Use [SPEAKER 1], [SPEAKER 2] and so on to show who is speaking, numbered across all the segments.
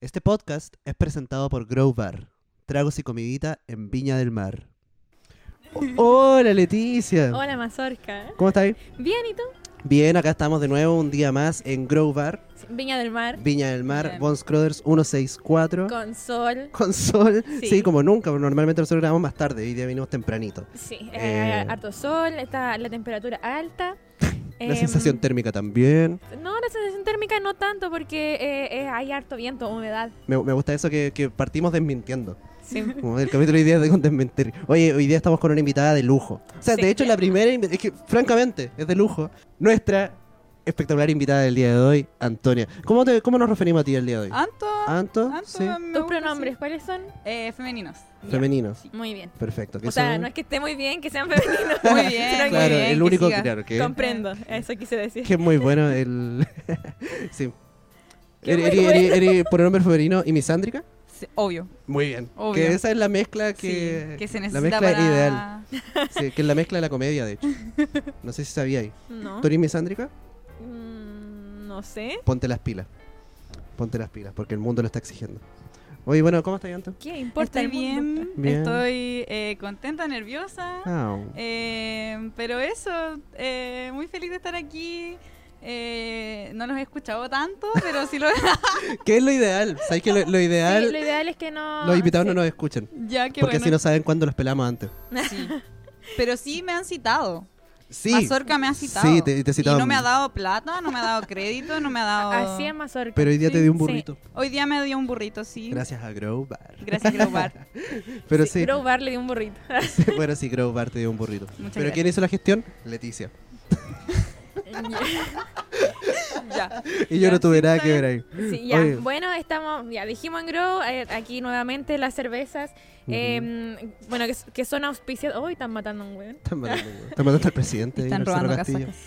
[SPEAKER 1] Este podcast es presentado por Grow Bar, tragos y comidita en Viña del Mar. Hola Leticia.
[SPEAKER 2] Hola, Mazorca.
[SPEAKER 1] ¿Cómo estás?
[SPEAKER 2] Bien, ¿y tú?
[SPEAKER 1] Bien, acá estamos de nuevo un día más en Grow Bar,
[SPEAKER 2] Viña del Mar,
[SPEAKER 1] Viña del Mar,
[SPEAKER 2] Bien.
[SPEAKER 1] Von Scrothers 164. Con...
[SPEAKER 2] con sol.
[SPEAKER 1] sol, sí.
[SPEAKER 2] Sí.
[SPEAKER 1] como nunca, porque normalmente nosotros grabamos más tarde, hoy día vinimos tempranito.
[SPEAKER 2] Sí,
[SPEAKER 1] Eh.
[SPEAKER 2] eh, harto sol, está la temperatura alta.
[SPEAKER 1] La
[SPEAKER 2] Em,
[SPEAKER 1] sensación térmica también.
[SPEAKER 2] No, la sensación térmica no tanto porque eh, eh, hay harto viento, humedad.
[SPEAKER 1] Me, me gusta eso que, que partimos desmintiendo.
[SPEAKER 2] Sí.
[SPEAKER 1] Como el capítulo de hoy día es de con desmentir. Oye, hoy día estamos con una invitada de lujo. O sea,
[SPEAKER 2] Sí.
[SPEAKER 1] de hecho, la primera. invi- Es que, francamente, es de lujo. Nuestra espectacular invitada del día de hoy, Antonia. ¿Cómo, te, cómo nos referimos a ti el día de hoy?
[SPEAKER 3] Anto,
[SPEAKER 1] Anto,
[SPEAKER 3] Ah, Anto,
[SPEAKER 1] Ah, sí.
[SPEAKER 3] me
[SPEAKER 2] ¿Tus
[SPEAKER 3] gusta
[SPEAKER 2] pronombres cuáles son?
[SPEAKER 3] así. Eh, femeninos.
[SPEAKER 1] Femeninos.
[SPEAKER 3] Sí.
[SPEAKER 2] Muy bien.
[SPEAKER 1] Perfecto. que
[SPEAKER 2] O sea,
[SPEAKER 1] son-
[SPEAKER 2] no es que esté muy bien que sean femeninos.
[SPEAKER 3] Muy bien,
[SPEAKER 2] sino que
[SPEAKER 3] muy
[SPEAKER 1] Claro, eh,
[SPEAKER 3] bien,
[SPEAKER 1] el
[SPEAKER 3] que
[SPEAKER 1] único.
[SPEAKER 3] siga.
[SPEAKER 1] Claro, que,
[SPEAKER 2] Comprendo, eso quise decir.
[SPEAKER 1] que es muy bueno el. sí.
[SPEAKER 2] Qué
[SPEAKER 1] Eri,
[SPEAKER 2] muy
[SPEAKER 1] eri,
[SPEAKER 2] bueno.
[SPEAKER 1] eri, eri, pronombre femenino y misándrica.
[SPEAKER 3] Sí, obvio.
[SPEAKER 1] Muy bien.
[SPEAKER 3] Obvio.
[SPEAKER 1] Que esa es la mezcla
[SPEAKER 3] Sí,
[SPEAKER 1] que.
[SPEAKER 3] que se
[SPEAKER 1] La
[SPEAKER 3] necesita
[SPEAKER 1] mezcla
[SPEAKER 3] para...
[SPEAKER 1] ideal. Sí, que es la mezcla de la comedia, de hecho. No sé si sabíais.
[SPEAKER 3] ¿Ah?
[SPEAKER 2] No.
[SPEAKER 1] ¿Tú eres misándrica?
[SPEAKER 2] Mm, no sé.
[SPEAKER 1] ponte las pilas. Ponte las pilas, porque el mundo lo está exigiendo. Oye, bueno, ¿cómo estás, Anto?
[SPEAKER 2] ¿Qué importa?
[SPEAKER 3] Estoy
[SPEAKER 2] el mundo?
[SPEAKER 3] bien,
[SPEAKER 1] Bien.
[SPEAKER 3] estoy eh, contenta, nerviosa.
[SPEAKER 1] Ah,
[SPEAKER 3] Eh, pero eso, eh, muy feliz de estar aquí. Eh, no los he escuchado tanto, pero sí lo
[SPEAKER 1] ¿Qué es lo ideal? ¿Sabes que lo, lo ideal?
[SPEAKER 2] Sí, lo ideal es que no.
[SPEAKER 1] los invitados no
[SPEAKER 2] sí.
[SPEAKER 1] nos escuchan.
[SPEAKER 3] ya que
[SPEAKER 1] porque así no
[SPEAKER 3] bueno.
[SPEAKER 1] saben cuándo los pelamos antes.
[SPEAKER 3] Sí. Pero sí me han citado.
[SPEAKER 1] Sí.
[SPEAKER 3] Mazorca me ha citado.
[SPEAKER 1] Sí, te- te he citado.
[SPEAKER 3] Y no me ha dado plata, no me ha dado crédito, no me ha dado...
[SPEAKER 2] Así es Mazorca.
[SPEAKER 1] Pero hoy día te di un
[SPEAKER 2] Sí.
[SPEAKER 1] burrito.
[SPEAKER 3] Hoy día me dio un burrito, sí.
[SPEAKER 1] Gracias a Grow Bar.
[SPEAKER 3] Gracias, Grobar.
[SPEAKER 1] Pero sí,
[SPEAKER 2] Grow Bar le dio un burrito.
[SPEAKER 1] bueno, sí, Grow Bar te dio un burrito.
[SPEAKER 3] Muchas
[SPEAKER 1] ¿Pero
[SPEAKER 3] gracias.
[SPEAKER 1] quién hizo la gestión? Leticia.
[SPEAKER 3] ya.
[SPEAKER 1] Y yo
[SPEAKER 3] Ya,
[SPEAKER 1] no tuve
[SPEAKER 3] sí,
[SPEAKER 1] nada
[SPEAKER 3] está
[SPEAKER 1] que
[SPEAKER 3] bien.
[SPEAKER 1] ver ahí.
[SPEAKER 2] Sí, ya.
[SPEAKER 1] Oye.
[SPEAKER 2] Bueno, estamos, ya dijimos en Grow, eh, aquí nuevamente las cervezas, eh, bueno, que, que son auspiciadas, hoy están matando a un weón.
[SPEAKER 1] Están matando, están matando al presidente. ahí en
[SPEAKER 3] Están
[SPEAKER 1] el Cerro
[SPEAKER 3] robando
[SPEAKER 1] Castillo.
[SPEAKER 3] casacas.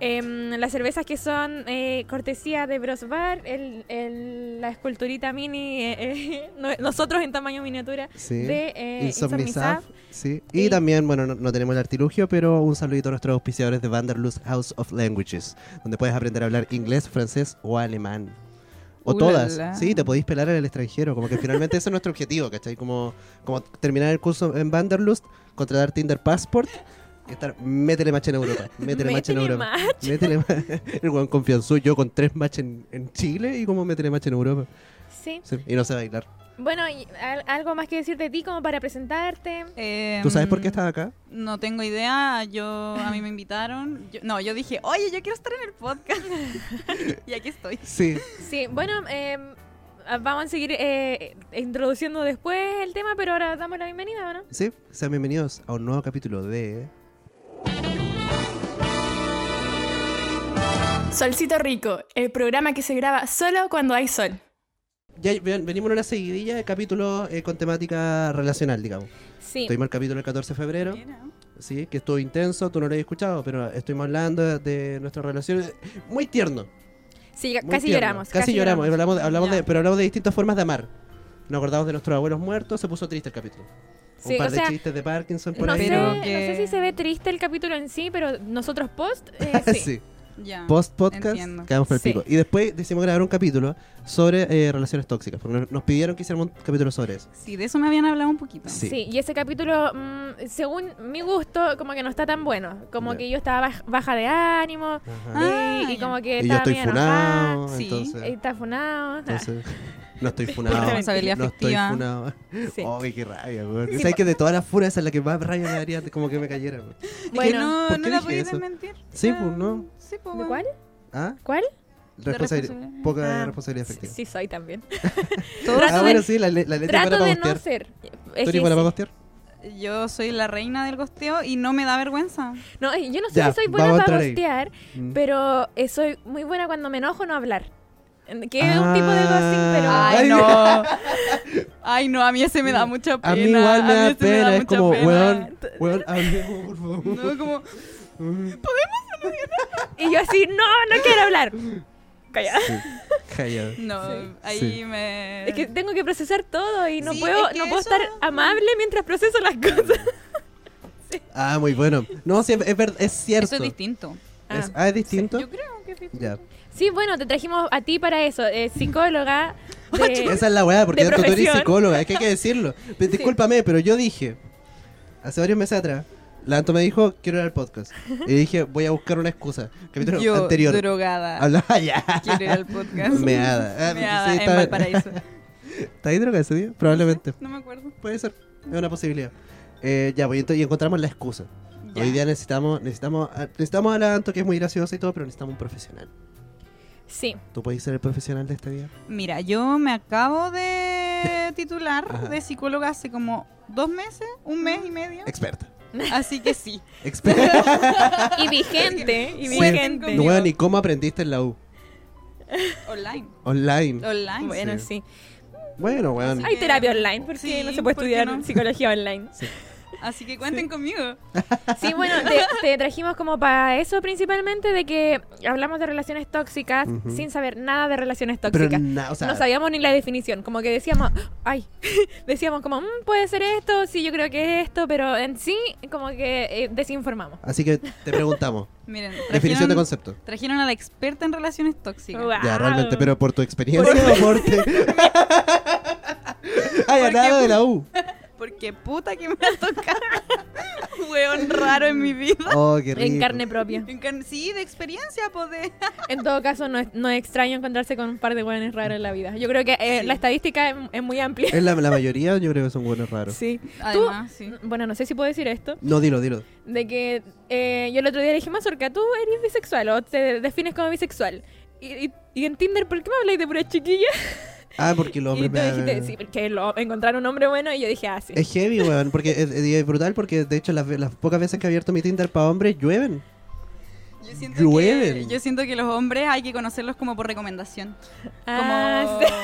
[SPEAKER 2] Em, las cervezas que son eh, cortesía de Bros Bar, el, el- la esculturita mini, eh, eh, no- nosotros en tamaño miniatura,
[SPEAKER 1] Sí.
[SPEAKER 2] de eh,
[SPEAKER 1] Insomnisaf,
[SPEAKER 2] Insomnisaf.
[SPEAKER 1] sí. Y,
[SPEAKER 2] Y-
[SPEAKER 1] también, bueno, no, no tenemos el artilugio, pero un saludito a nuestros auspiciadores de Vanderlust House of Languages, donde puedes aprender a hablar inglés, francés o alemán. O
[SPEAKER 2] Uh,
[SPEAKER 3] Ulala.
[SPEAKER 1] todas. Sí, te podéis pelar en el extranjero. Como que finalmente ese es nuestro objetivo, ¿cachai? Como, como terminar el curso en Vanderlust, contratar Tinder Passport y estar, métele match en Europa. Métele match en
[SPEAKER 2] Métele
[SPEAKER 1] Europa.
[SPEAKER 2] match.
[SPEAKER 1] Métele match. El weón confianzó yo con tres match en, en Chile y como métele match en Europa.
[SPEAKER 2] Sí.
[SPEAKER 1] Sí, y no sé bailar.
[SPEAKER 2] Bueno, y al- algo más que decir de ti como para presentarte.
[SPEAKER 3] Eh,
[SPEAKER 1] ¿Tú sabes por
[SPEAKER 2] Em,
[SPEAKER 1] qué estás acá?
[SPEAKER 3] No tengo idea, yo a mí me invitaron. Yo- no, yo dije, oye, yo quiero estar en el podcast. y aquí estoy.
[SPEAKER 1] Sí,
[SPEAKER 2] Sí, bueno, em, vamos a seguir eh, introduciendo después el tema, pero ahora damos la bienvenida, ¿o ¿no?
[SPEAKER 1] Sí, sean bienvenidos a un nuevo capítulo de...
[SPEAKER 4] Solcito Rico, el programa que se graba solo cuando hay sol.
[SPEAKER 1] Ya ven- venimos en una seguidilla de capítulos eh, con temática relacional, digamos.
[SPEAKER 2] Sí.
[SPEAKER 1] Estuvimos el capítulo el 14 de febrero,
[SPEAKER 3] Mira.
[SPEAKER 1] sí, que estuvo intenso, tú no lo habías escuchado, pero estuvimos hablando de nuestras relaciones. Muy tierno.
[SPEAKER 2] Sí,
[SPEAKER 1] muy
[SPEAKER 2] casi
[SPEAKER 1] tierno.
[SPEAKER 2] lloramos.
[SPEAKER 1] Casi, lloramos, hablamos, hablamos
[SPEAKER 3] Ya.
[SPEAKER 1] de, pero hablamos de distintas formas de amar. Nos acordamos de nuestros abuelos muertos, se puso triste el capítulo.
[SPEAKER 2] Sí,
[SPEAKER 1] un
[SPEAKER 2] o
[SPEAKER 1] par de
[SPEAKER 2] sea,
[SPEAKER 1] chistes de Parkinson por
[SPEAKER 2] no,
[SPEAKER 1] ahí.
[SPEAKER 2] sé,
[SPEAKER 3] pero
[SPEAKER 2] no
[SPEAKER 3] que-
[SPEAKER 2] sé si se ve triste el capítulo en sí, pero nosotros post, eh, sí.
[SPEAKER 1] sí.
[SPEAKER 3] Ya.
[SPEAKER 1] post podcast
[SPEAKER 3] Entiendo.
[SPEAKER 1] quedamos por el
[SPEAKER 2] Sí.
[SPEAKER 1] pico. Y después decidimos grabar un capítulo sobre eh, relaciones tóxicas, porque nos- nos pidieron que hiciéramos un capítulo sobre eso.
[SPEAKER 3] Sí, de eso me habían hablado un poquito.
[SPEAKER 1] Sí.
[SPEAKER 2] Sí, y ese capítulo, mm, según mi gusto, como que no está tan bueno. Como
[SPEAKER 1] Ya.
[SPEAKER 2] que yo estaba baj- baja de ánimo
[SPEAKER 1] Ajá.
[SPEAKER 3] Ah,
[SPEAKER 2] y, y
[SPEAKER 3] ya.
[SPEAKER 2] como que
[SPEAKER 1] y yo
[SPEAKER 2] estaba
[SPEAKER 1] estoy
[SPEAKER 2] medio enojada, eh,
[SPEAKER 1] funado,
[SPEAKER 3] sí.
[SPEAKER 1] entonces,
[SPEAKER 2] y Está funado.
[SPEAKER 1] entonces, no estoy funado.
[SPEAKER 3] Responsabilidad
[SPEAKER 1] No estoy
[SPEAKER 3] afectiva.
[SPEAKER 1] funado.
[SPEAKER 2] Sí.
[SPEAKER 1] Ay, qué rabia, weón. ¿Sabes que de todas las furas esa es la que más rabia me daría como que me cayera, weón?
[SPEAKER 3] Es que
[SPEAKER 2] Bueno.
[SPEAKER 3] no,
[SPEAKER 1] ¿Por
[SPEAKER 3] no
[SPEAKER 1] qué
[SPEAKER 3] la
[SPEAKER 1] dije
[SPEAKER 3] podía
[SPEAKER 1] eso?
[SPEAKER 3] desmentir.
[SPEAKER 1] Sí,
[SPEAKER 3] O sea,
[SPEAKER 1] pues, ¿no?
[SPEAKER 3] Sí, pues.
[SPEAKER 2] ¿De cuál?
[SPEAKER 1] ¿Ah?
[SPEAKER 2] ¿Cuál?
[SPEAKER 1] Responsabilidad.
[SPEAKER 3] responsabilidad.
[SPEAKER 1] Poca
[SPEAKER 2] Ah,
[SPEAKER 1] responsabilidad
[SPEAKER 2] Sí,
[SPEAKER 1] afectiva.
[SPEAKER 2] sí soy también.
[SPEAKER 3] Todo-
[SPEAKER 2] Trato
[SPEAKER 1] Ah,
[SPEAKER 2] de-
[SPEAKER 1] bueno, sí, la, le- la letra
[SPEAKER 2] Trato
[SPEAKER 1] igual para
[SPEAKER 2] de no
[SPEAKER 1] gostear.
[SPEAKER 2] ser. eh,
[SPEAKER 1] ¿Tú
[SPEAKER 2] Es
[SPEAKER 1] eres
[SPEAKER 2] que
[SPEAKER 1] igual para
[SPEAKER 2] sí.
[SPEAKER 1] gostear?
[SPEAKER 3] Yo soy la reina del gosteo y no me da vergüenza.
[SPEAKER 2] No, eh, yo no sé
[SPEAKER 1] Ya,
[SPEAKER 2] si soy buena
[SPEAKER 1] vamos a
[SPEAKER 2] para
[SPEAKER 1] entrar ahí.
[SPEAKER 2] gostear,
[SPEAKER 1] Mm.
[SPEAKER 2] pero eh, soy muy buena cuando me enojo no hablar. En- Que es
[SPEAKER 1] Ah.
[SPEAKER 2] un tipo de ghosting, pero...
[SPEAKER 1] Ay,
[SPEAKER 3] Ay, no. Ay, no, a mí ese me da mucha pena.
[SPEAKER 1] A mí igual me
[SPEAKER 3] a mí
[SPEAKER 1] da
[SPEAKER 3] ese me
[SPEAKER 1] pena, es
[SPEAKER 3] mucha
[SPEAKER 1] como,
[SPEAKER 3] pena.
[SPEAKER 1] weón, weón, hablemos, por favor.
[SPEAKER 3] No, como,
[SPEAKER 2] Y yo así, no, no quiero hablar. Calla.
[SPEAKER 1] Sí. Callado.
[SPEAKER 3] no, ahí
[SPEAKER 1] Sí.
[SPEAKER 3] me...
[SPEAKER 2] Es que tengo que procesar todo y no
[SPEAKER 3] Sí,
[SPEAKER 2] puedo,
[SPEAKER 3] es que
[SPEAKER 2] no puedo
[SPEAKER 3] eso-
[SPEAKER 2] estar amable mientras proceso las cosas.
[SPEAKER 1] Ah, muy bueno. No, sí, es, ver- es cierto.
[SPEAKER 3] Eso es distinto.
[SPEAKER 1] Es-
[SPEAKER 2] Ah,
[SPEAKER 1] ah, es distinto.
[SPEAKER 3] Yo creo que es distinto.
[SPEAKER 1] Ya.
[SPEAKER 2] Sí, bueno, te trajimos a ti para eso, eh, psicóloga. de-
[SPEAKER 1] Esa es la weá, porque
[SPEAKER 2] Eh, de
[SPEAKER 1] tanto tú eres
[SPEAKER 2] profesión.
[SPEAKER 1] psicóloga, es que hay que decirlo. Pero discúlpame, pero yo dije, hace varios meses atrás, la Anto me dijo, quiero ir al podcast. Y dije, voy a buscar una excusa. Capítulo
[SPEAKER 3] Yo,
[SPEAKER 1] anterior.
[SPEAKER 3] drogada,
[SPEAKER 1] Hablaba ya.
[SPEAKER 3] quiero ir al podcast.
[SPEAKER 1] Meada. Ah,
[SPEAKER 3] Meada,
[SPEAKER 1] sí,
[SPEAKER 3] en
[SPEAKER 1] está-
[SPEAKER 3] Valparaíso.
[SPEAKER 1] ¿Está ahí droga ese día? Probablemente.
[SPEAKER 3] No me acuerdo.
[SPEAKER 1] Puede ser. Es una posibilidad. Eh, ya, pues entonces- y encontramos la excusa.
[SPEAKER 3] Ya.
[SPEAKER 1] Hoy día necesitamos, necesitamos, a- necesitamos a la Anto, que es muy graciosa y todo, pero necesitamos un profesional.
[SPEAKER 2] Sí,
[SPEAKER 1] ¿Tú puedes ser el profesional de este día?
[SPEAKER 3] Mira, yo me acabo de titular
[SPEAKER 1] Ajá.
[SPEAKER 3] de psicóloga hace como dos meses, un mes y medio.
[SPEAKER 1] Experta.
[SPEAKER 3] Así que sí.
[SPEAKER 1] Experta.
[SPEAKER 2] y vigente, y
[SPEAKER 1] Sí.
[SPEAKER 2] vigente.
[SPEAKER 1] no weón, ni cómo aprendiste en la U.
[SPEAKER 3] Online.
[SPEAKER 1] Online.
[SPEAKER 3] Online.
[SPEAKER 2] Bueno,
[SPEAKER 1] Sí.
[SPEAKER 2] sí.
[SPEAKER 1] Bueno, weón.
[SPEAKER 2] Hay terapia online, porque
[SPEAKER 3] Sí,
[SPEAKER 2] no se puede
[SPEAKER 3] ¿por qué
[SPEAKER 2] estudiar
[SPEAKER 3] no?
[SPEAKER 2] psicología online.
[SPEAKER 3] Así que cuenten conmigo.
[SPEAKER 2] Sí, bueno, te, te trajimos como para eso principalmente, de que hablamos de relaciones tóxicas
[SPEAKER 1] Ujú.
[SPEAKER 2] sin saber nada de relaciones
[SPEAKER 1] Pero
[SPEAKER 2] tóxicas.
[SPEAKER 1] na- o sea,
[SPEAKER 2] no sabíamos ni la definición, como que decíamos, ay, decíamos como, "Mm, puede ser esto, sí, yo creo que es esto, pero en sí, como que eh, desinformamos.
[SPEAKER 1] Así que te preguntamos.
[SPEAKER 3] Miren,
[SPEAKER 1] definición de
[SPEAKER 3] trajeron,
[SPEAKER 1] concepto.
[SPEAKER 3] trajeron a la experta en relaciones tóxicas.
[SPEAKER 2] Guau.
[SPEAKER 1] Ya, realmente, pero por tu experiencia. aporte. Ay,
[SPEAKER 3] Porque-
[SPEAKER 1] nada de la U.
[SPEAKER 3] Porque puta que me ha tocado. Weón raro en mi vida.
[SPEAKER 1] Oh, qué rico.
[SPEAKER 2] En carne propia.
[SPEAKER 3] En can- Sí, de experiencia, poder.
[SPEAKER 2] En todo caso, no es, no es extraño encontrarse con un par de hueones raros en la vida. Yo creo que eh,
[SPEAKER 3] Sí.
[SPEAKER 2] la estadística es, es muy amplia.
[SPEAKER 1] Es la, la mayoría, yo creo que son buenos raros.
[SPEAKER 2] Sí.
[SPEAKER 3] Además, sí.
[SPEAKER 2] Bueno, no sé si puedo decir esto.
[SPEAKER 1] No, dilo, dilo.
[SPEAKER 2] De que eh, yo el otro día le dije, Mazorca, tú eres bisexual o te defines como bisexual. Y, y- y en Tinder, ¿por qué me habláis de puras chiquillas?
[SPEAKER 1] Ah, porque los
[SPEAKER 2] Y
[SPEAKER 1] hombres
[SPEAKER 2] tú
[SPEAKER 1] me dan-
[SPEAKER 2] dijiste, sí, porque lo, encontrar un hombre bueno. Y yo dije, ah, sí.
[SPEAKER 1] Es heavy, weón, porque es, es brutal porque de hecho las, ve- las pocas veces que he abierto mi Tinder para hombres llueven.
[SPEAKER 3] Yo siento, que,
[SPEAKER 1] Llueven.
[SPEAKER 3] yo siento que los hombres hay que conocerlos como por recomendación.
[SPEAKER 2] Ah,
[SPEAKER 3] como,
[SPEAKER 2] sí.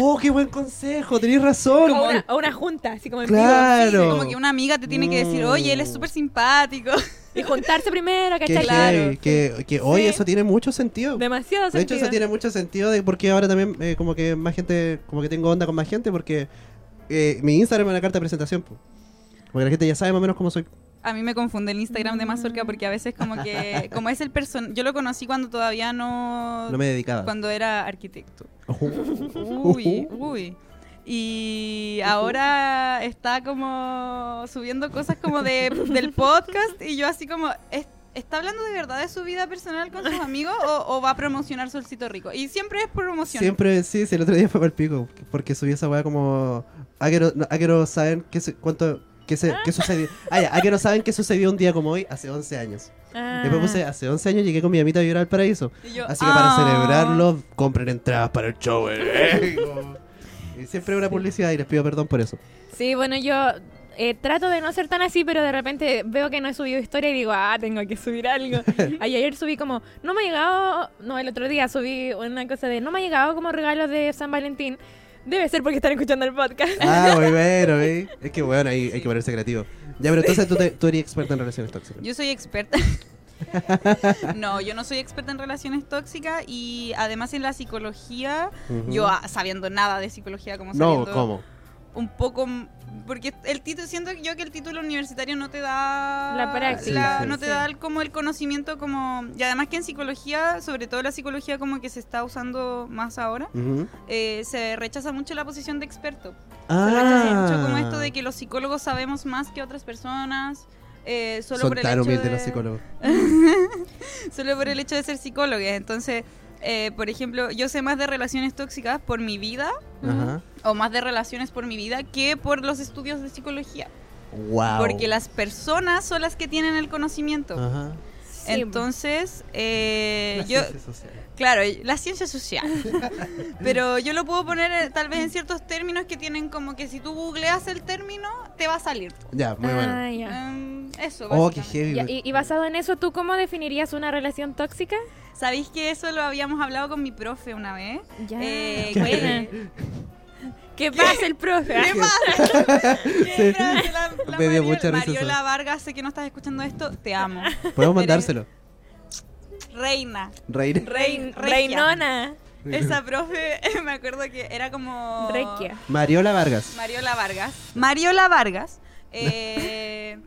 [SPEAKER 1] Oh, qué buen consejo, tenés razón.
[SPEAKER 2] O una, o una junta, así como en
[SPEAKER 1] Claro.
[SPEAKER 3] como que una amiga te tiene que decir,
[SPEAKER 1] Mm.
[SPEAKER 3] oye, él es súper simpático.
[SPEAKER 2] vivo. Y juntarse primero,
[SPEAKER 1] Qué
[SPEAKER 2] ¿cachai?
[SPEAKER 1] heavy, que, que hoy
[SPEAKER 2] Sí.
[SPEAKER 1] eso tiene mucho sentido.
[SPEAKER 2] Demasiado
[SPEAKER 1] De hecho,
[SPEAKER 2] sentido.
[SPEAKER 1] eso tiene mucho sentido de porque ahora también eh, como que más gente, como que tengo onda con más gente porque eh, mi Instagram es una carta de presentación. po. Porque la gente ya sabe más o menos cómo soy.
[SPEAKER 3] A mí me confunde el Instagram de
[SPEAKER 2] Mm.
[SPEAKER 3] Mazorca porque a veces como que, como es el person, yo lo conocí cuando todavía no,
[SPEAKER 1] No me dedicaba.
[SPEAKER 3] Oh, cuando era arquitecto.
[SPEAKER 1] Ujú.
[SPEAKER 3] Uy, uy. Y ahora está como subiendo cosas como de, del podcast y yo así como, "¿Es- ¿está hablando de verdad de su vida personal con sus amigos o, o va a promocionar Solcito Rico? Y siempre es promoción.
[SPEAKER 1] Siempre, sí, sí, el otro día fue para el pico. Porque subí esa weá como. Ah, que no- no, ah, que no saben qué, se- cuánto, qué, se- qué sucedió. Ah, ya, ah, que no saben qué sucedió un día como hoy hace 11 años.
[SPEAKER 2] Ah.
[SPEAKER 1] Después puse, hace 11 años llegué con mi amita a vivir al paraíso.
[SPEAKER 3] Y yo,
[SPEAKER 1] Así que para
[SPEAKER 3] "Ah".
[SPEAKER 1] celebrarlo, compren entradas para el show. eh. Como- Y siempre una publicidad y les pido perdón por eso.
[SPEAKER 2] Sí, bueno, yo eh, trato de no ser tan así, pero de repente veo que no he subido historia y digo, ah, tengo que subir algo. Ay, ayer subí como, no me ha llegado, no, el otro día subí una cosa de, no me ha llegado como regalos de San Valentín. Debe ser porque están escuchando el podcast.
[SPEAKER 1] Ah, muy bueno, ¿eh? Es que bueno, ahí hay que ponerse creativo. Ya, pero entonces tú, te- tú eres experta en relaciones tóxicas.
[SPEAKER 3] Yo soy experta. no, yo no soy experta en relaciones tóxicas y además en la psicología,
[SPEAKER 1] Ujú.
[SPEAKER 3] yo ah, sabiendo nada de psicología como
[SPEAKER 1] No,
[SPEAKER 3] sabiendo
[SPEAKER 1] ¿cómo?
[SPEAKER 3] un poco m- porque el título siento yo que el título universitario no te da
[SPEAKER 2] La práctica.
[SPEAKER 3] la-
[SPEAKER 1] Sí, sí.
[SPEAKER 3] no te
[SPEAKER 2] Sí.
[SPEAKER 3] da el- como el conocimiento como y además que en psicología, sobre todo la psicología como que se está usando más ahora,
[SPEAKER 1] Ujú.
[SPEAKER 3] eh, se rechaza mucho la posición de experto.
[SPEAKER 1] Ah.
[SPEAKER 3] Se rechaza mucho como esto de que los psicólogos sabemos más que otras personas. eh, solo
[SPEAKER 1] Son
[SPEAKER 3] por el
[SPEAKER 1] tan
[SPEAKER 3] hecho
[SPEAKER 1] humildes
[SPEAKER 3] de...
[SPEAKER 1] los psicólogos.
[SPEAKER 3] solo por el hecho de ser psicóloga. Entonces, eh, por ejemplo, yo sé más de relaciones tóxicas por mi vida,
[SPEAKER 1] Ajá.
[SPEAKER 3] o más de relaciones por mi vida, que por los estudios de psicología.
[SPEAKER 1] Wow.
[SPEAKER 3] Porque las personas son las que tienen el conocimiento.
[SPEAKER 1] Ajá.
[SPEAKER 2] Sí. pues.
[SPEAKER 3] Entonces, eh, yo,
[SPEAKER 1] Las ciencias sociales.
[SPEAKER 3] claro, la ciencia social. Pero yo lo puedo poner eh, tal vez en ciertos términos que tienen como que si tú googleas el término, te va a salir.
[SPEAKER 1] Ya, muy bueno.
[SPEAKER 2] Ah, ya.
[SPEAKER 3] Em, eso.
[SPEAKER 1] Oh, qué
[SPEAKER 3] básicamente.
[SPEAKER 1] heavy.
[SPEAKER 2] Ya, y, y basado en eso, ¿tú cómo definirías una relación tóxica?
[SPEAKER 3] ¿Sabéis que eso lo habíamos hablado con mi profe una vez?
[SPEAKER 2] Ya.
[SPEAKER 3] Eh,
[SPEAKER 2] Qué buena. ¿Qué pasa el profe?
[SPEAKER 3] ¿Qué pasa? ¿Qué frase? La, la
[SPEAKER 1] Me dio
[SPEAKER 3] Mariola-
[SPEAKER 1] mucha risa eso.
[SPEAKER 3] Mariola Vargas, sé que no estás escuchando esto, te amo.
[SPEAKER 1] Podemos mandárselo.
[SPEAKER 3] Reina.
[SPEAKER 1] Reír.
[SPEAKER 3] Rein- regia.
[SPEAKER 2] Reinona.
[SPEAKER 3] Esa profe, me acuerdo que era como...
[SPEAKER 2] Requia.
[SPEAKER 1] Mariola Vargas.
[SPEAKER 3] Mariola Vargas. Mariola Vargas. eh,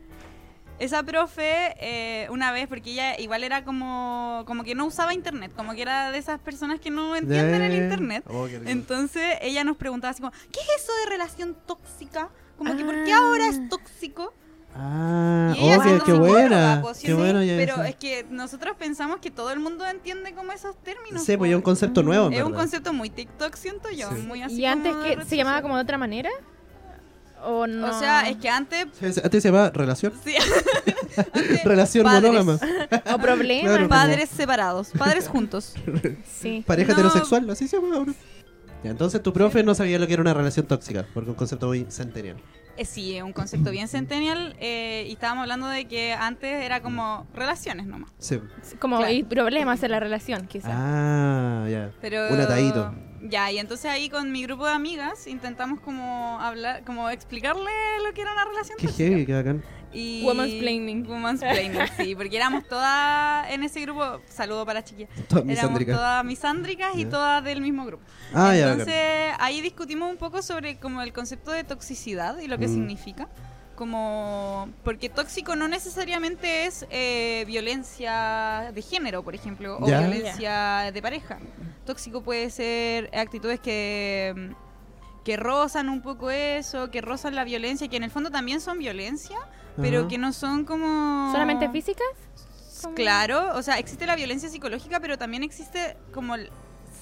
[SPEAKER 3] Esa profe, eh, una vez, porque ella igual era como, como que no usaba internet, como que era de esas personas que no entienden el internet.
[SPEAKER 1] Oh, qué rico.
[SPEAKER 3] Entonces ella nos preguntaba así como, ¿qué es eso de relación tóxica? Como que, ¿por qué
[SPEAKER 2] Ah.
[SPEAKER 3] ahora es tóxico?
[SPEAKER 1] ah,
[SPEAKER 3] Y ella
[SPEAKER 1] oh, qué,
[SPEAKER 3] siendo
[SPEAKER 1] qué
[SPEAKER 3] psicóloga,
[SPEAKER 1] buena.
[SPEAKER 3] pues, sí,
[SPEAKER 1] qué
[SPEAKER 3] sí,
[SPEAKER 1] bueno ya
[SPEAKER 3] Pero
[SPEAKER 1] eso.
[SPEAKER 3] es que nosotros pensamos que todo el mundo entiende como esos términos.
[SPEAKER 1] Sí, pues es un
[SPEAKER 3] po.
[SPEAKER 1] concepto nuevo. en
[SPEAKER 3] Es un
[SPEAKER 1] verdad.
[SPEAKER 3] concepto muy TikTok, siento yo.
[SPEAKER 1] Sí.
[SPEAKER 3] Muy así
[SPEAKER 2] ¿Y antes
[SPEAKER 3] como de
[SPEAKER 2] que
[SPEAKER 3] red
[SPEAKER 2] se llamaba
[SPEAKER 3] social.
[SPEAKER 2] como de otra manera? ¿O no?
[SPEAKER 3] O sea, es que antes...
[SPEAKER 1] Sí, sí, Antes se llamaba relación.
[SPEAKER 3] sí, antes-
[SPEAKER 1] Relación
[SPEAKER 3] padres.
[SPEAKER 1] monógama.
[SPEAKER 2] ¿O problema?
[SPEAKER 1] Claro.
[SPEAKER 3] Padres separados, padres juntos.
[SPEAKER 2] Sí.
[SPEAKER 1] Pareja
[SPEAKER 3] No.
[SPEAKER 1] heterosexual, así se llama ahora. Ya, entonces tu profe no sabía lo que era una relación tóxica, porque un concepto muy centenial.
[SPEAKER 3] Eh, sí, es un concepto bien centennial eh, y estábamos hablando de que antes era como relaciones nomás.
[SPEAKER 1] Sí.
[SPEAKER 2] Como
[SPEAKER 3] Claro.
[SPEAKER 2] hay problemas en la relación, quizás.
[SPEAKER 1] Ah, ya.
[SPEAKER 3] Pero,
[SPEAKER 1] Un atadito.
[SPEAKER 3] Ya, y entonces ahí con mi grupo de amigas intentamos como hablar, como explicarle lo que era una relación
[SPEAKER 1] Qué
[SPEAKER 3] tóxica.
[SPEAKER 1] heavy, qué bacán.
[SPEAKER 3] Y...
[SPEAKER 2] Womansplaining.
[SPEAKER 3] Womansplaining, sí, porque éramos todas en ese grupo, saludo para chiquillas,
[SPEAKER 1] Todas
[SPEAKER 3] éramos
[SPEAKER 1] misándricas.
[SPEAKER 3] todas misándricas y
[SPEAKER 1] Ya.
[SPEAKER 3] todas del mismo grupo.
[SPEAKER 1] Ah, ya,
[SPEAKER 3] Entonces
[SPEAKER 1] bacán.
[SPEAKER 3] ahí discutimos un poco sobre como el concepto de toxicidad y lo que
[SPEAKER 1] Mm.
[SPEAKER 3] significa. Como, porque tóxico no necesariamente es eh, violencia de género, por ejemplo, o
[SPEAKER 1] Ya.
[SPEAKER 3] violencia de pareja. Tóxico puede ser actitudes que, que rozan un poco eso, que rozan la violencia, que en el fondo también son violencia, pero
[SPEAKER 1] Ajá.
[SPEAKER 3] que no son como...
[SPEAKER 2] ¿Solamente físicas? como-
[SPEAKER 3] Claro, o sea, existe la violencia psicológica, pero también existe como,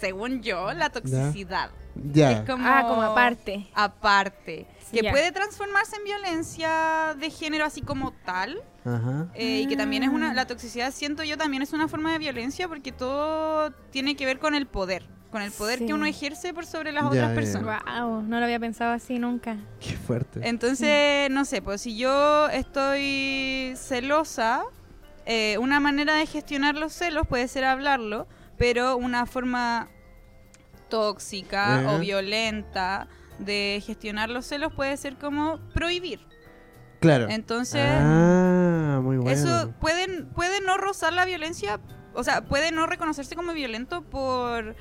[SPEAKER 3] según yo, la toxicidad.
[SPEAKER 1] Ya.
[SPEAKER 3] Es como...
[SPEAKER 2] Ah, como aparte.
[SPEAKER 3] Aparte.
[SPEAKER 2] Sí,
[SPEAKER 3] Que
[SPEAKER 2] ya.
[SPEAKER 3] puede transformarse en violencia de género así como tal.
[SPEAKER 1] Ajá.
[SPEAKER 3] eh, y que también es
[SPEAKER 2] Mm.
[SPEAKER 3] una... La toxicidad, siento yo, también es una forma de violencia porque todo tiene que ver con el poder. Con el poder
[SPEAKER 2] Sí.
[SPEAKER 3] que uno ejerce por sobre las
[SPEAKER 1] Ya,
[SPEAKER 3] otras
[SPEAKER 1] ya.
[SPEAKER 3] personas.
[SPEAKER 2] Wow, no lo había pensado así nunca.
[SPEAKER 1] Qué fuerte.
[SPEAKER 3] Entonces, no sé, pues si yo estoy celosa, eh, una manera de gestionar los celos puede ser hablarlo, pero una forma tóxica
[SPEAKER 1] Ya.
[SPEAKER 3] o violenta de gestionar los celos puede ser como prohibir.
[SPEAKER 1] claro.
[SPEAKER 3] Entonces,
[SPEAKER 1] ah, muy bueno.
[SPEAKER 3] eso pueden, puede no rozar la violencia, o sea, puede no reconocerse como violento por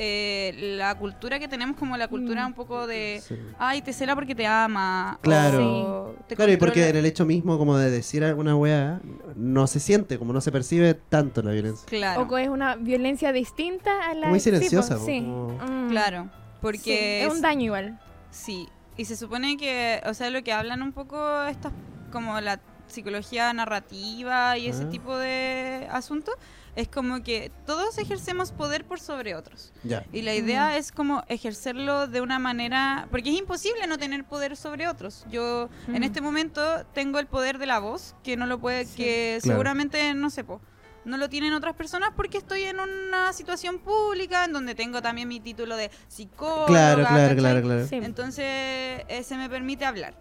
[SPEAKER 3] eh, la cultura que tenemos, como la cultura
[SPEAKER 2] Mm.
[SPEAKER 3] un poco de...
[SPEAKER 1] Sí.
[SPEAKER 3] Ay, te cela porque te ama.
[SPEAKER 1] Claro.
[SPEAKER 3] o eh, te
[SPEAKER 1] Claro, y
[SPEAKER 3] controla.
[SPEAKER 1] porque en el hecho mismo como de decir alguna weá, no se siente, como no se percibe tanto la violencia.
[SPEAKER 3] Claro.
[SPEAKER 2] O que es una violencia distinta a la...
[SPEAKER 1] Muy
[SPEAKER 2] sí, pues,
[SPEAKER 1] silenciosa, po,
[SPEAKER 2] Sí.
[SPEAKER 1] como-
[SPEAKER 2] Mm.
[SPEAKER 3] Claro. Porque
[SPEAKER 2] Sí, es un daño igual.
[SPEAKER 3] Sí, y se supone que, o sea, lo que hablan un poco estas, como la psicología narrativa y ese
[SPEAKER 1] Ah.
[SPEAKER 3] tipo de asuntos, es como que todos ejercemos poder por sobre otros.
[SPEAKER 1] Ya.
[SPEAKER 3] Y la idea es como ejercerlo de una manera, porque es imposible no tener poder sobre otros. Yo en
[SPEAKER 2] Mm.
[SPEAKER 3] este momento tengo el poder de la voz, que no lo puede,
[SPEAKER 2] Sí.
[SPEAKER 3] que
[SPEAKER 1] Claro.
[SPEAKER 3] seguramente no sepo. No lo tienen otras personas porque estoy en una situación pública en donde tengo también mi título de psicóloga.
[SPEAKER 1] Claro, claro,
[SPEAKER 3] Oh, ah, ¿cachai?
[SPEAKER 1] claro, claro.
[SPEAKER 2] Sí.
[SPEAKER 3] Entonces eh, se me permite hablar.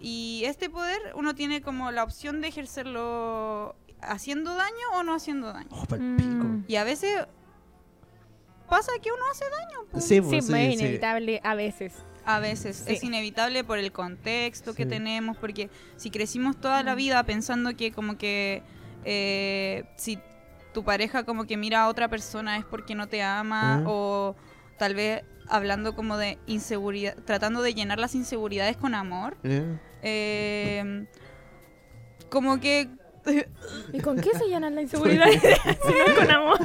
[SPEAKER 3] Y este poder uno tiene como la opción de ejercerlo haciendo daño o no haciendo daño.
[SPEAKER 1] Oh, pal pico.
[SPEAKER 2] Mm.
[SPEAKER 3] Y a veces pasa que uno hace
[SPEAKER 1] Sí,
[SPEAKER 3] daño.
[SPEAKER 2] Sí,
[SPEAKER 1] pues,
[SPEAKER 2] pues, es
[SPEAKER 1] sí, sí.
[SPEAKER 2] inevitable a veces.
[SPEAKER 3] A veces
[SPEAKER 2] Sí.
[SPEAKER 3] es inevitable por el contexto que
[SPEAKER 1] Sí.
[SPEAKER 3] tenemos, porque si crecimos toda la
[SPEAKER 2] Mm.
[SPEAKER 3] vida pensando que como que eh, si tu pareja como que mira a otra persona es porque no te ama
[SPEAKER 1] Ah.
[SPEAKER 3] o tal vez hablando como de inseguridad, tratando de llenar las inseguridades con amor,
[SPEAKER 1] Ya.
[SPEAKER 3] eh, como que
[SPEAKER 2] ¿Y con qué se llenan la inseguridad? si no es con amor.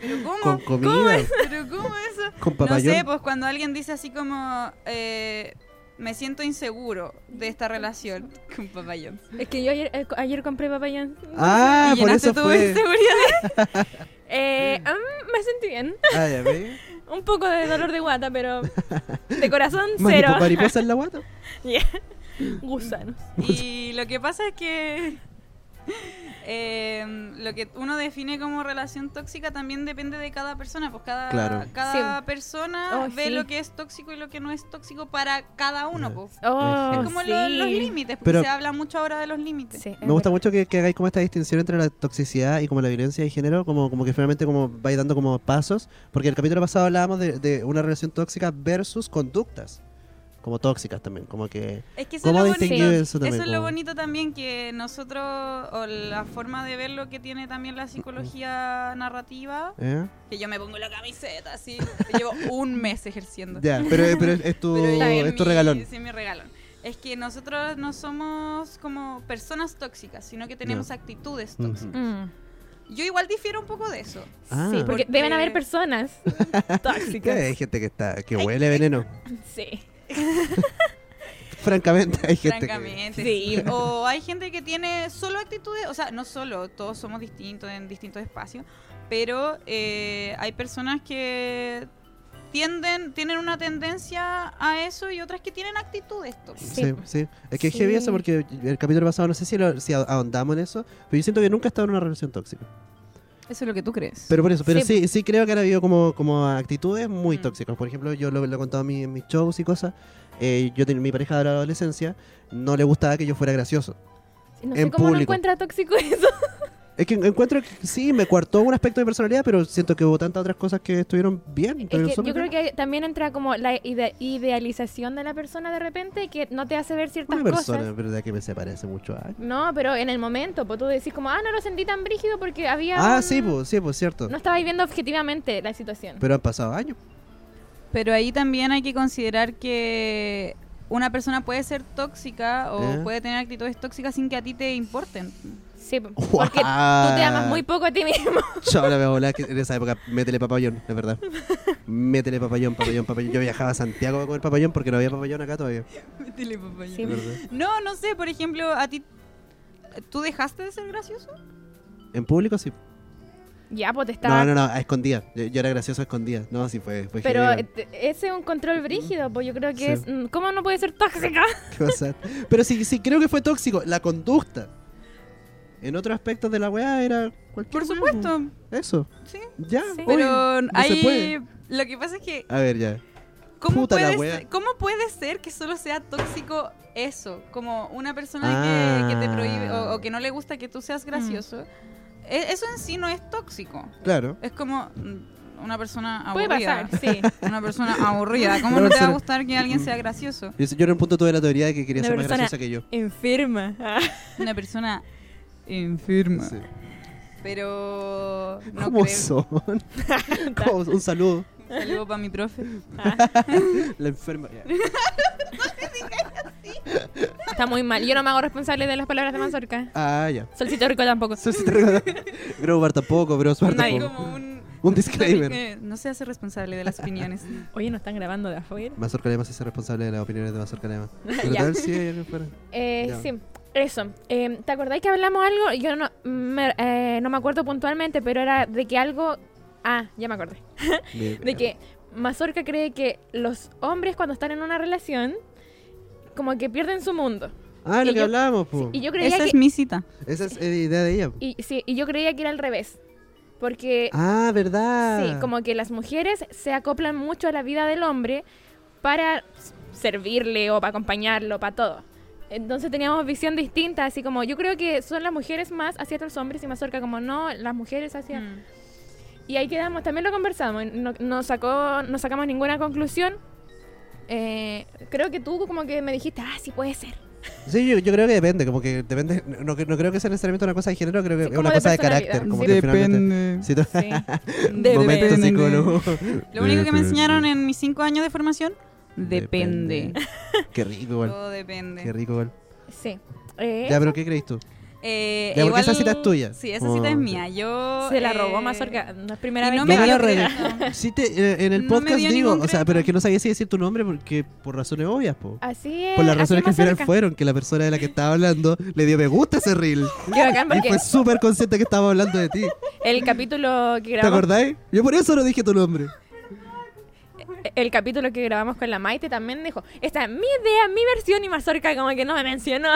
[SPEAKER 3] ¿pero
[SPEAKER 1] Con
[SPEAKER 3] cómo?
[SPEAKER 1] comida,
[SPEAKER 3] ¿Pero cómo eso?
[SPEAKER 1] con
[SPEAKER 3] No
[SPEAKER 1] papayón.
[SPEAKER 3] sé, pues cuando alguien dice así como eh, me siento inseguro de esta relación con papayón.
[SPEAKER 2] Es que yo ayer, eh, ayer compré papayón.
[SPEAKER 1] Ah,
[SPEAKER 3] Y
[SPEAKER 1] por
[SPEAKER 3] llenaste
[SPEAKER 1] eso
[SPEAKER 3] tu
[SPEAKER 1] fue.
[SPEAKER 3] inseguridad.
[SPEAKER 2] Eh, mm, me sentí bien.
[SPEAKER 1] Ah, ya ve.
[SPEAKER 2] Un poco de dolor de guata, pero de corazón cero.
[SPEAKER 1] Maripo- Mariposa en la guata.
[SPEAKER 2] Gusanos.
[SPEAKER 1] Pues
[SPEAKER 3] Y lo que pasa es que em, lo que uno define como relación tóxica también depende de cada persona, pues cada,
[SPEAKER 1] Claro.
[SPEAKER 3] cada
[SPEAKER 2] Sí.
[SPEAKER 3] persona
[SPEAKER 2] Oh,
[SPEAKER 3] ve
[SPEAKER 2] sí.
[SPEAKER 3] lo que es tóxico y lo que no es tóxico para cada uno. pues.
[SPEAKER 2] Oh,
[SPEAKER 1] Es
[SPEAKER 3] Es como lo-
[SPEAKER 2] sí.
[SPEAKER 3] los límites, porque
[SPEAKER 1] Eh, Pero-
[SPEAKER 3] se habla mucho ahora de los límites.
[SPEAKER 2] Sí, es
[SPEAKER 1] Me gusta
[SPEAKER 2] verdad.
[SPEAKER 1] mucho que, que hagáis como esta distinción entre la toxicidad y como la violencia de género, como, como que finalmente como vais dando como pasos, porque el capítulo pasado hablábamos de, de una relación tóxica versus conductas, como tóxicas también, como que...
[SPEAKER 3] Es que eso es
[SPEAKER 1] ¿Cómo
[SPEAKER 3] lo
[SPEAKER 1] distinguir
[SPEAKER 3] bonito.
[SPEAKER 1] eso también?
[SPEAKER 3] Eso es lo
[SPEAKER 1] como-
[SPEAKER 3] bonito también que nosotros, o la forma de ver lo que tiene también la psicología narrativa,
[SPEAKER 1] ¿eh?
[SPEAKER 3] que yo me pongo la camiseta así, llevo un mes ejerciendo.
[SPEAKER 1] Ya, pero, pero es, es tu,
[SPEAKER 3] Pero
[SPEAKER 1] es tu regalón.
[SPEAKER 3] Sí, mi regalón. es que nosotros no somos como personas tóxicas, sino que tenemos
[SPEAKER 1] Ya.
[SPEAKER 3] actitudes
[SPEAKER 1] Ujú.
[SPEAKER 3] tóxicas.
[SPEAKER 2] Mm.
[SPEAKER 3] Yo igual difiero un poco de eso.
[SPEAKER 1] Ah.
[SPEAKER 2] sí, porque
[SPEAKER 3] Porque-
[SPEAKER 2] deben haber personas
[SPEAKER 1] ¿Qué? Hay
[SPEAKER 2] tóxicas.
[SPEAKER 1] gente que está que huele veneno.
[SPEAKER 2] Sí.
[SPEAKER 1] Francamente, hay gente que...
[SPEAKER 3] Francamente,
[SPEAKER 2] Sí.
[SPEAKER 3] sí. O hay gente que tiene solo actitudes, o sea, no solo, todos somos distintos en distintos espacios, pero eh, hay personas que tienden, tienen una tendencia a eso y otras que tienen actitudes tóxicas.
[SPEAKER 1] Sí, sí. Es que es
[SPEAKER 2] Sí.
[SPEAKER 1] heavy eso porque el capítulo pasado, no sé si, lo- si ahondamos en eso, pero yo siento que nunca he estado en una relación tóxica.
[SPEAKER 3] Eso es lo que tú crees.
[SPEAKER 1] Pero por eso, pero
[SPEAKER 2] Sí,
[SPEAKER 1] sí, sí, creo que han habido como, como actitudes muy
[SPEAKER 3] Mm.
[SPEAKER 1] tóxicas. Por ejemplo, yo lo, lo he contado en mi- en mis shows y cosas. Eh, yo tenía mi pareja de la adolescencia, no le gustaba que yo fuera gracioso.
[SPEAKER 2] No
[SPEAKER 1] En
[SPEAKER 2] sé cómo no
[SPEAKER 1] público.
[SPEAKER 2] encuentra tóxico eso.
[SPEAKER 1] Es que encuentro que sí, me cuartó un aspecto de personalidad, pero siento que hubo tantas otras cosas que estuvieron bien.
[SPEAKER 2] Es
[SPEAKER 1] estuvieron
[SPEAKER 2] que
[SPEAKER 1] súper
[SPEAKER 2] yo creo
[SPEAKER 1] bien.
[SPEAKER 2] que también entra como la ide- idealización de la persona de repente que no te hace ver ciertas
[SPEAKER 1] Una
[SPEAKER 2] cosas.
[SPEAKER 1] persona, en verdad, que me se parece mucho a...
[SPEAKER 2] No, pero en el momento, pues tú decís como, ah, no lo sentí tan brígido porque había...
[SPEAKER 1] Ah,
[SPEAKER 2] un-
[SPEAKER 1] sí, pues, sí, pues, cierto.
[SPEAKER 2] No estabais viendo objetivamente la situación.
[SPEAKER 1] Pero han pasado años.
[SPEAKER 3] Pero ahí también hay que considerar que una persona puede ser tóxica o
[SPEAKER 1] ¿Eh?
[SPEAKER 3] puede tener actitudes tóxicas sin que a ti te importen.
[SPEAKER 2] Sí, porque tú te amas muy poco a ti mismo.
[SPEAKER 1] Yo ahora me volaba que en esa época, métele papayón, es verdad. Métele papayón, papayón, papayón. Yo viajaba a Santiago a comer papayón porque no había papayón acá todavía.
[SPEAKER 2] Sí.
[SPEAKER 1] es verdad.
[SPEAKER 3] No, no sé, por ejemplo, a ti... ¿Tú dejaste de ser gracioso?
[SPEAKER 1] En público sí.
[SPEAKER 2] Ya, pues te estaba...
[SPEAKER 1] No, no, no, a escondidas. Yo, yo era gracioso a escondidas. No, sí fue. fue
[SPEAKER 2] Pero
[SPEAKER 1] heavy,
[SPEAKER 2] eh, ese es un control brígido, pues yo creo que
[SPEAKER 1] Sí.
[SPEAKER 2] es... mm, ¿Cómo no puede ser tóxica?
[SPEAKER 1] qué cosa. Pero sí, sí, creo que fue tóxico. La conducta. En otros aspectos de la weá era cualquier
[SPEAKER 3] Por
[SPEAKER 1] weá,
[SPEAKER 3] supuesto.
[SPEAKER 1] po. Eso.
[SPEAKER 3] Sí.
[SPEAKER 1] Ya.
[SPEAKER 2] Sí.
[SPEAKER 1] obvio,
[SPEAKER 3] Pero
[SPEAKER 1] no se
[SPEAKER 3] ahí
[SPEAKER 1] puede.
[SPEAKER 3] lo que pasa es que
[SPEAKER 1] A ver, ya.
[SPEAKER 3] ¿cómo
[SPEAKER 1] Puta la
[SPEAKER 3] puede,
[SPEAKER 1] wea.
[SPEAKER 3] ser, cómo puede ser que solo sea tóxico eso? Como una persona
[SPEAKER 1] Ah.
[SPEAKER 3] que, que te prohíbe o, o que no le gusta que tú seas gracioso. E- Eso en sí no es tóxico.
[SPEAKER 1] Claro.
[SPEAKER 3] Es como mm, una persona
[SPEAKER 2] Puede
[SPEAKER 3] aburrida.
[SPEAKER 2] pasar, sí.
[SPEAKER 3] Una persona aburrida. ¿Cómo
[SPEAKER 1] Una
[SPEAKER 3] no te va a
[SPEAKER 1] persona-
[SPEAKER 3] gustar que
[SPEAKER 1] mm.
[SPEAKER 3] alguien sea gracioso?
[SPEAKER 1] Yo, yo en un punto tuve la teoría de que quería
[SPEAKER 2] Una
[SPEAKER 1] ser más
[SPEAKER 2] persona-
[SPEAKER 1] graciosa que yo.
[SPEAKER 2] Enferma.
[SPEAKER 3] Una persona enferma.
[SPEAKER 1] Sí.
[SPEAKER 3] Pero no
[SPEAKER 1] ¿Cómo
[SPEAKER 3] creo.
[SPEAKER 1] son? ¿Cómo son? Un saludo.
[SPEAKER 3] Un saludo para mi profe.
[SPEAKER 1] La enferma. ya.
[SPEAKER 2] Está muy mal. Yo no me hago responsable de las palabras de Mazorca.
[SPEAKER 1] Ah, ya.
[SPEAKER 2] Solcito Rico tampoco.
[SPEAKER 1] Eso sí te recuerda. Grover tampoco, bro. Suar
[SPEAKER 2] Nadie.
[SPEAKER 1] tampoco.
[SPEAKER 3] Como un,
[SPEAKER 1] Un disclaimer.
[SPEAKER 3] Eh, No se hace responsable de las opiniones.
[SPEAKER 2] Oye, ¿no están grabando de afuera?
[SPEAKER 1] Mazorca Lema se hace responsable de las opiniones de Mazorca Lema. Pero
[SPEAKER 2] Ya.
[SPEAKER 1] tal sí hay alguien fuera.
[SPEAKER 2] Eh,
[SPEAKER 1] Ya.
[SPEAKER 2] Sí, eso. Eh, ¿Te acordáis que hablamos algo? Yo no me, eh, no me acuerdo puntualmente, pero era de que algo... Ah, ya me acordé.
[SPEAKER 1] Bien,
[SPEAKER 2] De
[SPEAKER 1] bien.
[SPEAKER 2] que Mazorca cree que los hombres cuando están en una relación como que pierden su mundo.
[SPEAKER 1] Ah, lo
[SPEAKER 2] y
[SPEAKER 1] que
[SPEAKER 2] yo-
[SPEAKER 1] hablábamos, po.
[SPEAKER 2] Y yo creía
[SPEAKER 3] Esa
[SPEAKER 2] que...
[SPEAKER 3] es mi cita.
[SPEAKER 1] Esa es la idea de ella. po.
[SPEAKER 2] Y, sí, y yo creía que era al revés. Porque
[SPEAKER 1] Ah, ¿verdad?
[SPEAKER 2] sí, como que las mujeres se acoplan mucho a la vida del hombre para s- servirle o para acompañarlo, para todo. Entonces teníamos visión distinta, así como yo creo que son las mujeres más hacia los hombres y más cerca como no, las mujeres hacia...
[SPEAKER 3] Mm.
[SPEAKER 2] Y ahí quedamos, también lo conversamos, no, no sacó, no sacamos ninguna conclusión. Eh, creo que tú como que me dijiste, ah, sí puede ser.
[SPEAKER 1] Sí, yo, yo creo que depende. Como que depende. No, no creo que sea necesariamente una cosa de género, creo que
[SPEAKER 2] Sí,
[SPEAKER 1] es
[SPEAKER 2] como
[SPEAKER 1] una
[SPEAKER 2] de
[SPEAKER 1] cosa de
[SPEAKER 2] personalidad.
[SPEAKER 1] carácter. Como
[SPEAKER 2] Sí.
[SPEAKER 1] que finalmente. Sí, to-
[SPEAKER 2] Sí.
[SPEAKER 1] Momento
[SPEAKER 3] Depende.
[SPEAKER 1] psicólogo.
[SPEAKER 3] Lo único que me enseñaron en mis cinco años de formación, depende.
[SPEAKER 1] Qué rico, igual.
[SPEAKER 3] Todo
[SPEAKER 1] Qué
[SPEAKER 3] depende.
[SPEAKER 1] rico, igual.
[SPEAKER 2] sí. Eh,
[SPEAKER 1] Ya, pero ¿qué crees tú?
[SPEAKER 3] Eh,
[SPEAKER 1] Ya, porque
[SPEAKER 3] igual-
[SPEAKER 1] esa cita es tuya. Oh,
[SPEAKER 3] Sí, esa
[SPEAKER 1] Como-
[SPEAKER 3] cita es mía. Yo
[SPEAKER 2] se la
[SPEAKER 3] eh,
[SPEAKER 2] robó Mazorca, no es primera
[SPEAKER 3] y
[SPEAKER 2] vez
[SPEAKER 3] no
[SPEAKER 2] que
[SPEAKER 3] me
[SPEAKER 1] No me
[SPEAKER 2] lo
[SPEAKER 1] la
[SPEAKER 3] dio
[SPEAKER 1] regué.
[SPEAKER 3] crédito.
[SPEAKER 1] Sí, te, eh, en el
[SPEAKER 3] No me
[SPEAKER 1] podcast
[SPEAKER 3] dio
[SPEAKER 1] digo,
[SPEAKER 3] ningún
[SPEAKER 1] o sea,
[SPEAKER 3] crédito.
[SPEAKER 1] pero es que no sabía si decir tu nombre porque por razones obvias, po.
[SPEAKER 2] Así es.
[SPEAKER 1] Por las razones
[SPEAKER 2] así
[SPEAKER 1] que al
[SPEAKER 2] es
[SPEAKER 1] final
[SPEAKER 2] Mazorca.
[SPEAKER 1] fueron, que la persona de la que estaba hablando le dio me gusta a ese reel.
[SPEAKER 2] Qué bacán,
[SPEAKER 1] Y
[SPEAKER 2] porque
[SPEAKER 1] fue súper consciente que estaba hablando de ti.
[SPEAKER 2] el capítulo que
[SPEAKER 1] ¿Te
[SPEAKER 2] grabamos,
[SPEAKER 1] acordáis? Yo por eso no dije tu nombre.
[SPEAKER 2] el capítulo que grabamos con la Maite también dijo, esta es mi idea, mi versión y Mazorca como que no me mencionó.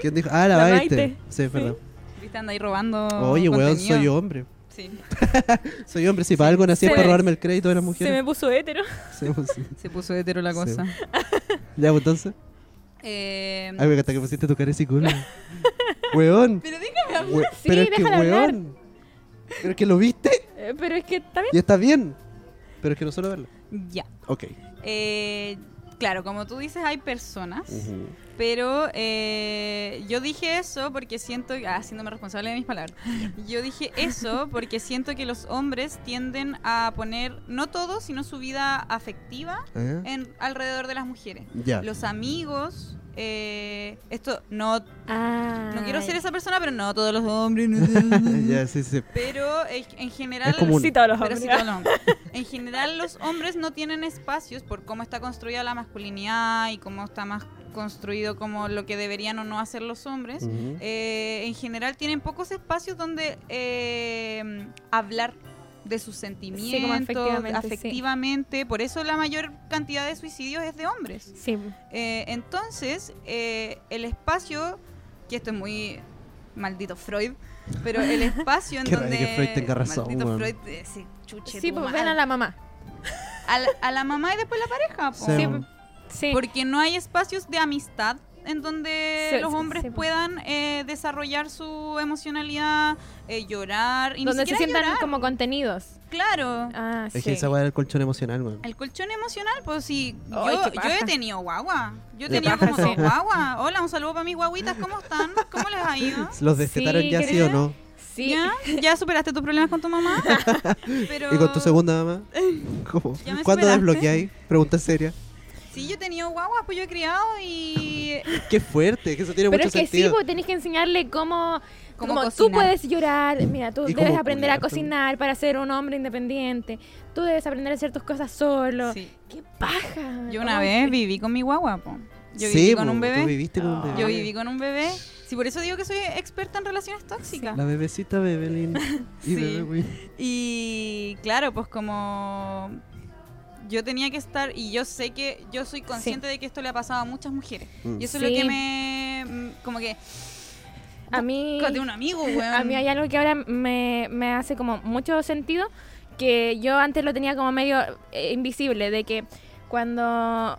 [SPEAKER 1] ¿Quién dijo? Ah, la,
[SPEAKER 2] La
[SPEAKER 1] Maite.
[SPEAKER 2] Maite. Oh,
[SPEAKER 1] Sí, es verdad.
[SPEAKER 3] Viste, anda ahí robando.
[SPEAKER 1] Oye, weón,
[SPEAKER 3] contenido.
[SPEAKER 1] soy hombre.
[SPEAKER 3] Sí,
[SPEAKER 1] Soy hombre, si para algo nací es
[SPEAKER 2] Se
[SPEAKER 1] para
[SPEAKER 2] me-
[SPEAKER 1] robarme el crédito de las
[SPEAKER 2] Se me
[SPEAKER 1] mujeres.
[SPEAKER 2] puso hétero.
[SPEAKER 1] Sí, pues, sí.
[SPEAKER 3] se puso hetero la
[SPEAKER 1] Sí.
[SPEAKER 3] cosa.
[SPEAKER 1] Ya, pues, entonces.
[SPEAKER 3] Eh,
[SPEAKER 1] Ay, me hasta que pusiste tu cara de psicólogo. weón.
[SPEAKER 3] pero dígame,
[SPEAKER 1] we-
[SPEAKER 2] Sí,
[SPEAKER 1] pero es que,
[SPEAKER 2] déjala hablar.
[SPEAKER 1] weón. Pero es que lo viste
[SPEAKER 2] Eh, Pero es que está bien.
[SPEAKER 1] y está bien. Pero es que no solo verlo.
[SPEAKER 3] ya.
[SPEAKER 1] Ok.
[SPEAKER 3] Eh, claro, como tú dices, hay personas.
[SPEAKER 1] Ujú.
[SPEAKER 3] Pero eh, yo dije eso porque siento, ah, haciéndome responsable de mis palabras, yo dije eso porque siento que los hombres tienden a poner, no todo, sino su vida afectiva
[SPEAKER 1] ¿Eh?
[SPEAKER 3] en, alrededor de las mujeres.
[SPEAKER 1] Ya.
[SPEAKER 3] Los amigos, eh, esto no, no
[SPEAKER 2] Ah,
[SPEAKER 3] quiero
[SPEAKER 2] ya.
[SPEAKER 3] ser esa persona, pero no todos los hombres. no-
[SPEAKER 1] ya, sí, sí.
[SPEAKER 3] pero eh, en general...
[SPEAKER 1] Es común.
[SPEAKER 2] Sí, todos los
[SPEAKER 3] Pero
[SPEAKER 2] hombres.
[SPEAKER 3] sí todos los hombres. En general, los hombres no tienen espacios por cómo está construida la masculinidad y cómo está más construido como lo que deberían o no hacer los hombres.
[SPEAKER 1] Ujú.
[SPEAKER 3] Eh, en general, tienen pocos espacios donde eh, hablar de sus sentimientos
[SPEAKER 2] afectivamente, sí.
[SPEAKER 3] afectivamente. Por eso la mayor cantidad de suicidios es de hombres.
[SPEAKER 2] Sí.
[SPEAKER 3] Eh, entonces, eh, el espacio, que esto es muy maldito Freud, pero el espacio en
[SPEAKER 1] Qué rabia
[SPEAKER 3] donde...
[SPEAKER 1] que Freud tenga razón,
[SPEAKER 3] Maldito
[SPEAKER 1] weón.
[SPEAKER 3] Freud, eh, sí, chuche
[SPEAKER 2] Sí,
[SPEAKER 3] tu
[SPEAKER 2] pues
[SPEAKER 3] madre.
[SPEAKER 2] ven a la mamá.
[SPEAKER 3] A la- a la mamá y después la pareja. po.
[SPEAKER 1] Sí,
[SPEAKER 2] Sí,
[SPEAKER 1] po.
[SPEAKER 2] Sí.
[SPEAKER 3] Porque no hay espacios de amistad en donde
[SPEAKER 2] Sí,
[SPEAKER 3] los
[SPEAKER 2] sí,
[SPEAKER 3] hombres
[SPEAKER 2] sí, po.
[SPEAKER 3] puedan eh, desarrollar su emocionalidad, eh, llorar. Y ni
[SPEAKER 2] donde se
[SPEAKER 3] siquiera
[SPEAKER 2] sientan
[SPEAKER 3] llorar,
[SPEAKER 2] como contenidos.
[SPEAKER 3] Claro.
[SPEAKER 2] Ah,
[SPEAKER 1] Es
[SPEAKER 2] sí.
[SPEAKER 1] que esa weá del colchón emocional, weón.
[SPEAKER 3] El colchón emocional, pues sí.
[SPEAKER 2] Ay,
[SPEAKER 3] yo,
[SPEAKER 2] qué
[SPEAKER 3] yo
[SPEAKER 2] paja.
[SPEAKER 3] he tenido guagua. Yo he
[SPEAKER 1] Qué
[SPEAKER 3] tenido
[SPEAKER 2] paja,
[SPEAKER 3] como dos
[SPEAKER 2] sí.
[SPEAKER 3] guagua. Hola, un saludo para mis guaguitas. ¿Cómo están? ¿Cómo les ha ido?
[SPEAKER 1] ¿Los destetaron
[SPEAKER 2] Sí,
[SPEAKER 1] ya, sí o
[SPEAKER 2] creo.
[SPEAKER 1] no?
[SPEAKER 2] Sí.
[SPEAKER 3] ¿Ya? ¿Ya superaste tus problemas con tu mamá? Pero...
[SPEAKER 1] ¿Y con tu segunda mamá? ¿Cómo?
[SPEAKER 3] Ya me
[SPEAKER 1] ¿Cuándo
[SPEAKER 3] superaste.
[SPEAKER 1] desbloqueáis? Pregunta seria.
[SPEAKER 3] Sí, yo he tenido guaguas, pues yo he criado y...
[SPEAKER 1] Qué fuerte, que eso tiene
[SPEAKER 2] Pero
[SPEAKER 1] mucho
[SPEAKER 2] es que sí, pues,
[SPEAKER 1] sentido.
[SPEAKER 2] porque tenés que enseñarle cómo,
[SPEAKER 3] Cómo
[SPEAKER 2] como tú
[SPEAKER 3] cocinar.
[SPEAKER 2] puedes llorar, mira, tú
[SPEAKER 1] Y
[SPEAKER 2] debes
[SPEAKER 1] cómo
[SPEAKER 2] aprender a
[SPEAKER 1] culiar también.
[SPEAKER 2] cocinar para ser un hombre independiente, tú debes aprender a hacer tus cosas solo.
[SPEAKER 3] Sí.
[SPEAKER 2] ¡Qué paja!
[SPEAKER 3] Yo una
[SPEAKER 2] Ay,
[SPEAKER 3] vez
[SPEAKER 2] qué-
[SPEAKER 3] viví con mi guagua, po. Yo
[SPEAKER 1] Sí,
[SPEAKER 3] viví con
[SPEAKER 1] po,
[SPEAKER 3] un
[SPEAKER 1] Tú
[SPEAKER 3] bebé.
[SPEAKER 1] viviste con un bebé.
[SPEAKER 2] Ah.
[SPEAKER 3] Yo viví con un bebé. Sí, por eso digo que soy experta en relaciones tóxicas.
[SPEAKER 1] La bebecita Bebelín. Y
[SPEAKER 3] Sí.
[SPEAKER 1] bebé, Will.
[SPEAKER 3] Y claro, pues como yo tenía que estar, y yo sé que yo soy consciente de que esto le ha pasado a muchas mujeres.
[SPEAKER 1] Mm.
[SPEAKER 3] Y eso es lo que
[SPEAKER 2] Sí.
[SPEAKER 3] me... mm, Como que...
[SPEAKER 2] A mí,
[SPEAKER 3] De un amigo, weón.
[SPEAKER 2] a mí hay algo que ahora me, me hace como mucho sentido, que yo antes lo tenía como medio eh, invisible, de que cuando,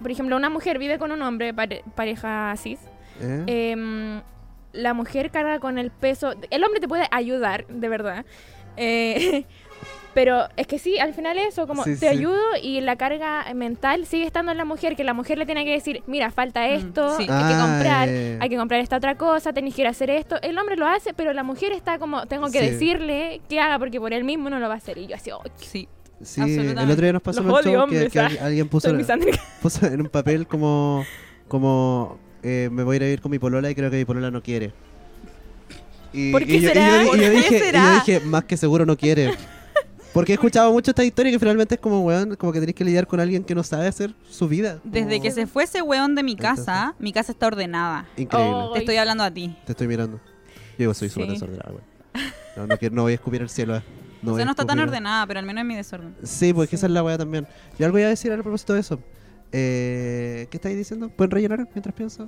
[SPEAKER 2] por ejemplo, una mujer vive con un hombre, pare- pareja cis,
[SPEAKER 1] ¿Eh?
[SPEAKER 2] em, la mujer carga con el peso. El hombre te puede ayudar, de verdad. eh, pero es que sí, al final eso, como
[SPEAKER 1] Sí,
[SPEAKER 2] te
[SPEAKER 1] sí.
[SPEAKER 2] ayudo y la carga mental sigue estando en la mujer, que la mujer le tiene que decir, mira, falta esto,
[SPEAKER 3] sí.
[SPEAKER 2] hay
[SPEAKER 1] Ah,
[SPEAKER 2] que comprar,
[SPEAKER 1] eh.
[SPEAKER 2] hay que comprar esta otra cosa, tenés que ir a hacer esto. El hombre lo hace, pero la mujer está como, tengo que
[SPEAKER 1] Sí.
[SPEAKER 2] decirle que haga porque por él mismo no lo va a hacer. Y yo así, "Oh, "Ay,
[SPEAKER 3] Sí.
[SPEAKER 1] Sí,
[SPEAKER 3] absolutamente.
[SPEAKER 1] el otro día nos pasó en
[SPEAKER 2] Los
[SPEAKER 1] el
[SPEAKER 2] odio,
[SPEAKER 1] show que,
[SPEAKER 2] hombres,
[SPEAKER 1] que
[SPEAKER 2] ah.
[SPEAKER 1] alguien- alguien puso,
[SPEAKER 2] soy misándrica".
[SPEAKER 1] puso en un papel como, como eh, me voy a ir a vivir con mi polola y creo que mi polola no quiere. Y,
[SPEAKER 2] ¿Por qué
[SPEAKER 1] y yo, y yo
[SPEAKER 2] será?
[SPEAKER 1] di- y
[SPEAKER 3] ¿Por
[SPEAKER 1] yo
[SPEAKER 3] qué
[SPEAKER 1] dije, y yo
[SPEAKER 3] será?
[SPEAKER 1] dije, más que seguro no quiere. Porque he escuchado mucho esta historia que finalmente es como, weón, como que tenés que lidiar con alguien que no sabe hacer su vida.
[SPEAKER 3] Desde
[SPEAKER 1] Como-
[SPEAKER 3] que se fue ese weón de mi casa, mi casa está ordenada.
[SPEAKER 1] Increíble.
[SPEAKER 2] Oh.
[SPEAKER 3] Te estoy hablando a ti.
[SPEAKER 1] Te estoy mirando. Yo digo, soy súper
[SPEAKER 2] Sí.
[SPEAKER 1] desordenada, weón. No, no, quiero- no voy a escupir el cielo. eh. No
[SPEAKER 3] o
[SPEAKER 1] voy a
[SPEAKER 3] sea, no está tan
[SPEAKER 1] escupir-
[SPEAKER 3] ordenada, pero al menos es mi desorden.
[SPEAKER 1] Sí, pues que esa es la weá también. Yo algo iba a decir a propósito de eso. Eh, ¿Qué estáis diciendo? ¿Pueden rellenar mientras pienso?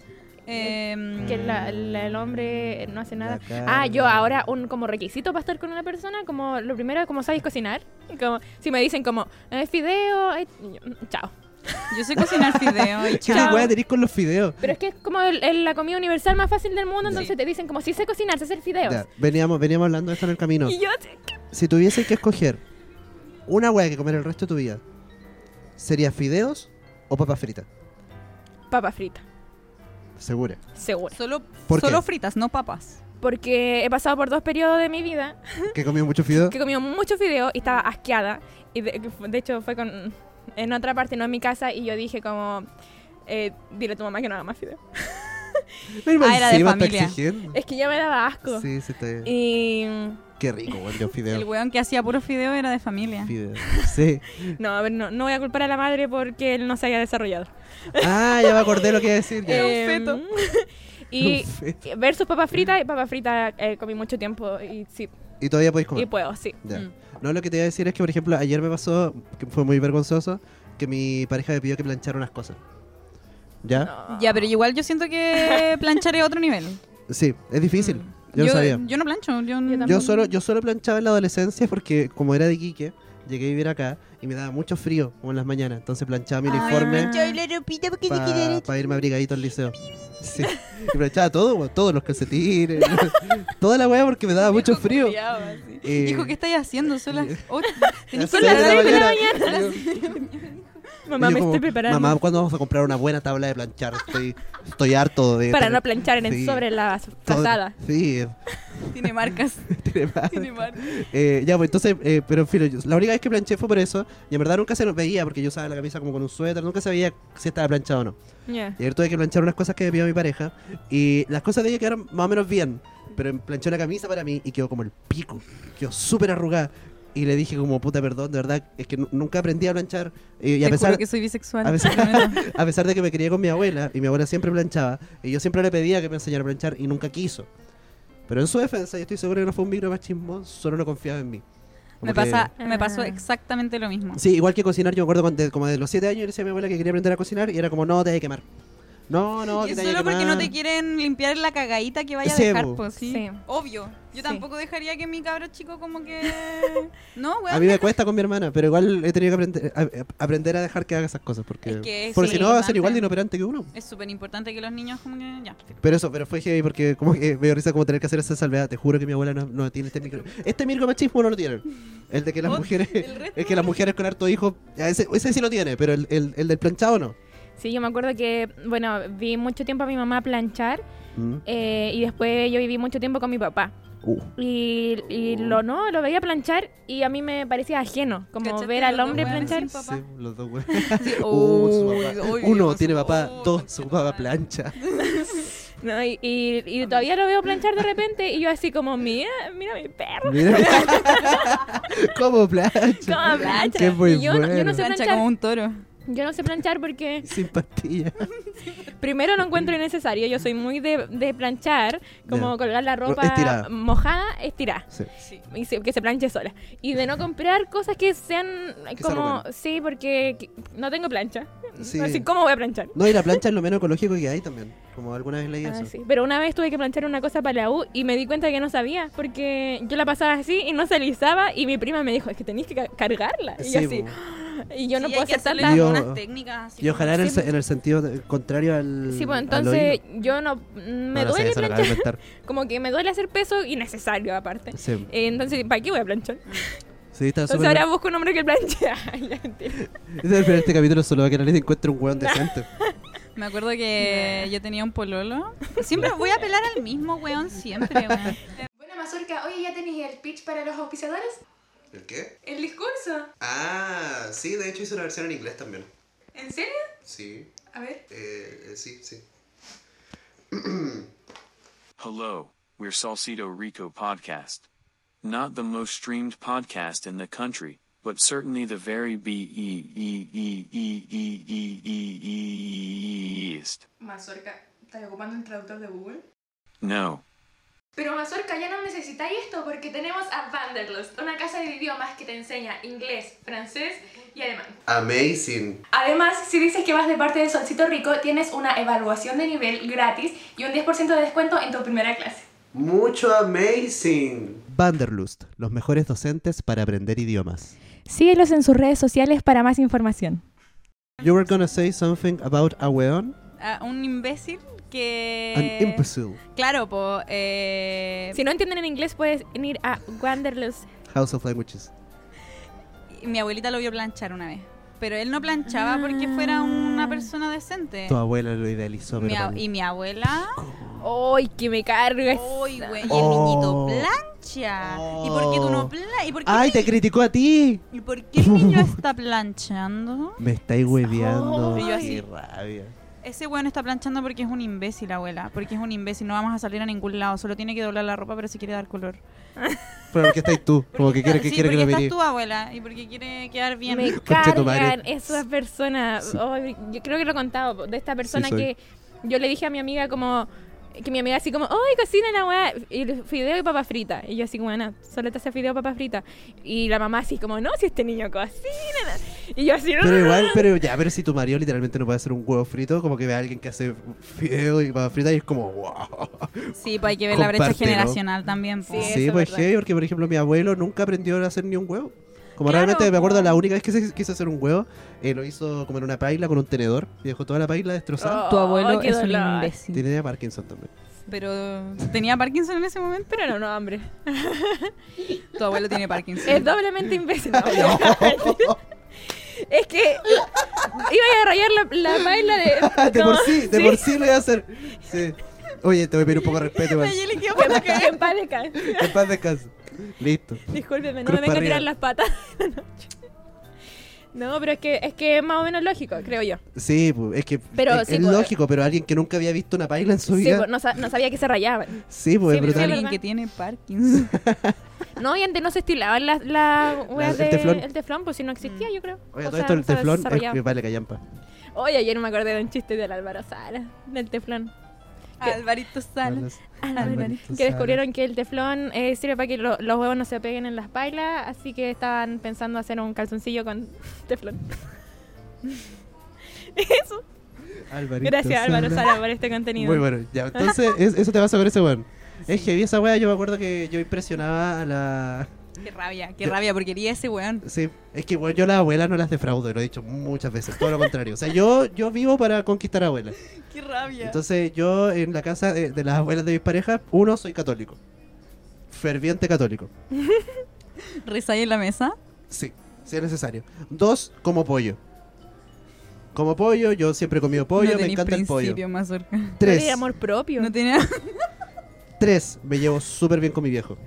[SPEAKER 3] Em,
[SPEAKER 2] que la- la- el hombre no hace nada.
[SPEAKER 1] La carga.
[SPEAKER 2] Ah, yo ahora un como requisito para estar con una persona, como lo primero, como sabes cocinar. Como, si me dicen como, eh, fideo, eh, y yo, mm, chao.
[SPEAKER 3] yo sé cocinar fideo y
[SPEAKER 1] ¿Qué
[SPEAKER 3] chao.
[SPEAKER 1] weá tenéis con los fideos?
[SPEAKER 2] Pero es que es como el- el- la comida universal más fácil del mundo,
[SPEAKER 1] Sí.
[SPEAKER 2] entonces te dicen como, si sé cocinar, sé hacer fideos.
[SPEAKER 1] Ya, veníamos, veníamos hablando de esto en el camino.
[SPEAKER 2] Y yo, así,
[SPEAKER 1] Si tuviese que escoger una weá que comer el resto de tu vida, ¿sería fideos o papas fritas?
[SPEAKER 2] papa frita,
[SPEAKER 1] Segura.
[SPEAKER 2] seguro.
[SPEAKER 3] Solo,
[SPEAKER 1] ¿Por qué?
[SPEAKER 3] solo fritas, no papas.
[SPEAKER 2] Porque he pasado por dos periodos de mi vida
[SPEAKER 1] ¿Que he comido mucho fideo?
[SPEAKER 2] que he comido muchos fideos y estaba asqueada. Y de, de hecho fue con, en otra parte, no en mi casa, y yo dije como, eh, dile a tu mamá que no haga más fideos.
[SPEAKER 1] Mira,
[SPEAKER 3] Ah, era de
[SPEAKER 1] encima está
[SPEAKER 3] familia. Eh,
[SPEAKER 1] exigiendo.
[SPEAKER 2] Es que ya me daba asco.
[SPEAKER 1] Sí, sí, está
[SPEAKER 2] Y
[SPEAKER 1] Qué rico, weón, los
[SPEAKER 3] El
[SPEAKER 1] fideos.
[SPEAKER 3] weón que hacía puros fideos era de familia.
[SPEAKER 1] Fideos. Sí.
[SPEAKER 2] no, a ver, no, no voy a culpar a la madre porque él no se haya desarrollado.
[SPEAKER 1] Ah, ya me acordé lo que iba a decir. ya.
[SPEAKER 3] Era Eh, un
[SPEAKER 2] Em,
[SPEAKER 3] feto.
[SPEAKER 2] y
[SPEAKER 1] Un feto.
[SPEAKER 2] versus papa frita, y papa frita eh, comí mucho tiempo y sí,
[SPEAKER 1] Y todavía podéis comer.
[SPEAKER 2] y puedo, sí.
[SPEAKER 1] Ya.
[SPEAKER 3] Mm.
[SPEAKER 1] No, lo que te iba a decir es que, por ejemplo, ayer me pasó, que fue muy vergonzoso, que mi pareja me pidió que planchara unas cosas.
[SPEAKER 3] Ah.
[SPEAKER 1] ¿Ya?
[SPEAKER 3] Ya, pero igual yo siento que planchar es otro nivel.
[SPEAKER 1] Sí, es difícil.
[SPEAKER 2] Mm.
[SPEAKER 1] Yo, lo sabía.
[SPEAKER 3] Yo no plancho. Yo,
[SPEAKER 2] tampoco.
[SPEAKER 1] Yo solo, yo solo planchaba en la adolescencia porque, como era de Quique, llegué a vivir acá y me daba mucho frío, como en las mañanas. Entonces planchaba mi
[SPEAKER 3] Ay,
[SPEAKER 1] uniforme
[SPEAKER 3] plancho y la ropita porque te
[SPEAKER 1] para
[SPEAKER 3] quiere.
[SPEAKER 1] irme abrigadito al liceo. Sí. Y planchaba todo, weón, todos los calcetines, toda la weá porque me daba mucho frío. Eh,
[SPEAKER 3] Hijo, ¿qué estáis haciendo? Son las ocho. Tenés
[SPEAKER 1] Son
[SPEAKER 3] que
[SPEAKER 1] las
[SPEAKER 3] ir a
[SPEAKER 1] seis de la
[SPEAKER 3] mañana.
[SPEAKER 2] Mamá,
[SPEAKER 1] Y yo
[SPEAKER 2] me
[SPEAKER 1] como,
[SPEAKER 2] estoy preparando.
[SPEAKER 1] Mamá, ¿cuándo vamos a comprar una buena tabla de planchar? Estoy, estoy harto de...
[SPEAKER 2] Para
[SPEAKER 1] tener
[SPEAKER 2] no planchar en
[SPEAKER 1] Sí.
[SPEAKER 2] el sobre la as-
[SPEAKER 1] todo-
[SPEAKER 2] fachada.
[SPEAKER 1] Sí,
[SPEAKER 3] Tiene marcas.
[SPEAKER 1] tiene más.
[SPEAKER 3] tiene marcas.
[SPEAKER 1] Eh, ya, pues entonces, eh, pero en fin, yo- la única vez que planché fue por eso, y en verdad nunca se nos veía, porque yo usaba la camisa como con un suéter, nunca sabía si estaba planchado o no.
[SPEAKER 2] Ya.
[SPEAKER 1] Y ayer tuve que planchar unas cosas que me pidió mi pareja, y las cosas de ella quedaron más o menos bien, pero planché una camisa para mí y quedó como el pico, quedó súper arrugada. Y le dije como, puta, perdón, de verdad, es que nu- nunca aprendí a planchar. Y, y a
[SPEAKER 3] Te
[SPEAKER 1] pesar Ah,
[SPEAKER 3] juro que soy bisexual.
[SPEAKER 1] a pesar-
[SPEAKER 3] Bueno,
[SPEAKER 1] a pesar de que me crié con mi abuela y mi abuela siempre planchaba y yo siempre le pedía que me enseñara a planchar y nunca quiso. Pero en su defensa, yo estoy seguro que no fue un micromachismo, solo no confiaba en mí. Como
[SPEAKER 3] me,
[SPEAKER 1] que-
[SPEAKER 3] pasa, me pasó
[SPEAKER 2] Ah.
[SPEAKER 3] exactamente lo mismo.
[SPEAKER 1] Sí, igual que cocinar, yo me acuerdo cuando- como de los 7 años yo le decía a mi abuela que quería aprender a cocinar y era como, no, te hay que quemar. No, no,
[SPEAKER 3] Y
[SPEAKER 1] que
[SPEAKER 3] es
[SPEAKER 1] te hay que
[SPEAKER 3] solo porque no
[SPEAKER 1] quemar.
[SPEAKER 3] te quieren limpiar la cagadita que vaya a
[SPEAKER 1] Sí,
[SPEAKER 3] dejar,
[SPEAKER 1] bo.
[SPEAKER 3] pues sí.
[SPEAKER 2] Sí.
[SPEAKER 3] Obvio. Yo tampoco dejaría que mi cabro chico como que... No,
[SPEAKER 1] A
[SPEAKER 3] weón.
[SPEAKER 1] mí me cuesta con mi hermana, pero igual he tenido que aprender a, a- aprender a dejar que haga esas cosas porque,
[SPEAKER 3] Es que es
[SPEAKER 1] porque si no va a ser
[SPEAKER 3] importante.
[SPEAKER 1] igual de inoperante que uno.
[SPEAKER 3] Es súper importante que los niños como que... Ya.
[SPEAKER 1] Pero eso, pero fue heavy porque como que me dio risa como tener que hacer esa salvedad. Te juro que mi abuela no, no tiene este micro. Este micromachismo no lo tienen. El de que las
[SPEAKER 3] Ot-
[SPEAKER 1] mujeres.
[SPEAKER 3] Oh, el resto
[SPEAKER 1] Es que las mujeres con harto hijo. ya, Ese, ese sí lo tiene, pero el, el, el del planchado no.
[SPEAKER 2] Sí, yo me acuerdo que, bueno, vi mucho tiempo a mi mamá planchar
[SPEAKER 1] Mm.
[SPEAKER 2] eh, y después yo viví mucho tiempo con mi papá.
[SPEAKER 1] Uh.
[SPEAKER 2] Y, y
[SPEAKER 1] Oh.
[SPEAKER 2] lo no, lo veía planchar y a mí me parecía ajeno, como
[SPEAKER 3] ¿Cachaste
[SPEAKER 2] ver
[SPEAKER 3] los
[SPEAKER 2] al
[SPEAKER 3] dos
[SPEAKER 2] hombre
[SPEAKER 3] hueones
[SPEAKER 2] planchar.
[SPEAKER 3] sin papá?
[SPEAKER 1] Sí, los dos güey.
[SPEAKER 3] Sí,
[SPEAKER 1] Uh, su
[SPEAKER 3] uy,
[SPEAKER 1] papá.
[SPEAKER 3] uy,
[SPEAKER 1] Uno
[SPEAKER 3] viejo,
[SPEAKER 1] tiene
[SPEAKER 3] su-
[SPEAKER 1] papá,
[SPEAKER 3] uy,
[SPEAKER 1] dos su papá
[SPEAKER 3] conchetumare.
[SPEAKER 1] plancha.
[SPEAKER 2] No, y, y- y todavía lo veo planchar de repente y yo así como, mira, mira mi perro,
[SPEAKER 1] Mira. ¿Cómo plancha?
[SPEAKER 2] cómo plancha.
[SPEAKER 1] Qué muy
[SPEAKER 2] y yo, no- yo
[SPEAKER 1] bueno.
[SPEAKER 2] no sé
[SPEAKER 3] Plancha
[SPEAKER 2] planchar,
[SPEAKER 3] como un toro.
[SPEAKER 2] yo no sé planchar porque
[SPEAKER 1] Sin pastilla.
[SPEAKER 2] primero lo encuentro innecesario, yo soy muy de, de planchar, como
[SPEAKER 1] Ya.
[SPEAKER 2] colgar la ropa
[SPEAKER 1] Estirada.
[SPEAKER 2] mojada, estirar.
[SPEAKER 1] Sí.
[SPEAKER 3] Sí.
[SPEAKER 2] y se- que se planche sola. Y de no comprar cosas que sean eh,
[SPEAKER 1] Que se
[SPEAKER 2] como...
[SPEAKER 1] arrugan.
[SPEAKER 2] sí, porque que- no tengo plancha.
[SPEAKER 1] Sí.
[SPEAKER 2] Así, ¿cómo voy a planchar?
[SPEAKER 1] No, y la plancha es lo menos ecológico que hay también. Como alguna vez leí
[SPEAKER 2] Ah,
[SPEAKER 1] eso.
[SPEAKER 2] sí. Pero una vez tuve que planchar una cosa para la U y me di cuenta que no sabía, porque yo la pasaba así y no se alisaba y mi prima me dijo, es que tenéis que ca- cargarla. Y yo
[SPEAKER 1] Sí,
[SPEAKER 2] así,
[SPEAKER 1] po.
[SPEAKER 2] y yo no
[SPEAKER 3] Sí,
[SPEAKER 2] puedo
[SPEAKER 3] hay que
[SPEAKER 2] hacer
[SPEAKER 3] hacerle
[SPEAKER 2] tanta...
[SPEAKER 1] Yo-
[SPEAKER 3] algunas técnicas. así
[SPEAKER 1] Y
[SPEAKER 3] como-
[SPEAKER 1] ojalá en el,
[SPEAKER 2] Sí,
[SPEAKER 1] se-
[SPEAKER 2] pues.
[SPEAKER 1] en el sentido de- contrario al.
[SPEAKER 2] Sí, pues
[SPEAKER 1] al
[SPEAKER 2] entonces
[SPEAKER 1] oído.
[SPEAKER 2] yo no... Me
[SPEAKER 1] No, no sé,
[SPEAKER 2] duele
[SPEAKER 1] eso lo acabo de
[SPEAKER 2] planchar,
[SPEAKER 1] inventar.
[SPEAKER 2] como que me duele hacer peso innecesario aparte.
[SPEAKER 1] Sí,
[SPEAKER 2] Eh, Entonces, ¿para qué voy a planchar?
[SPEAKER 1] sí, está
[SPEAKER 2] Entonces
[SPEAKER 1] súper
[SPEAKER 2] ahora busco un hombre que planche. Ay, ya, mentira.
[SPEAKER 1] bien. Pero este capítulo solo va a que nadie encuentre un hueón decente.
[SPEAKER 3] Me acuerdo que yo tenía un pololo. Siempre voy a apelar al mismo weón, siempre, weón.
[SPEAKER 5] Buena Mazorca, oye, ¿ya tenéis el pitch para los auspiciadores?
[SPEAKER 1] ¿El qué?
[SPEAKER 5] ¿El discurso?
[SPEAKER 1] Ah, sí, de hecho hice una versión en inglés también.
[SPEAKER 5] ¿En serio?
[SPEAKER 1] Sí, eh,
[SPEAKER 5] A ver.
[SPEAKER 1] sí, sí.
[SPEAKER 6] Hello, we're Salcedo Rico Podcast. Not the most streamed podcast in the country, but certainly the very be e e e e e e e east.
[SPEAKER 5] Mazorca, ¿estás ocupando el traductor de Google?
[SPEAKER 6] No.
[SPEAKER 5] Pero Mazorca, ya no necesitáis esto porque tenemos a Vanderlust, una casa de idiomas que te enseña inglés, francés y alemán.
[SPEAKER 1] Amazing.
[SPEAKER 5] Además, si dices que vas de parte de Solcito Rico, tienes una evaluación de nivel gratis y un 10% de descuento en tu primera clase.
[SPEAKER 1] Mucho amazing. Vanderlust, los mejores docentes para aprender idiomas.
[SPEAKER 2] Síguelos en sus redes sociales para más información.
[SPEAKER 1] You were gonna say something about a weón?
[SPEAKER 3] A un imbécil
[SPEAKER 1] An
[SPEAKER 2] Eh,
[SPEAKER 3] que...
[SPEAKER 1] imbecile.
[SPEAKER 3] Claro, pues... Eh,
[SPEAKER 2] Si no entienden en inglés, puedes ir a Wanderlust.
[SPEAKER 1] House of Languages.
[SPEAKER 3] Mi abuelita lo vio planchar una vez. Pero él no planchaba porque fuera una persona
[SPEAKER 2] eh,
[SPEAKER 3] decente.
[SPEAKER 1] Tu abuela lo idealizó,
[SPEAKER 3] Mi
[SPEAKER 1] pero
[SPEAKER 3] a- y mi abuela...
[SPEAKER 2] ¡Ay, que me cargas!
[SPEAKER 3] ¡Uy, güey! Y el
[SPEAKER 1] Oh.
[SPEAKER 3] niñito plancha. ¿Y por qué tú no planchas? ¿Y por qué,
[SPEAKER 1] ¡Ay,
[SPEAKER 3] el
[SPEAKER 1] te
[SPEAKER 3] ni-
[SPEAKER 1] criticó a ti!
[SPEAKER 3] ¿Y por qué el niño está planchando?
[SPEAKER 1] Me estáis hueveando.
[SPEAKER 3] Ay.
[SPEAKER 1] ¡Qué rabia!
[SPEAKER 3] Ese weón está planchando porque es un imbécil, abuela. Porque es un imbécil. No vamos a salir a ningún lado. Solo tiene que doblar la ropa, pero se quiere dar color.
[SPEAKER 1] Pero porque estáis tú, como que quiere que,
[SPEAKER 3] sí,
[SPEAKER 1] quiere que
[SPEAKER 3] porque
[SPEAKER 1] lo
[SPEAKER 3] estás
[SPEAKER 1] miréis.
[SPEAKER 3] tú, abuela. Y porque quiere quedar bien.
[SPEAKER 2] Me
[SPEAKER 1] Concha tu madre.
[SPEAKER 2] cargan esas personas.
[SPEAKER 1] Sí.
[SPEAKER 2] Ay, yo creo que lo he contado de esta persona
[SPEAKER 1] soy.
[SPEAKER 2] que yo le dije a mi amiga como que mi amiga así como, ¡ay, cocina la weá! Y le- fideo y papa frita. Y yo así como, Ana, solo te hace fideo papa frita. Y la mamá así como, no, si este niño cocina. na-". Y yo así, "Oh,
[SPEAKER 1] Pero igual, pero ya, pero si tu marido literalmente no puede hacer un huevo frito, como que ve a alguien que hace fideo y papas fritas y es como, wow.
[SPEAKER 3] Sí, pues hay que ver la brecha
[SPEAKER 1] Compártelo.
[SPEAKER 3] generacional también. po.
[SPEAKER 2] Sí.
[SPEAKER 1] Sí,
[SPEAKER 2] eso
[SPEAKER 1] pues
[SPEAKER 2] es
[SPEAKER 1] heavy, porque por ejemplo mi abuelo nunca aprendió a hacer ni un huevo. Como
[SPEAKER 3] Claro,
[SPEAKER 1] realmente me acuerdo
[SPEAKER 3] po.
[SPEAKER 1] la única vez que se quiso hacer un huevo, eh, lo hizo como en una paila con un tenedor y dejó toda la paila destrozada.
[SPEAKER 2] Oh.
[SPEAKER 3] Tu abuelo
[SPEAKER 2] qué
[SPEAKER 3] es un
[SPEAKER 2] dolor.
[SPEAKER 3] imbécil.
[SPEAKER 1] Tiene Parkinson también.
[SPEAKER 3] Pero tenía Parkinson en ese momento.
[SPEAKER 2] Pero no, no, hombre.
[SPEAKER 3] Tu abuelo tiene Parkinson.
[SPEAKER 2] Es doblemente imbécil. no, hombre. Es que iba a rayar la, la paila de.
[SPEAKER 3] Ah,
[SPEAKER 1] de por
[SPEAKER 2] como-
[SPEAKER 1] sí, de por sí lo voy a hacer. Sí. Oye, te voy a pedir un poco de respeto, igual.
[SPEAKER 3] La Yeli quedó
[SPEAKER 2] Que
[SPEAKER 3] para
[SPEAKER 2] en paz-
[SPEAKER 3] caer.
[SPEAKER 2] en paz descanse.
[SPEAKER 1] En paz descansa. Listo.
[SPEAKER 2] Discúlpeme, no
[SPEAKER 1] Cruz
[SPEAKER 2] me venga
[SPEAKER 1] para
[SPEAKER 2] a tirar
[SPEAKER 1] arriba.
[SPEAKER 2] las patas. No, pero es que es que es más o menos lógico, creo yo.
[SPEAKER 1] Sí, pu, es que
[SPEAKER 2] Pero
[SPEAKER 1] es,
[SPEAKER 2] sí,
[SPEAKER 1] es
[SPEAKER 2] pu-
[SPEAKER 1] lógico, pero alguien que nunca había visto una paila en su
[SPEAKER 2] Sí, pues,
[SPEAKER 1] vida.
[SPEAKER 2] no, sa- no sabía que se rayaban.
[SPEAKER 1] Sí, pues
[SPEAKER 2] Sí,
[SPEAKER 1] es
[SPEAKER 2] pero
[SPEAKER 1] brutal.
[SPEAKER 2] sí,
[SPEAKER 3] Alguien que tiene Parkinson.
[SPEAKER 2] No, y antes no se estilaban las las weas
[SPEAKER 1] el
[SPEAKER 2] de-
[SPEAKER 1] teflón.
[SPEAKER 2] el teflón, pues si no existía,
[SPEAKER 3] Mm.
[SPEAKER 2] yo creo.
[SPEAKER 1] Oye,
[SPEAKER 2] O
[SPEAKER 1] todo
[SPEAKER 2] sea,
[SPEAKER 1] esto el
[SPEAKER 2] se
[SPEAKER 1] teflón es
[SPEAKER 2] desarrollaba.
[SPEAKER 1] que vale callampa.
[SPEAKER 2] Oye, ayer me acordé de un chiste del Álvaro Sala, del teflón. ¿Qué?
[SPEAKER 3] Alvarito Sala.
[SPEAKER 1] Hablas-
[SPEAKER 2] Que
[SPEAKER 1] Alvarito Sala.
[SPEAKER 2] descubrieron que el teflón eh, sirve para que lo- los huevos no se peguen en las pailas, así que estaban pensando hacer un calzoncillo con teflón. Eso.
[SPEAKER 1] Alvarito
[SPEAKER 2] Gracias Álvaro Sala por este contenido.
[SPEAKER 1] Muy bueno, ya, entonces es- eso te vas a ver ese weón. Es que vi esa weá, yo me acuerdo que yo impresionaba a la.
[SPEAKER 3] Qué rabia, qué
[SPEAKER 1] Yo-
[SPEAKER 3] rabia, porque quería ese weón.
[SPEAKER 1] Sí, es que weón, yo a las abuelas no las defraudo, lo he dicho muchas veces, todo lo contrario. O sea, yo, yo vivo para conquistar abuelas.
[SPEAKER 3] Qué rabia.
[SPEAKER 1] Entonces yo en la casa de, de las abuelas de mis parejas, uno, soy católico. Ferviente católico.
[SPEAKER 3] ¿Rezáis en la mesa?
[SPEAKER 1] Sí, si es necesario. Dos, como pollo. Como pollo, yo siempre he comido pollo,
[SPEAKER 3] no
[SPEAKER 1] me
[SPEAKER 3] tenéis
[SPEAKER 1] encanta el pollo.
[SPEAKER 3] principio, Mazorca.
[SPEAKER 1] Tres,
[SPEAKER 2] Tiene amor propio.
[SPEAKER 3] No tenía...
[SPEAKER 1] tres, me llevo súper bien con mi viejo.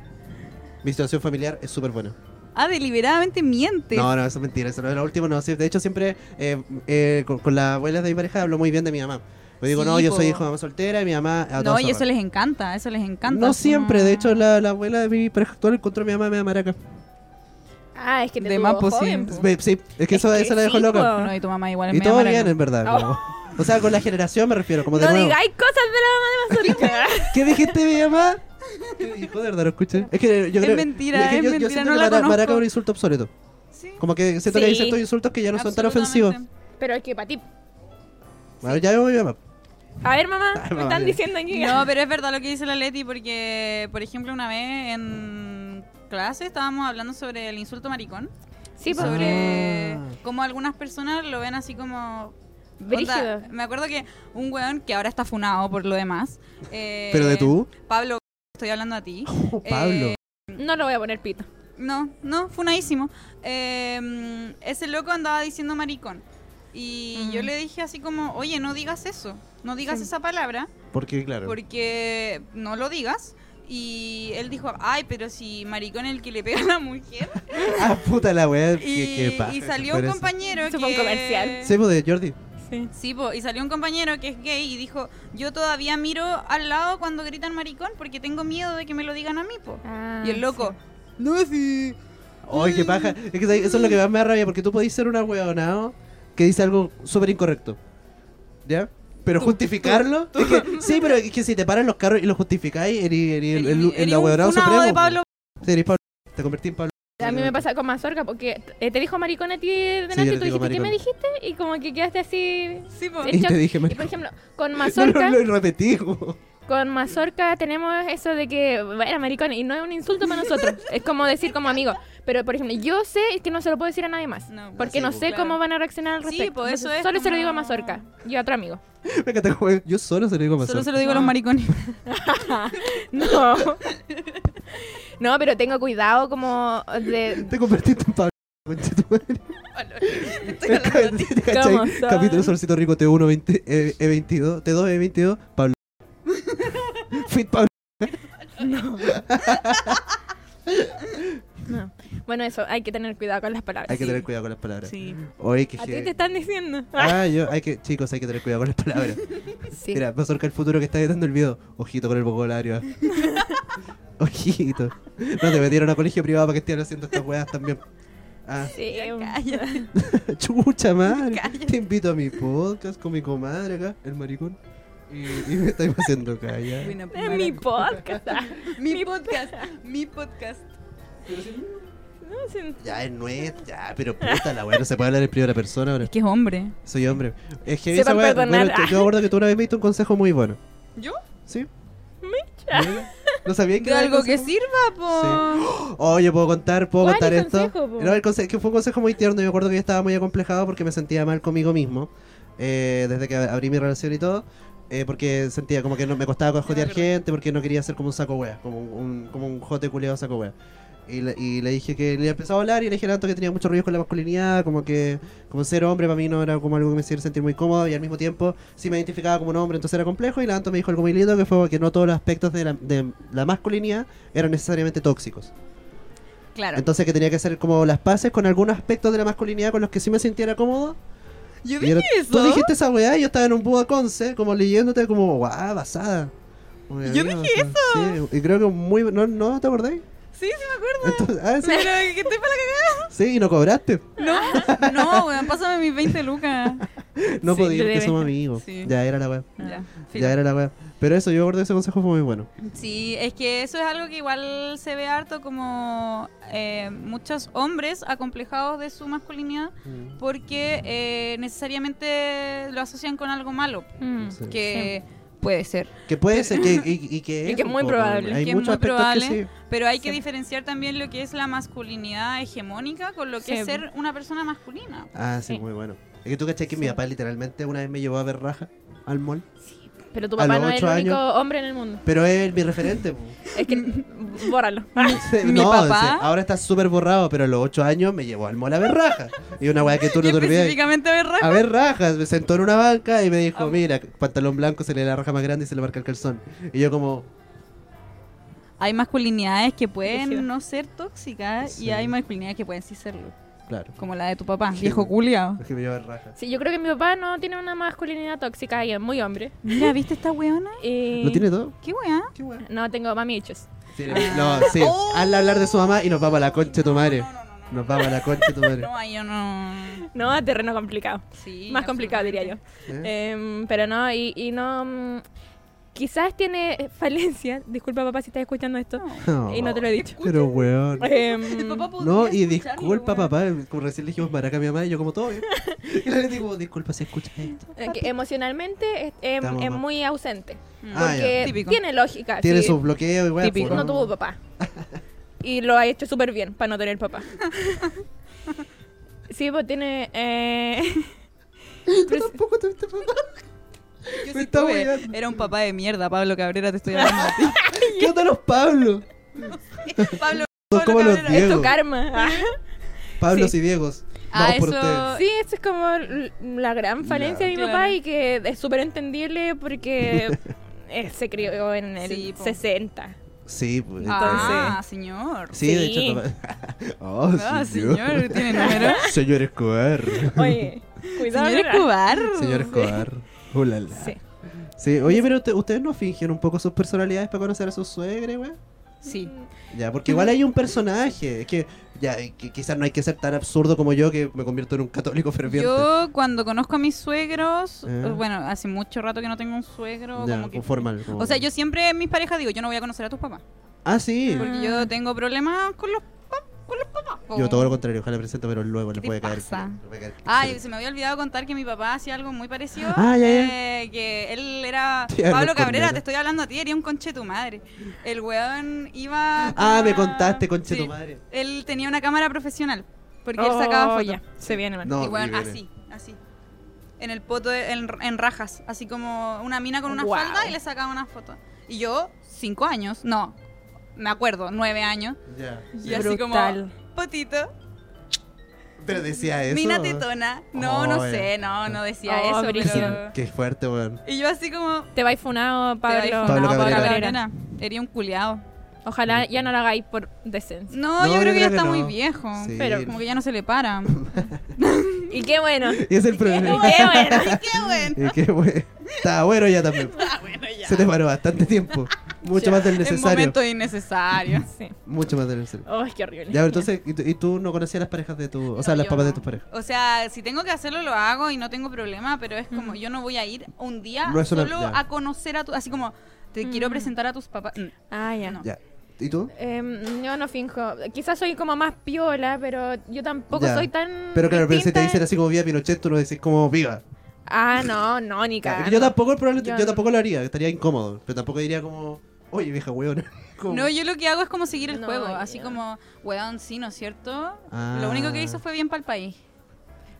[SPEAKER 1] Mi situación familiar es súper buena.
[SPEAKER 3] Ah, deliberadamente miente.
[SPEAKER 1] No, no, eso es mentira, eso no es lo último, no. sí, de hecho, siempre eh, eh, con, con las abuelas de mi pareja hablo muy bien de mi mamá. Me digo,
[SPEAKER 3] Sí,
[SPEAKER 1] no, yo
[SPEAKER 3] po.
[SPEAKER 1] soy hijo de mamá soltera y mi mamá... a toda
[SPEAKER 3] y
[SPEAKER 1] zorra.
[SPEAKER 3] eso les encanta, eso les encanta.
[SPEAKER 1] No
[SPEAKER 3] así
[SPEAKER 1] siempre,
[SPEAKER 3] como-
[SPEAKER 1] de hecho, la, la abuela de mi pareja actual encontró a mi mamá media maraca.
[SPEAKER 2] Ah, es que te
[SPEAKER 3] De
[SPEAKER 2] tuvo
[SPEAKER 3] más, pues, sí.
[SPEAKER 2] joven, po.
[SPEAKER 1] Me- Sí, es que eso,
[SPEAKER 2] que
[SPEAKER 1] eso la dejó
[SPEAKER 2] sí,
[SPEAKER 1] loca.
[SPEAKER 2] po.
[SPEAKER 3] No, y tu mamá igual es
[SPEAKER 1] Y
[SPEAKER 3] media
[SPEAKER 1] todo
[SPEAKER 3] maraca.
[SPEAKER 1] bien, en verdad.
[SPEAKER 2] Oh.
[SPEAKER 1] como- O sea, con la generación me refiero, como Pues de
[SPEAKER 2] No
[SPEAKER 1] nuevo.
[SPEAKER 2] digáis cosas de la mamá de Mazorca.
[SPEAKER 1] ¿Qué dijiste, mi mamá? ¿Qué dijo? De verdad, lo escuché. Es que eh, yo
[SPEAKER 3] Es
[SPEAKER 1] creo...
[SPEAKER 3] mentira,
[SPEAKER 1] que
[SPEAKER 3] es
[SPEAKER 1] yo,
[SPEAKER 3] mentira,
[SPEAKER 1] yo siento
[SPEAKER 3] no
[SPEAKER 1] que
[SPEAKER 3] la
[SPEAKER 1] mara-
[SPEAKER 3] conozco.
[SPEAKER 1] maraca es un insulto obsoleto.
[SPEAKER 3] Sí,
[SPEAKER 1] Como que siento que hay
[SPEAKER 2] Sí.
[SPEAKER 1] ciertos insultos que ya no son tan
[SPEAKER 3] absolutamente.
[SPEAKER 1] ofensivos.
[SPEAKER 2] Pero es que para ti.
[SPEAKER 1] Bueno, ya veo mi mamá.
[SPEAKER 2] A ver, mamá,
[SPEAKER 1] Ay,
[SPEAKER 2] me
[SPEAKER 1] mamá,
[SPEAKER 2] están
[SPEAKER 1] ya.
[SPEAKER 2] diciendo aquí.
[SPEAKER 3] No, pero es verdad lo que dice la Leti, porque, por ejemplo, una vez en clase estábamos hablando sobre el insulto maricón.
[SPEAKER 2] Sí,
[SPEAKER 3] y
[SPEAKER 2] pues.
[SPEAKER 3] sobre
[SPEAKER 1] Ah.
[SPEAKER 3] cómo algunas personas lo ven así como.
[SPEAKER 2] Brígido.
[SPEAKER 3] Onda, me acuerdo que un weón que ahora está funado por lo demás. eh,
[SPEAKER 1] Pero de tú,
[SPEAKER 3] Pablo, estoy hablando a ti.
[SPEAKER 1] oh, Pablo.
[SPEAKER 3] eh,
[SPEAKER 2] No lo voy a poner pito.
[SPEAKER 3] No, no, funadísimo. Eh, ese loco andaba diciendo maricón. Y yo
[SPEAKER 2] Mm.
[SPEAKER 3] le dije así como, oye, no digas eso, no digas esa palabra,
[SPEAKER 1] porque, claro.
[SPEAKER 3] porque no lo digas. Y él dijo, ay, pero si maricón es el que le pega a la mujer.
[SPEAKER 1] Ah, puta la weá.
[SPEAKER 3] y,
[SPEAKER 1] qué- qué paja,
[SPEAKER 3] y salió un
[SPEAKER 1] pero eso.
[SPEAKER 3] compañero
[SPEAKER 2] Eso fue un
[SPEAKER 3] que...
[SPEAKER 2] comercial.
[SPEAKER 1] Sí, pues, de Jordi.
[SPEAKER 2] Sí.
[SPEAKER 3] Sí, po, y salió un compañero que es gay y dijo, yo todavía miro al lado cuando gritan maricón porque tengo miedo de que me lo digan a mí, po.
[SPEAKER 2] Ah.
[SPEAKER 3] y el loco, no, sí,
[SPEAKER 1] Ay, qué paja. Es que ¿sabes? eso es lo que más me da rabia, porque tú podés ser una weonao que dice algo súper incorrecto. ¿Ya? Pero justificarlo. es que- sí, pero es que si te paran los carros y lo justificáis, eres eres el, el, el,
[SPEAKER 3] Eres un
[SPEAKER 1] ahueonao
[SPEAKER 3] funado
[SPEAKER 1] supremo.
[SPEAKER 3] de Pablo.
[SPEAKER 1] Sí, eres Pablo. Te convertí en Pablo.
[SPEAKER 2] A mí me pasa con Mazorca porque eh, te dijo maricón a ti
[SPEAKER 1] Sí,
[SPEAKER 2] delante
[SPEAKER 1] yo
[SPEAKER 2] y
[SPEAKER 1] le
[SPEAKER 2] tú
[SPEAKER 1] digo
[SPEAKER 2] dijiste, ¿qué me
[SPEAKER 1] maricón.
[SPEAKER 2] dijiste? Y como que quedaste así.
[SPEAKER 3] Sí, po.
[SPEAKER 2] El
[SPEAKER 1] Y
[SPEAKER 2] choc-
[SPEAKER 1] te dije,
[SPEAKER 2] Y por
[SPEAKER 1] maricón.
[SPEAKER 2] ejemplo, con
[SPEAKER 1] No,
[SPEAKER 2] Mazorca,
[SPEAKER 1] no, lo repetí. como-
[SPEAKER 2] con Mazorca tenemos eso de que, bueno, maricón, y no es un insulto para nosotros. es como decir como amigo. Pero, por ejemplo, yo sé que no se lo puedo decir a nadie más.
[SPEAKER 3] No, pues
[SPEAKER 2] porque
[SPEAKER 1] sí, pues,
[SPEAKER 2] no
[SPEAKER 1] po.
[SPEAKER 2] sé
[SPEAKER 3] Claro.
[SPEAKER 2] cómo van a reaccionar al
[SPEAKER 3] Sí,
[SPEAKER 2] respecto.
[SPEAKER 1] pues,
[SPEAKER 3] po, eso
[SPEAKER 2] Entonces,
[SPEAKER 3] es
[SPEAKER 2] solo se lo
[SPEAKER 3] como-
[SPEAKER 2] digo a Mazorca y a otro amigo.
[SPEAKER 1] Me encanta como Yo solo se lo digo Ah, más.
[SPEAKER 3] Solo se lo digo a los maricones.
[SPEAKER 2] No. no, pero tengo cuidado como de...
[SPEAKER 1] Te convertiste en Pablo. concha tu madre.
[SPEAKER 3] Estoy hablando de ti.
[SPEAKER 1] ¿Te cachai?
[SPEAKER 2] ¿Cómo son?
[SPEAKER 1] Capítulo Solcito Rico T1, 20, eh, E22, T2, E22, Pablo. Fit Pablo.
[SPEAKER 2] No. Bueno, eso, hay que tener cuidado con las palabras.
[SPEAKER 1] Hay que tener cuidado con las palabras.
[SPEAKER 3] Sí.
[SPEAKER 1] Oye, que
[SPEAKER 2] A ti
[SPEAKER 1] heavy.
[SPEAKER 2] te están diciendo.
[SPEAKER 1] Ah, yo, hay que, chicos, hay que tener cuidado con las palabras.
[SPEAKER 2] Sí.
[SPEAKER 1] Mira, va cerca el futuro que está editando el video. Ojito con el vocabulario. ah. Ojito. No te metieron a colegio privado para que estén haciendo estas weas también. Ah,
[SPEAKER 2] Sí,
[SPEAKER 3] Cállate.
[SPEAKER 1] chucha madre.
[SPEAKER 3] Cállate.
[SPEAKER 1] Te invito a mi podcast con mi comadre acá, el maricón. Y, y me estáis haciendo callar.
[SPEAKER 3] Buena
[SPEAKER 2] es mi
[SPEAKER 3] primera.
[SPEAKER 2] podcast. ah.
[SPEAKER 3] pues. mi podcast. Mi podcast.
[SPEAKER 2] No, sí.
[SPEAKER 1] Ya es nuestro, ya, pero puta la wea, no se puede hablar en primera persona ahora.
[SPEAKER 3] Es que es hombre.
[SPEAKER 1] Soy hombre. Es que
[SPEAKER 2] Sepan
[SPEAKER 1] esa wea, bueno,
[SPEAKER 2] perdonar.
[SPEAKER 1] te- yo me acuerdo que tú una vez me diste un consejo muy bueno.
[SPEAKER 3] ¿Yo?
[SPEAKER 1] ¿Sí? Mira. No sabía que
[SPEAKER 3] De
[SPEAKER 1] era el
[SPEAKER 3] algo que
[SPEAKER 1] consejo?
[SPEAKER 3] sirva, po.
[SPEAKER 1] Oye, Oh, ¿puedo contar? ¿Puedo
[SPEAKER 2] ¿Cuál
[SPEAKER 1] contar
[SPEAKER 2] es el
[SPEAKER 1] esto?
[SPEAKER 2] consejo, po?
[SPEAKER 1] Era el conse- que fue un consejo muy tierno. Yo me acuerdo que yo estaba muy acomplejado porque me sentía mal conmigo mismo. eh, desde que abrí mi relación y todo. eh, porque sentía
[SPEAKER 2] Ah,
[SPEAKER 1] como que no, me costaba cojotear gente, porque no quería ser como un saco wea. Como un, un- como un jote culeado saco wea. Y le, y le dije que le empezó a hablar y le dije tanto que tenía mucho ruido con la masculinidad, como que como ser hombre para mí no era como algo que me hiciera sentir muy cómodo y al mismo tiempo sí me identificaba como un hombre, entonces era complejo y la Anto me dijo algo muy lindo que fue que no todos los aspectos de la, de la masculinidad eran necesariamente tóxicos.
[SPEAKER 3] Claro.
[SPEAKER 1] Entonces que tenía que hacer como las paces con algunos aspectos de la masculinidad con los que sí me sintiera cómodo.
[SPEAKER 3] Yo
[SPEAKER 1] Y
[SPEAKER 3] vi
[SPEAKER 1] era-
[SPEAKER 3] eso.
[SPEAKER 1] Tú dijiste esa weá y yo estaba en un Buda Conce, como leyéndote como, guau, basada. Como,
[SPEAKER 3] Yo
[SPEAKER 1] "Mira,
[SPEAKER 3] dije
[SPEAKER 1] basada". Sí, y creo que muy... ¿No, no te acordáis?
[SPEAKER 3] Sí, sí me acuerdo.
[SPEAKER 1] Entonces- ah, sí,
[SPEAKER 3] Pero que estoy para la cagada.
[SPEAKER 1] sí, y no cobraste.
[SPEAKER 3] No, no, weón, pásame mis 20 lucas.
[SPEAKER 1] No
[SPEAKER 2] Sí,
[SPEAKER 1] podía porque
[SPEAKER 2] te debes.
[SPEAKER 1] somos amigos.
[SPEAKER 3] Sí.
[SPEAKER 1] Ya era la weá.
[SPEAKER 3] Ya, filo.
[SPEAKER 1] Ya era la weá. Pero eso, yo recuerdo que ese consejo fue muy bueno.
[SPEAKER 3] Sí, es que eso es algo que igual se ve harto como eh, muchos hombres acomplejados de su masculinidad porque eh, necesariamente lo asocian con algo malo,
[SPEAKER 2] Mm.
[SPEAKER 1] Sí.
[SPEAKER 3] que puede ser.
[SPEAKER 1] Que puede ser que... Y, y que,
[SPEAKER 2] Y
[SPEAKER 1] es
[SPEAKER 2] que es
[SPEAKER 1] un
[SPEAKER 2] muy
[SPEAKER 1] poco,
[SPEAKER 2] probable.
[SPEAKER 1] Hay
[SPEAKER 3] Que es
[SPEAKER 1] muchos
[SPEAKER 3] muy
[SPEAKER 1] aspectos que
[SPEAKER 3] probable.
[SPEAKER 1] sí.
[SPEAKER 3] Pero hay que
[SPEAKER 2] Sí.
[SPEAKER 3] diferenciar también lo que es la masculinidad hegemónica con lo que
[SPEAKER 2] Sí.
[SPEAKER 3] es ser una persona masculina.
[SPEAKER 1] Ah, sí,
[SPEAKER 2] Sí.
[SPEAKER 1] muy bueno. Es que tú cachai que mi papá literalmente una vez me llevó a ver raja al mall.
[SPEAKER 2] Pero tu
[SPEAKER 1] A
[SPEAKER 2] papá
[SPEAKER 1] los
[SPEAKER 2] no es el
[SPEAKER 1] ocho
[SPEAKER 2] único
[SPEAKER 1] años-
[SPEAKER 2] hombre en el mundo.
[SPEAKER 1] Pero es mi referente. po.
[SPEAKER 2] Es que, b- bórralo.
[SPEAKER 1] Sí,
[SPEAKER 3] Mi
[SPEAKER 1] no,
[SPEAKER 3] papá-
[SPEAKER 1] sí, ahora está súper borrado, pero a los 8 años me llevó al mall a ver rajas. Y una weá que tú no te olvides.
[SPEAKER 3] específicamente a ver
[SPEAKER 1] A ver rajas, me sentó en una banca y me dijo,
[SPEAKER 3] Ah.
[SPEAKER 1] mira, pantalón blanco se le da la raja más grande y se le marca el calzón. Y yo como,
[SPEAKER 3] Hay masculinidades que
[SPEAKER 2] Brígido.
[SPEAKER 3] pueden no ser tóxicas
[SPEAKER 1] Sí.
[SPEAKER 3] y hay masculinidades que pueden sí serlo,
[SPEAKER 1] claro,
[SPEAKER 3] como la de tu papá,
[SPEAKER 1] Sí.
[SPEAKER 3] viejo culiao.
[SPEAKER 1] es que me llevó a ver rajas.
[SPEAKER 2] Sí, yo creo que mi papá no tiene una masculinidad tóxica y es muy hombre.
[SPEAKER 3] Mira, ¿viste esta weona?
[SPEAKER 2] Y-
[SPEAKER 1] ¿Lo tiene todo?
[SPEAKER 3] ¿Qué weá?
[SPEAKER 1] Qué weá.
[SPEAKER 2] No, tengo mami hechos.
[SPEAKER 1] Sí, le- no, sí, hazle hablar de su mamá y nos vamos a la concha de tu madre. Nos vamos a la concha de tu madre.
[SPEAKER 3] No, yo no.
[SPEAKER 2] No, terreno complicado.
[SPEAKER 3] Sí.
[SPEAKER 2] Más complicado, diría yo.
[SPEAKER 1] ¿Eh?
[SPEAKER 2] Em, pero no, y, y no... mm, Quizás tiene falencia. Disculpa, papá, si estás escuchando esto. Y no te lo he dicho.
[SPEAKER 1] Pero weón.
[SPEAKER 2] Em,
[SPEAKER 3] pues,
[SPEAKER 1] No, y disculpa, papá, como recién le dijimos maraca a mi mamá y yo como todo. bien. Y le digo, disculpa si escuchas esto.
[SPEAKER 2] eh, que emocionalmente es, em,
[SPEAKER 1] Estamos
[SPEAKER 2] es
[SPEAKER 1] mal.
[SPEAKER 2] muy ausente.
[SPEAKER 1] Ah, ya.
[SPEAKER 2] Porque
[SPEAKER 3] Típico.
[SPEAKER 2] tiene lógica.
[SPEAKER 1] Tiene
[SPEAKER 2] sí.
[SPEAKER 1] sus bloqueos y weá.
[SPEAKER 3] Mm. Típico.
[SPEAKER 1] po,
[SPEAKER 2] No tuvo papá. Y lo ha hecho súper bien para no tener papá. Sí, pues tiene... eh,
[SPEAKER 1] Tú tampoco tuviste papá.
[SPEAKER 3] Yo
[SPEAKER 1] Me
[SPEAKER 3] sí
[SPEAKER 1] está
[SPEAKER 3] tuve-
[SPEAKER 1] hueveando.
[SPEAKER 3] Era un papá de mierda, Pablo Cabrera, te estoy hablando. a ti.
[SPEAKER 1] ¿Qué onda los Pablo?
[SPEAKER 3] Pablo,
[SPEAKER 1] Son como los
[SPEAKER 3] Cabrera,
[SPEAKER 2] esto
[SPEAKER 1] Diegos.
[SPEAKER 2] karma. Ah.
[SPEAKER 1] Pablos y Diegos.
[SPEAKER 3] Ah,
[SPEAKER 1] Vamos por
[SPEAKER 3] eso-
[SPEAKER 1] ustedes.
[SPEAKER 2] Sí, eso es como l- la gran falencia de mi
[SPEAKER 3] Claro.
[SPEAKER 2] papá y que es súper entendible porque eh, se crió en el
[SPEAKER 3] Sí, po.
[SPEAKER 2] 60.
[SPEAKER 1] Sí, pues.
[SPEAKER 3] Ah, señor.
[SPEAKER 1] Sí, de
[SPEAKER 2] sí.
[SPEAKER 1] hecho. papá- Oh,
[SPEAKER 3] Ah,
[SPEAKER 1] señor.
[SPEAKER 3] señor, tiene número.
[SPEAKER 1] Señor Escobar.
[SPEAKER 2] Oye, cuidado.
[SPEAKER 3] Señor
[SPEAKER 2] ¿verdad?
[SPEAKER 3] Escobar.
[SPEAKER 1] Señor Escobar. Ulala.
[SPEAKER 2] Sí.
[SPEAKER 1] Sí, oye, pero usted- ustedes no fingen un poco sus personalidades para conocer a sus suegres, güey.
[SPEAKER 3] Sí.
[SPEAKER 1] Ya, porque igual hay un personaje. Es que, ya, y que quizás no hay que ser tan absurdo como yo que me convierto en un católico ferviente.
[SPEAKER 3] Yo cuando conozco a mis suegros,
[SPEAKER 1] Eh.
[SPEAKER 3] bueno, hace mucho rato que no tengo un suegro,
[SPEAKER 1] Ya,
[SPEAKER 3] como que-
[SPEAKER 1] formal. como-
[SPEAKER 3] O sea, yo siempre en mis parejas digo, yo no voy a conocer a tus papás,
[SPEAKER 1] Ah, sí.
[SPEAKER 3] porque yo tengo problemas con los, pap- con los papás. po.
[SPEAKER 1] Yo todo lo contrario, ojalá presento, pero luego le
[SPEAKER 3] ¿Qué te
[SPEAKER 1] puede caer.
[SPEAKER 3] pasa?
[SPEAKER 1] le puede caer.
[SPEAKER 3] Ay, se me había olvidado contar que mi papá hacía algo muy parecido.
[SPEAKER 1] Ah, ya, ya.
[SPEAKER 3] eh, que él era.
[SPEAKER 1] Tía,
[SPEAKER 3] Pablo
[SPEAKER 1] no,
[SPEAKER 3] Cabrera,
[SPEAKER 1] Corneta.
[SPEAKER 3] te estoy hablando a ti, era un conche tu madre. El weón iba.
[SPEAKER 1] Ah,
[SPEAKER 3] con
[SPEAKER 1] me
[SPEAKER 3] una-
[SPEAKER 1] contaste, conche
[SPEAKER 3] Sí.
[SPEAKER 1] tu madre.
[SPEAKER 3] Él tenía una cámara profesional. Porque
[SPEAKER 2] Oh,
[SPEAKER 3] él sacaba fotos.
[SPEAKER 2] ya, se viene, man.
[SPEAKER 1] No,
[SPEAKER 3] y weón,
[SPEAKER 1] y viene.
[SPEAKER 3] así, así. En el poto, de- en, en rajas. Así como una mina con una
[SPEAKER 2] Wow.
[SPEAKER 3] falda y le sacaba una foto. Y yo, cinco años, no, me acuerdo, nueve años.
[SPEAKER 1] Ya.
[SPEAKER 3] Y así como.
[SPEAKER 2] Brutal.
[SPEAKER 3] Potito,
[SPEAKER 1] Pero decía eso.
[SPEAKER 3] mina tetona. No, no
[SPEAKER 1] Oh,
[SPEAKER 3] sé, no, no decía
[SPEAKER 2] Oh,
[SPEAKER 3] eso. pero-
[SPEAKER 2] brígido.
[SPEAKER 1] Qué fuerte, weón.
[SPEAKER 3] y yo así como...
[SPEAKER 2] Te vais funado, Pablo,
[SPEAKER 3] Te vais
[SPEAKER 2] no,
[SPEAKER 1] Pablo
[SPEAKER 2] Pablo
[SPEAKER 1] Cabrera.
[SPEAKER 2] Cabrera.
[SPEAKER 3] Cabrera. Sería un culiao.
[SPEAKER 2] Ojalá ya no lo hagáis por decencia.
[SPEAKER 3] No, yo creo que ya está muy viejo.
[SPEAKER 1] Sí.
[SPEAKER 2] Pero
[SPEAKER 3] Como que ya no se le para.
[SPEAKER 1] Mm.
[SPEAKER 2] Y qué bueno. Y
[SPEAKER 1] Y es el
[SPEAKER 2] qué
[SPEAKER 1] problema.
[SPEAKER 2] bueno.
[SPEAKER 3] ¡Qué bueno!
[SPEAKER 1] Y qué bueno. Estaba bueno ya también.
[SPEAKER 3] bueno ya.
[SPEAKER 1] Se te paró bastante tiempo. Mucho más del
[SPEAKER 3] En
[SPEAKER 1] necesario.
[SPEAKER 3] momentos innecesarios.
[SPEAKER 2] Sí.
[SPEAKER 1] Mucho más del necesario.
[SPEAKER 2] Oh, qué horrible.
[SPEAKER 1] Ya, pero entonces, ¿y tú, y tú no conocías las parejas de tu. O sea,
[SPEAKER 3] No,
[SPEAKER 1] las
[SPEAKER 3] yo
[SPEAKER 1] papas de
[SPEAKER 3] no.
[SPEAKER 1] tus parejas?
[SPEAKER 3] O sea, si tengo que hacerlo, lo hago y no tengo problema, pero es como, yo no voy a ir un día
[SPEAKER 1] No es una-
[SPEAKER 3] solo
[SPEAKER 1] ya.
[SPEAKER 3] a conocer a tu... Así como, te quiero
[SPEAKER 2] Mm.
[SPEAKER 3] presentar a tus papás. Mm.
[SPEAKER 2] Ah, ya.
[SPEAKER 3] No.
[SPEAKER 1] Ya. ¿Y tú?
[SPEAKER 2] Em, yo no finjo. Quizás soy como más piola, pero yo tampoco
[SPEAKER 1] Ya.
[SPEAKER 2] soy tan.
[SPEAKER 1] Pero claro, pero si te
[SPEAKER 2] distinta.
[SPEAKER 1] dicen así como viva Pinochet, tú no decís como viva.
[SPEAKER 2] Ah, no, no, ni cagando.
[SPEAKER 1] Yo tampoco, probablemente,
[SPEAKER 2] Yo
[SPEAKER 1] yo,
[SPEAKER 2] no.
[SPEAKER 1] tampoco lo haría, estaría incómodo. Pero tampoco diría como, oye, vieja weona. Como-
[SPEAKER 3] No, yo lo que hago es como seguir el
[SPEAKER 2] No,
[SPEAKER 3] juego,
[SPEAKER 2] ya.
[SPEAKER 3] así como, weón, sí, ¿no es cierto?
[SPEAKER 1] Ah.
[SPEAKER 3] Lo único que hizo fue bien para el país.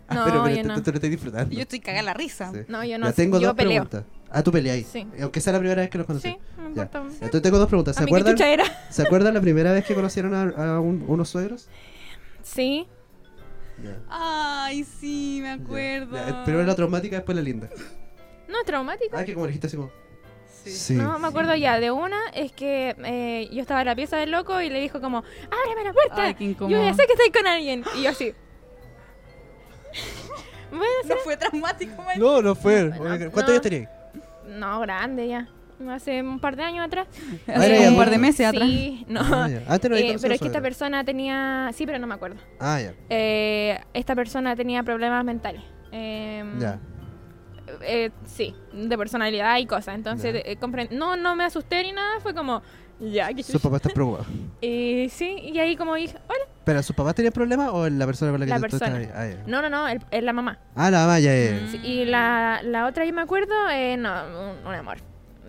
[SPEAKER 1] Ah,
[SPEAKER 2] No,
[SPEAKER 1] pero, pero
[SPEAKER 2] yo
[SPEAKER 1] te-
[SPEAKER 2] no.
[SPEAKER 1] te- te lo estoy disfrutando.
[SPEAKER 3] Yo estoy cagada la risa.
[SPEAKER 1] Sí.
[SPEAKER 2] No, yo no.
[SPEAKER 1] Ya tengo
[SPEAKER 2] yo
[SPEAKER 1] dos
[SPEAKER 2] peleo.
[SPEAKER 1] preguntas. Ah, tú peleáis.
[SPEAKER 2] Sí.
[SPEAKER 1] Aunque sea la primera vez que los conocí.
[SPEAKER 2] Sí, no
[SPEAKER 1] Ya.
[SPEAKER 2] importa.
[SPEAKER 1] Entonces tengo dos preguntas. ¿Se
[SPEAKER 2] ¿A mí qué
[SPEAKER 1] acuerdan,
[SPEAKER 2] chucha era?
[SPEAKER 1] ¿Se acuerdan la primera vez que conocieron a, a un- unos suegros?
[SPEAKER 2] Sí.
[SPEAKER 1] Ya.
[SPEAKER 3] Ay, sí, me acuerdo.
[SPEAKER 1] Ya, eh, Primero la traumática, después la linda.
[SPEAKER 2] No, es traumático.
[SPEAKER 1] Ah, que como dijiste así como.
[SPEAKER 3] Sí.
[SPEAKER 2] No, me acuerdo ya. De una es que eh, yo estaba en la pieza del loco y le dijo como, ábreme la puerta.
[SPEAKER 3] Ay, qué
[SPEAKER 2] yo
[SPEAKER 3] incómodo.
[SPEAKER 2] ya sé que estoy con alguien. Y yo así. bueno,
[SPEAKER 3] No fue traumático, man.
[SPEAKER 1] No, no fue.
[SPEAKER 2] No,
[SPEAKER 1] ¿Cuántos
[SPEAKER 2] no.
[SPEAKER 1] años tenías?
[SPEAKER 2] no, grande ya. Hace un par de años atrás.
[SPEAKER 1] Ahora
[SPEAKER 3] Hace
[SPEAKER 1] ya
[SPEAKER 3] un par
[SPEAKER 1] no.
[SPEAKER 3] de meses atrás.
[SPEAKER 2] Sí, no.
[SPEAKER 1] Ah, ya. Antes no había
[SPEAKER 2] Eh,
[SPEAKER 1] conocido
[SPEAKER 2] pero es que esta
[SPEAKER 1] suegro.
[SPEAKER 2] persona tenía... Sí, pero no me acuerdo.
[SPEAKER 1] Ah, ya.
[SPEAKER 2] Eh, esta persona tenía problemas mentales. Em,
[SPEAKER 1] Ya.
[SPEAKER 2] eh, sí, de personalidad y cosas. Entonces,
[SPEAKER 1] Ya.
[SPEAKER 2] eh, compren- no, no me asusté ni nada, fue como, ya, que
[SPEAKER 1] Sus papás están preocupados.
[SPEAKER 2] Y sí, y ahí como dije, hola.
[SPEAKER 1] ¿Pero sus papás tenían problemas o la persona con la que
[SPEAKER 2] La
[SPEAKER 1] tú- tú
[SPEAKER 2] persona.
[SPEAKER 1] estabas ahí? Ah, ya.
[SPEAKER 2] No, no, no, el- es la mamá.
[SPEAKER 1] Ah, la mamá ya ya, ya.
[SPEAKER 2] Sí, y la, la otra, yo me acuerdo, eh, no, un, un amor.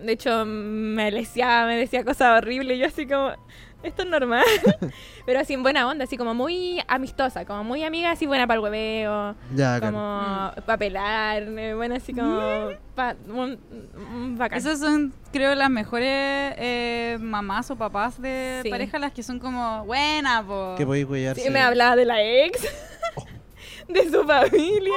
[SPEAKER 2] De hecho, me leseaba, me decía cosas horribles. y Yo, así como, esto es normal. Pero así en buena onda, así como muy amistosa, como muy amiga, así buena para el hueveo.
[SPEAKER 1] Ya, Ah, claro.
[SPEAKER 2] Como para pelar, eh, bueno, así como. Pa, un, un bacán.
[SPEAKER 3] Esas son, creo, las mejores eh, mamás o papás de
[SPEAKER 2] Sí.
[SPEAKER 3] pareja, las que son como, buena, po.
[SPEAKER 1] Que podéis cuidar.
[SPEAKER 2] Sí, me hablaba de la ex, de su familia.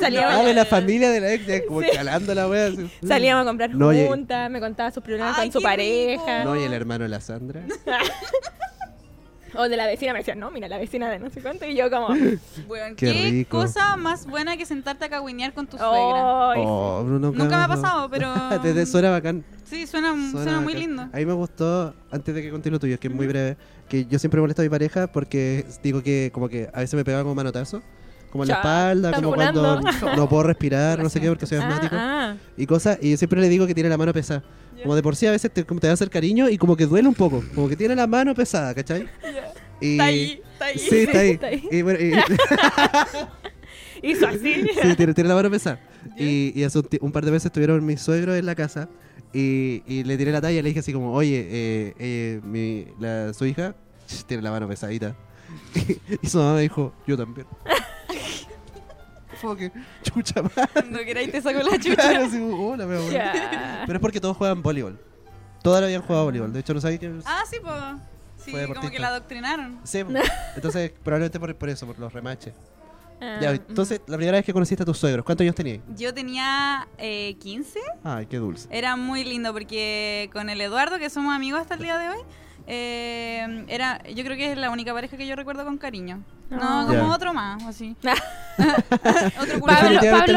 [SPEAKER 2] Salíamos,
[SPEAKER 1] Ah, de la familia de la ex, ya como calando la wea. así.
[SPEAKER 2] salíamos a comprar
[SPEAKER 1] No, oye.
[SPEAKER 2] juntas, me contaba sus problemas
[SPEAKER 3] Ay,
[SPEAKER 2] con su
[SPEAKER 3] qué rico.
[SPEAKER 2] pareja.
[SPEAKER 1] No, y el hermano de la Sandra.
[SPEAKER 2] O de la vecina me decía, no, mira, la vecina de no sé cuánto. Y yo, como,
[SPEAKER 3] Weón,
[SPEAKER 1] Qué
[SPEAKER 3] Qué,
[SPEAKER 1] rico.
[SPEAKER 3] cosa más buena que sentarte a cagüinear con tu suegra.
[SPEAKER 2] "Ay,
[SPEAKER 1] Oh, Bruno,
[SPEAKER 3] Nunca me ha
[SPEAKER 1] Camacho.
[SPEAKER 3] pasado, pero.
[SPEAKER 1] Desde suena bacán.
[SPEAKER 3] Sí, suena,
[SPEAKER 2] Mm,
[SPEAKER 3] suena, muy
[SPEAKER 1] bacán.
[SPEAKER 3] lindo.
[SPEAKER 1] A mí me gustó, antes de que continúe tuyo, que es muy breve, que yo siempre molesto a mi pareja porque digo que como que a veces me pegaba como manotazo, como en la
[SPEAKER 2] Ya,
[SPEAKER 1] espalda,
[SPEAKER 2] está
[SPEAKER 1] como cuando
[SPEAKER 2] funando.
[SPEAKER 1] no puedo respirar, no sé qué, porque soy
[SPEAKER 2] sí".
[SPEAKER 1] asmático.
[SPEAKER 2] Ah, ah.
[SPEAKER 1] y cosas, y yo siempre le digo que tiene la mano pesada. Como de por sí a veces te, como te va a hacer cariño y como que duele un poco, como que tiene la mano pesada, ¿cachai? Y...
[SPEAKER 3] Está ahí, está ahí.
[SPEAKER 1] Sí, está ahí.
[SPEAKER 2] está ahí.
[SPEAKER 1] Y bueno, y-
[SPEAKER 2] Hizo así.
[SPEAKER 1] sí, tiene, tiene la mano pesada. Y, y hace un, ti- un par de veces estuvieron mis suegros en la casa y, y le tiré la talla y le dije así como, oye, eh, eh, mi, la, su hija tiene la mano pesadita. Y, su mamá me dijo, yo también. Fue que, chucha madre.
[SPEAKER 3] Cuando queráis te saco la chucha.
[SPEAKER 1] Claro, así como, hola, mi amor.
[SPEAKER 2] Ya.
[SPEAKER 1] Pero es porque todos juegan voleibol. Todos habían jugado voleibol. De hecho, no sabía que...
[SPEAKER 3] Ah, sí, po. Sí,
[SPEAKER 1] Fue
[SPEAKER 3] como
[SPEAKER 1] deportista.
[SPEAKER 3] que la adoctrinaron.
[SPEAKER 1] Sí, po. entonces probablemente por, por eso, por los remaches.
[SPEAKER 2] Ah,
[SPEAKER 1] Ya, entonces, la primera vez que conociste a tus suegros, ¿cuántos años tenías?
[SPEAKER 3] Yo tenía eh, 15.
[SPEAKER 1] Ay, qué dulce.
[SPEAKER 3] Era muy lindo porque con el Eduardo, que somos amigos hasta el día de hoy, eh, era, yo creo que es la única pareja que yo recuerdo con cariño.
[SPEAKER 2] Ah.
[SPEAKER 3] No, como
[SPEAKER 1] Ya.
[SPEAKER 3] otro más, así.
[SPEAKER 2] Pablo,
[SPEAKER 3] otro culpable.
[SPEAKER 1] Definitivamente-
[SPEAKER 2] Pablo,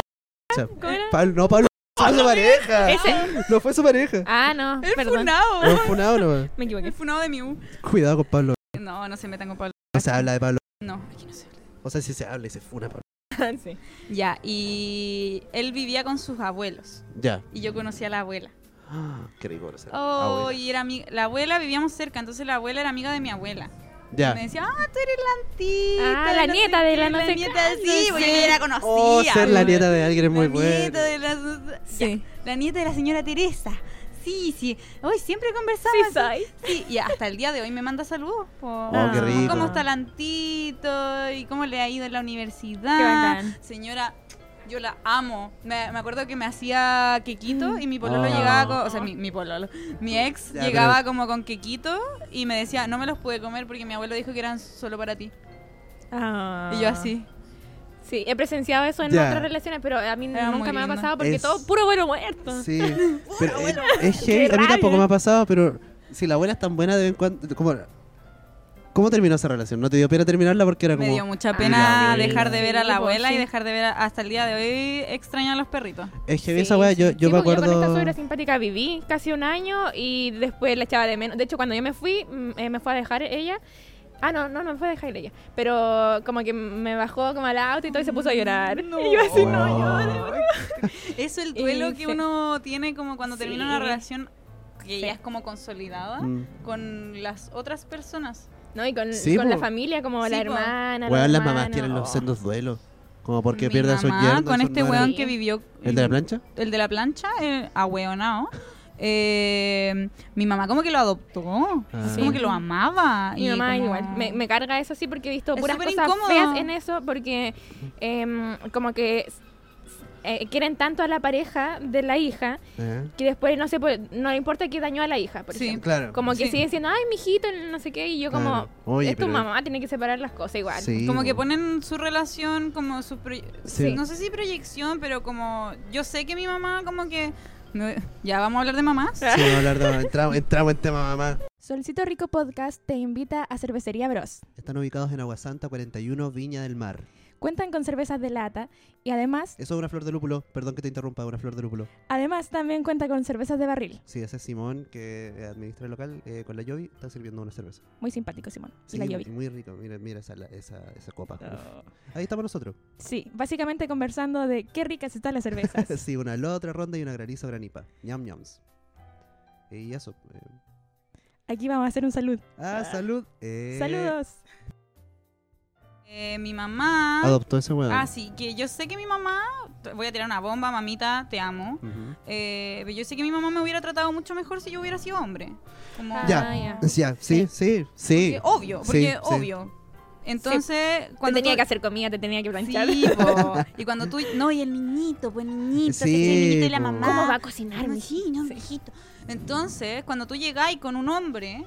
[SPEAKER 1] O sea,
[SPEAKER 2] ¿cómo era?
[SPEAKER 1] Pablo, no, Pablo fue su pareja.
[SPEAKER 2] ese.
[SPEAKER 1] No fue su pareja.
[SPEAKER 2] Ah, no,
[SPEAKER 3] El
[SPEAKER 2] perdón.
[SPEAKER 1] No
[SPEAKER 3] funado.
[SPEAKER 1] fue nada, no.
[SPEAKER 2] Me equivoqué.
[SPEAKER 3] El funado de mi U.
[SPEAKER 1] Cuidado con Pablo.
[SPEAKER 3] No, no se metan con Pablo.
[SPEAKER 1] No se habla de Pablo.
[SPEAKER 3] No, aquí no se habla.
[SPEAKER 1] O sea, si se habla y se funa Pablo.
[SPEAKER 2] Ah, sí.
[SPEAKER 3] Ya, y él vivía con sus abuelos.
[SPEAKER 1] Ya.
[SPEAKER 3] Y yo conocí a la abuela.
[SPEAKER 1] Ah, Qué rigor. o sea,
[SPEAKER 3] Oh,
[SPEAKER 1] abuela.
[SPEAKER 3] y era mi, la abuela vivíamos cerca, entonces la abuela era amiga de mi abuela.
[SPEAKER 1] Ya.
[SPEAKER 3] Me decía, ah, tú eres la antita.
[SPEAKER 2] Ah, la
[SPEAKER 3] no sé
[SPEAKER 2] nieta de
[SPEAKER 3] qué,
[SPEAKER 2] la no sé
[SPEAKER 3] nieta,
[SPEAKER 2] cuánto,
[SPEAKER 3] sí, porque
[SPEAKER 2] sí.
[SPEAKER 3] yo la conocía.
[SPEAKER 1] Oh, ser la nieta de alguien es muy
[SPEAKER 3] la
[SPEAKER 1] bueno.
[SPEAKER 3] Nieta de la...
[SPEAKER 2] Sí.
[SPEAKER 3] Ya, la nieta de la señora Teresa. Sí, sí. Hoy siempre
[SPEAKER 2] Sí,
[SPEAKER 3] conversábamos.
[SPEAKER 2] soy.
[SPEAKER 3] Sí, y hasta el día de hoy me manda saludos. po.
[SPEAKER 1] Oh, qué
[SPEAKER 2] Ah.
[SPEAKER 1] rico.
[SPEAKER 3] ¿Cómo está Lantito? ¿Y cómo le ha ido en la
[SPEAKER 2] Qué
[SPEAKER 3] universidad?
[SPEAKER 2] bacán.
[SPEAKER 3] Señora, yo la amo. Me, me acuerdo que me hacía quequito y mi pololo
[SPEAKER 1] Oh.
[SPEAKER 3] llegaba con... O sea, mi, mi pololo. Mi ex
[SPEAKER 1] Ya,
[SPEAKER 3] llegaba
[SPEAKER 1] pero-
[SPEAKER 3] como con quequito y me decía, no me los pude comer porque mi abuelo dijo que eran solo para ti.
[SPEAKER 2] Ah.
[SPEAKER 3] Y yo así.
[SPEAKER 2] Sí, he presenciado eso en
[SPEAKER 1] Ya.
[SPEAKER 2] otras relaciones, pero a mí
[SPEAKER 3] Era
[SPEAKER 2] nunca
[SPEAKER 3] muy
[SPEAKER 2] me ha
[SPEAKER 3] lindo.
[SPEAKER 2] pasado porque
[SPEAKER 1] Es-
[SPEAKER 2] todo puro bueno muerto.
[SPEAKER 1] Sí, pero es, es heavy. A mí tampoco me ha pasado, pero si la abuela es tan buena, de vez en cuando. ¿Cómo, cómo terminó esa relación? ¿No te dio pena terminarla porque era
[SPEAKER 3] Me
[SPEAKER 1] como.
[SPEAKER 3] dio mucha
[SPEAKER 1] la
[SPEAKER 3] pena
[SPEAKER 1] abuela.
[SPEAKER 3] dejar de ver a
[SPEAKER 2] Sí,
[SPEAKER 3] la
[SPEAKER 2] po,
[SPEAKER 3] abuela y
[SPEAKER 2] sí.
[SPEAKER 3] dejar de ver a- hasta el día de hoy extraño a los perritos.
[SPEAKER 1] Es heavy
[SPEAKER 2] Sí,
[SPEAKER 1] esa wea.
[SPEAKER 2] sí.
[SPEAKER 1] Yo, yo
[SPEAKER 2] Sí,
[SPEAKER 1] me
[SPEAKER 2] porque con esta
[SPEAKER 1] acuerdo.
[SPEAKER 2] suegra simpática viví casi un año y después la echaba de menos. De hecho, cuando yo me fui, mm, eh, me fue a dejar ella. Ah, no, no, no me fue a dejar ella. Pero como que me bajó como al auto y todo y se puso a llorar. Y yo así, no llores.
[SPEAKER 3] Eso el duelo
[SPEAKER 2] Y
[SPEAKER 3] que
[SPEAKER 2] sí.
[SPEAKER 3] uno tiene como cuando
[SPEAKER 2] Sí.
[SPEAKER 3] termina una relación que
[SPEAKER 2] Sí.
[SPEAKER 3] ya es como consolidada
[SPEAKER 1] Mm.
[SPEAKER 3] con las otras personas.
[SPEAKER 2] No, y con,
[SPEAKER 1] Sí,
[SPEAKER 2] con
[SPEAKER 1] po.
[SPEAKER 2] la familia, como la
[SPEAKER 3] Sí, po.
[SPEAKER 2] hermana. los
[SPEAKER 1] Weón, las
[SPEAKER 2] hermanos.
[SPEAKER 1] mamás tienen los
[SPEAKER 2] Oh.
[SPEAKER 1] sendos duelos. Como porque
[SPEAKER 3] Mi
[SPEAKER 1] pierden a sus
[SPEAKER 3] mamá
[SPEAKER 1] yernos.
[SPEAKER 3] con
[SPEAKER 1] sus
[SPEAKER 3] este
[SPEAKER 1] nueras.
[SPEAKER 3] weón
[SPEAKER 2] Sí.
[SPEAKER 3] que vivió
[SPEAKER 1] ¿El de la plancha?
[SPEAKER 3] el de la plancha, el ahueonao. eh, mi mamá como que lo adoptó,
[SPEAKER 1] Ah.
[SPEAKER 3] así como que lo amaba.
[SPEAKER 2] Mi
[SPEAKER 3] y
[SPEAKER 2] mamá
[SPEAKER 3] como-
[SPEAKER 2] igual. Me, me carga eso sí porque he visto
[SPEAKER 3] Es
[SPEAKER 2] puras
[SPEAKER 3] súper
[SPEAKER 2] cosas
[SPEAKER 3] incómodo.
[SPEAKER 2] feas en eso porque em, como que s- s- eh, quieren tanto a la pareja de la hija
[SPEAKER 1] ¿Eh?
[SPEAKER 2] que después no sé, pues, no le importa que dañó a la hija, por
[SPEAKER 3] Sí.
[SPEAKER 2] ejemplo.
[SPEAKER 1] Claro.
[SPEAKER 2] Como que
[SPEAKER 3] Sí.
[SPEAKER 2] siguen siendo, ay, mijito, no sé qué, y yo como,
[SPEAKER 1] Claro. Oye,
[SPEAKER 2] es tu
[SPEAKER 1] pero-
[SPEAKER 2] mamá, tiene que separar las cosas igual.
[SPEAKER 1] Sí,
[SPEAKER 3] Como que
[SPEAKER 1] bueno.
[SPEAKER 3] ponen su relación, como su... proye-
[SPEAKER 1] Sí.
[SPEAKER 3] No sé si proyección, pero como... Yo sé que mi mamá como que... no- Ya vamos a hablar de mamás.
[SPEAKER 1] Sí, vamos a hablar de- entramos, entramos en tema mamá.
[SPEAKER 7] Solcito Rico Podcast te invita a Cervecería Bros.
[SPEAKER 1] Están ubicados en Aguasanta 41, Viña del Mar.
[SPEAKER 7] Cuentan con cervezas de lata y además,
[SPEAKER 1] Eso es una flor de lúpulo. Perdón que te interrumpa, una flor de lúpulo.
[SPEAKER 7] además también cuenta con cervezas de barril.
[SPEAKER 1] Sí, ese es Simón que administra el local eh, con la Yovi. Está sirviendo una cerveza.
[SPEAKER 7] Muy simpático, Simón. Y
[SPEAKER 1] Sí,
[SPEAKER 7] la Ah. Yovi.
[SPEAKER 1] muy rico. Mira, mira esa, la- esa, esa copa. Uf. Ahí estamos nosotros.
[SPEAKER 7] Sí, básicamente conversando de qué ricas están las cervezas.
[SPEAKER 1] sí, una la otra ronda y una granizo granipa. Ñam ñams. Y eso. eh.
[SPEAKER 7] Aquí vamos a hacer un salud.
[SPEAKER 1] Ah, salud. Eh,
[SPEAKER 7] Saludos.
[SPEAKER 3] Eh, mi mamá...
[SPEAKER 1] Adoptó ese huevo.
[SPEAKER 3] Ah, sí, que yo sé que mi mamá... Voy a tirar una bomba, mamita, te amo. Eh, pero yo sé que mi mamá me hubiera tratado mucho mejor si yo hubiera sido hombre. Como...
[SPEAKER 2] Ah,
[SPEAKER 1] Ya. Ya, sí, sí, sí.
[SPEAKER 3] Porque obvio, porque
[SPEAKER 1] Sí, sí.
[SPEAKER 3] obvio. Entonces,
[SPEAKER 2] Cuando
[SPEAKER 3] cuando
[SPEAKER 2] tenía
[SPEAKER 3] tú-
[SPEAKER 2] que hacer comida, te tenía que planchar.
[SPEAKER 3] Sí, po. y cuando tú no y el niñito, pues niñito,
[SPEAKER 1] Sí,
[SPEAKER 3] que si el niñito y la
[SPEAKER 1] po.
[SPEAKER 3] mamá. Ah,
[SPEAKER 2] ¿Cómo va a cocinar,
[SPEAKER 3] No,
[SPEAKER 2] mi
[SPEAKER 3] sí, no,
[SPEAKER 2] Sí.
[SPEAKER 3] mijito. Entonces, cuando tú llegáis con un hombre,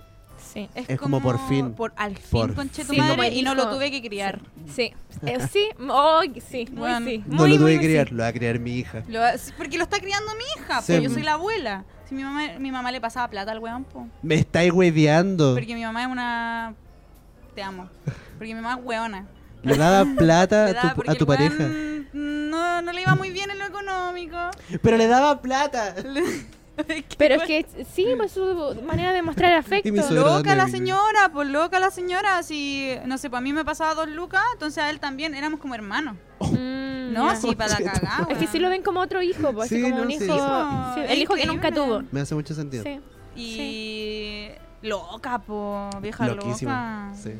[SPEAKER 2] Sí.
[SPEAKER 3] es,
[SPEAKER 1] Es como por fin.
[SPEAKER 3] por al fin,
[SPEAKER 1] Por
[SPEAKER 3] conche tu
[SPEAKER 1] fin.
[SPEAKER 3] madre,
[SPEAKER 2] Sí,
[SPEAKER 3] y no lo
[SPEAKER 2] hijo.
[SPEAKER 3] tuve que criar.
[SPEAKER 2] Sí. Eh, sí, oh, sí, muy
[SPEAKER 3] Mm. Bueno,
[SPEAKER 2] sí.
[SPEAKER 1] No
[SPEAKER 2] muy,
[SPEAKER 1] lo tuve
[SPEAKER 2] muy
[SPEAKER 1] que criar, lo va a criar mi hija.
[SPEAKER 3] Lo- porque lo está criando mi hija,
[SPEAKER 1] Sí,
[SPEAKER 3] pues yo
[SPEAKER 1] po.
[SPEAKER 3] soy la abuela. Si mi mamá, mi mamá le pasaba plata al weón, po.
[SPEAKER 1] Me estáis hueveando.
[SPEAKER 3] Porque mi mamá es una. Te amo. Porque mi mamá es weona.
[SPEAKER 1] Le daba plata
[SPEAKER 3] Le
[SPEAKER 1] a
[SPEAKER 3] daba
[SPEAKER 1] tu,
[SPEAKER 3] porque
[SPEAKER 1] a tu
[SPEAKER 3] el weón,
[SPEAKER 1] pareja.
[SPEAKER 3] No, no le iba muy bien en lo económico.
[SPEAKER 1] Pero le daba plata.
[SPEAKER 2] Pero es que sí, pues su manera de mostrar afecto.
[SPEAKER 1] Y mi suegro
[SPEAKER 3] Loca la
[SPEAKER 1] dándole-
[SPEAKER 3] señora, pues loca la señora. Si, no sé, pues a mí me pasaba dos lucas, entonces a él también éramos como hermanos.
[SPEAKER 2] Mm,
[SPEAKER 3] No,
[SPEAKER 2] ya.
[SPEAKER 3] sí, para la cagada.
[SPEAKER 2] Es que sí lo ven como otro hijo, pues, así
[SPEAKER 1] Sí,
[SPEAKER 2] como
[SPEAKER 1] no,
[SPEAKER 2] un
[SPEAKER 1] sí.
[SPEAKER 2] hijo.
[SPEAKER 1] Sí,
[SPEAKER 3] po.
[SPEAKER 2] sí,
[SPEAKER 3] Es
[SPEAKER 2] el hijo que nunca tuvo.
[SPEAKER 3] pues, increíble.
[SPEAKER 1] Me hace mucho sentido.
[SPEAKER 2] Sí.
[SPEAKER 3] Y loca, po, vieja
[SPEAKER 1] Loquísimo.
[SPEAKER 3] loca.
[SPEAKER 1] Sí.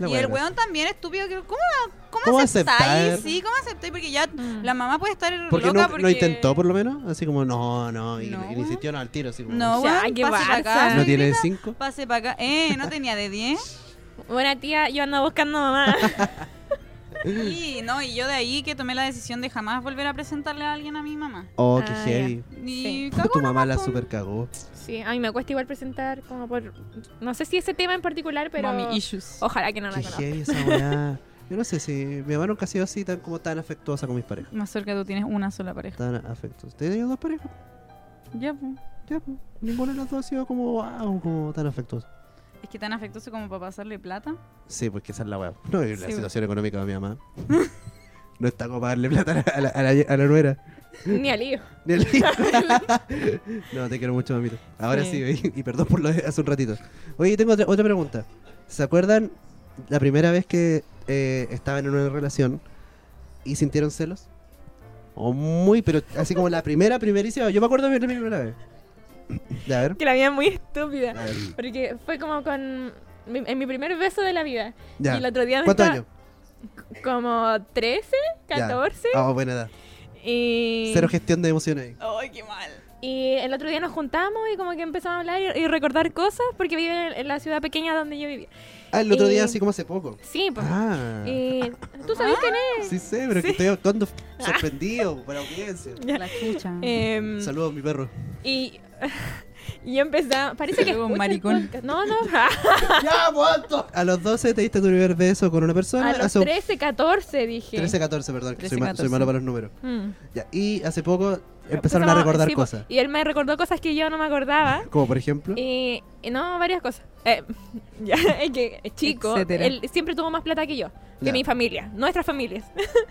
[SPEAKER 1] La
[SPEAKER 3] Y
[SPEAKER 1] buena.
[SPEAKER 3] el weón también estúpido. que- ¿Cómo, cómo,
[SPEAKER 1] ¿Cómo
[SPEAKER 3] aceptáis?
[SPEAKER 1] aceptar?
[SPEAKER 3] Sí, ¿cómo aceptáis? Porque ya
[SPEAKER 2] Mm.
[SPEAKER 3] la mamá puede estar
[SPEAKER 1] ¿Por qué
[SPEAKER 3] loca
[SPEAKER 1] no,
[SPEAKER 3] porque...
[SPEAKER 1] no intentó por lo menos? Así como, no, no. Y,
[SPEAKER 3] No,
[SPEAKER 1] y
[SPEAKER 3] weón.
[SPEAKER 1] insistió no, al tiro. Así, como,
[SPEAKER 3] No,
[SPEAKER 2] O sea,
[SPEAKER 3] weón, Ah,
[SPEAKER 2] qué
[SPEAKER 3] pase pa'
[SPEAKER 2] barza.
[SPEAKER 3] acá.
[SPEAKER 1] ¿No
[SPEAKER 3] señorita,
[SPEAKER 1] tiene cinco?
[SPEAKER 3] Pase para acá. Eh, no tenía de 10.
[SPEAKER 2] Buena tía, yo ando buscando mamá.
[SPEAKER 3] Y, no, y yo de ahí que tomé la decisión de jamás volver a presentarle a alguien a mi mamá.
[SPEAKER 1] Oh, qué
[SPEAKER 2] Ah,
[SPEAKER 1] heavy.
[SPEAKER 3] Y
[SPEAKER 2] Sí.
[SPEAKER 3] cagó
[SPEAKER 1] tu mamá
[SPEAKER 3] nomás,
[SPEAKER 1] la
[SPEAKER 3] po.
[SPEAKER 1] super cagó.
[SPEAKER 2] sí, a mí me cuesta igual presentar como por... No sé si ese tema en particular, pero...
[SPEAKER 3] Mommy issues.
[SPEAKER 2] Ojalá que no la
[SPEAKER 1] qué
[SPEAKER 2] conozca.
[SPEAKER 1] heavy esa weá. Yo no sé si mi mamá nunca ha sido así tan como tan afectuosa con mis parejas.
[SPEAKER 3] Más cerca tú tienes una sola pareja.
[SPEAKER 1] Tan afectuosa. ¿Te dos parejas?
[SPEAKER 3] Ya, pues.
[SPEAKER 1] Ya, pues, ninguna de las dos ha sido como wow, como tan afectuosa.
[SPEAKER 3] Es que tan afectuoso como para pasarle plata.
[SPEAKER 1] Sí, pues que esa es la weá. No, y la
[SPEAKER 3] Sí,
[SPEAKER 1] situación
[SPEAKER 2] pues.
[SPEAKER 1] económica de mi mamá. no está como para darle plata a la, a la, a la, a la nuera.
[SPEAKER 2] Ni al hijo.
[SPEAKER 1] Ni al hijo. no, te quiero mucho, mamito. Ahora sí, y, y perdón por lo de hace un ratito. Oye, tengo otra, otra pregunta. ¿Se acuerdan la primera vez que eh, estaban en una relación y sintieron celos? O muy, pero así como la primera, primerísima. Yo me acuerdo de la primera vez. Ya, a ver.
[SPEAKER 2] Que la vida es muy estúpida.
[SPEAKER 1] A ver,
[SPEAKER 2] Porque fue como con... mi- en mi primer beso de la vida.
[SPEAKER 1] Ya.
[SPEAKER 2] Y el otro día me
[SPEAKER 1] ¿Cuántos
[SPEAKER 2] estaba-
[SPEAKER 1] años?
[SPEAKER 2] Como 13,
[SPEAKER 1] Ya.
[SPEAKER 2] 14.
[SPEAKER 1] Ah, buena edad.
[SPEAKER 2] Y...
[SPEAKER 1] Cero gestión de emociones ahí.
[SPEAKER 3] Ay, qué mal.
[SPEAKER 2] Y el otro día nos juntamos y como que empezamos a hablar y, y recordar cosas porque vive en, en la ciudad pequeña donde yo vivía.
[SPEAKER 1] Ah, el otro
[SPEAKER 2] Y-
[SPEAKER 1] día, así como hace poco.
[SPEAKER 2] Sí, pues.
[SPEAKER 1] Ah,
[SPEAKER 2] Y tú sabes quién es.
[SPEAKER 1] sí sé, pero que estoy actuando sorprendido para la audiencia.
[SPEAKER 3] La chucha.
[SPEAKER 1] Ah.
[SPEAKER 2] Em,
[SPEAKER 1] Saludos, mi perro.
[SPEAKER 2] y, y yo empezaba, parece que
[SPEAKER 3] Luego un
[SPEAKER 2] escucha el
[SPEAKER 3] maricón.
[SPEAKER 2] podcast. No, no,
[SPEAKER 1] ¡Ya, cuánto! A los 12 te diste tu primer beso con una persona.
[SPEAKER 2] a los
[SPEAKER 1] hace un-
[SPEAKER 2] 13, 14 dije.
[SPEAKER 1] 13, 14, perdón, que soy,
[SPEAKER 3] 13,
[SPEAKER 1] ma- soy
[SPEAKER 3] 14.
[SPEAKER 1] malo para los números.
[SPEAKER 2] Mm.
[SPEAKER 1] Ya, y hace poco empezaron a
[SPEAKER 2] Empezamos-
[SPEAKER 1] recordar
[SPEAKER 2] sí, po,
[SPEAKER 1] cosas.
[SPEAKER 2] Y él me recordó cosas que yo no me acordaba.
[SPEAKER 1] Como por ejemplo.
[SPEAKER 2] Y, y no, varias cosas. Eh, ya, es que es chico,
[SPEAKER 3] Etcétera.
[SPEAKER 2] él siempre tuvo más plata que yo, que
[SPEAKER 1] Ya.
[SPEAKER 2] mi familia, nuestras familias.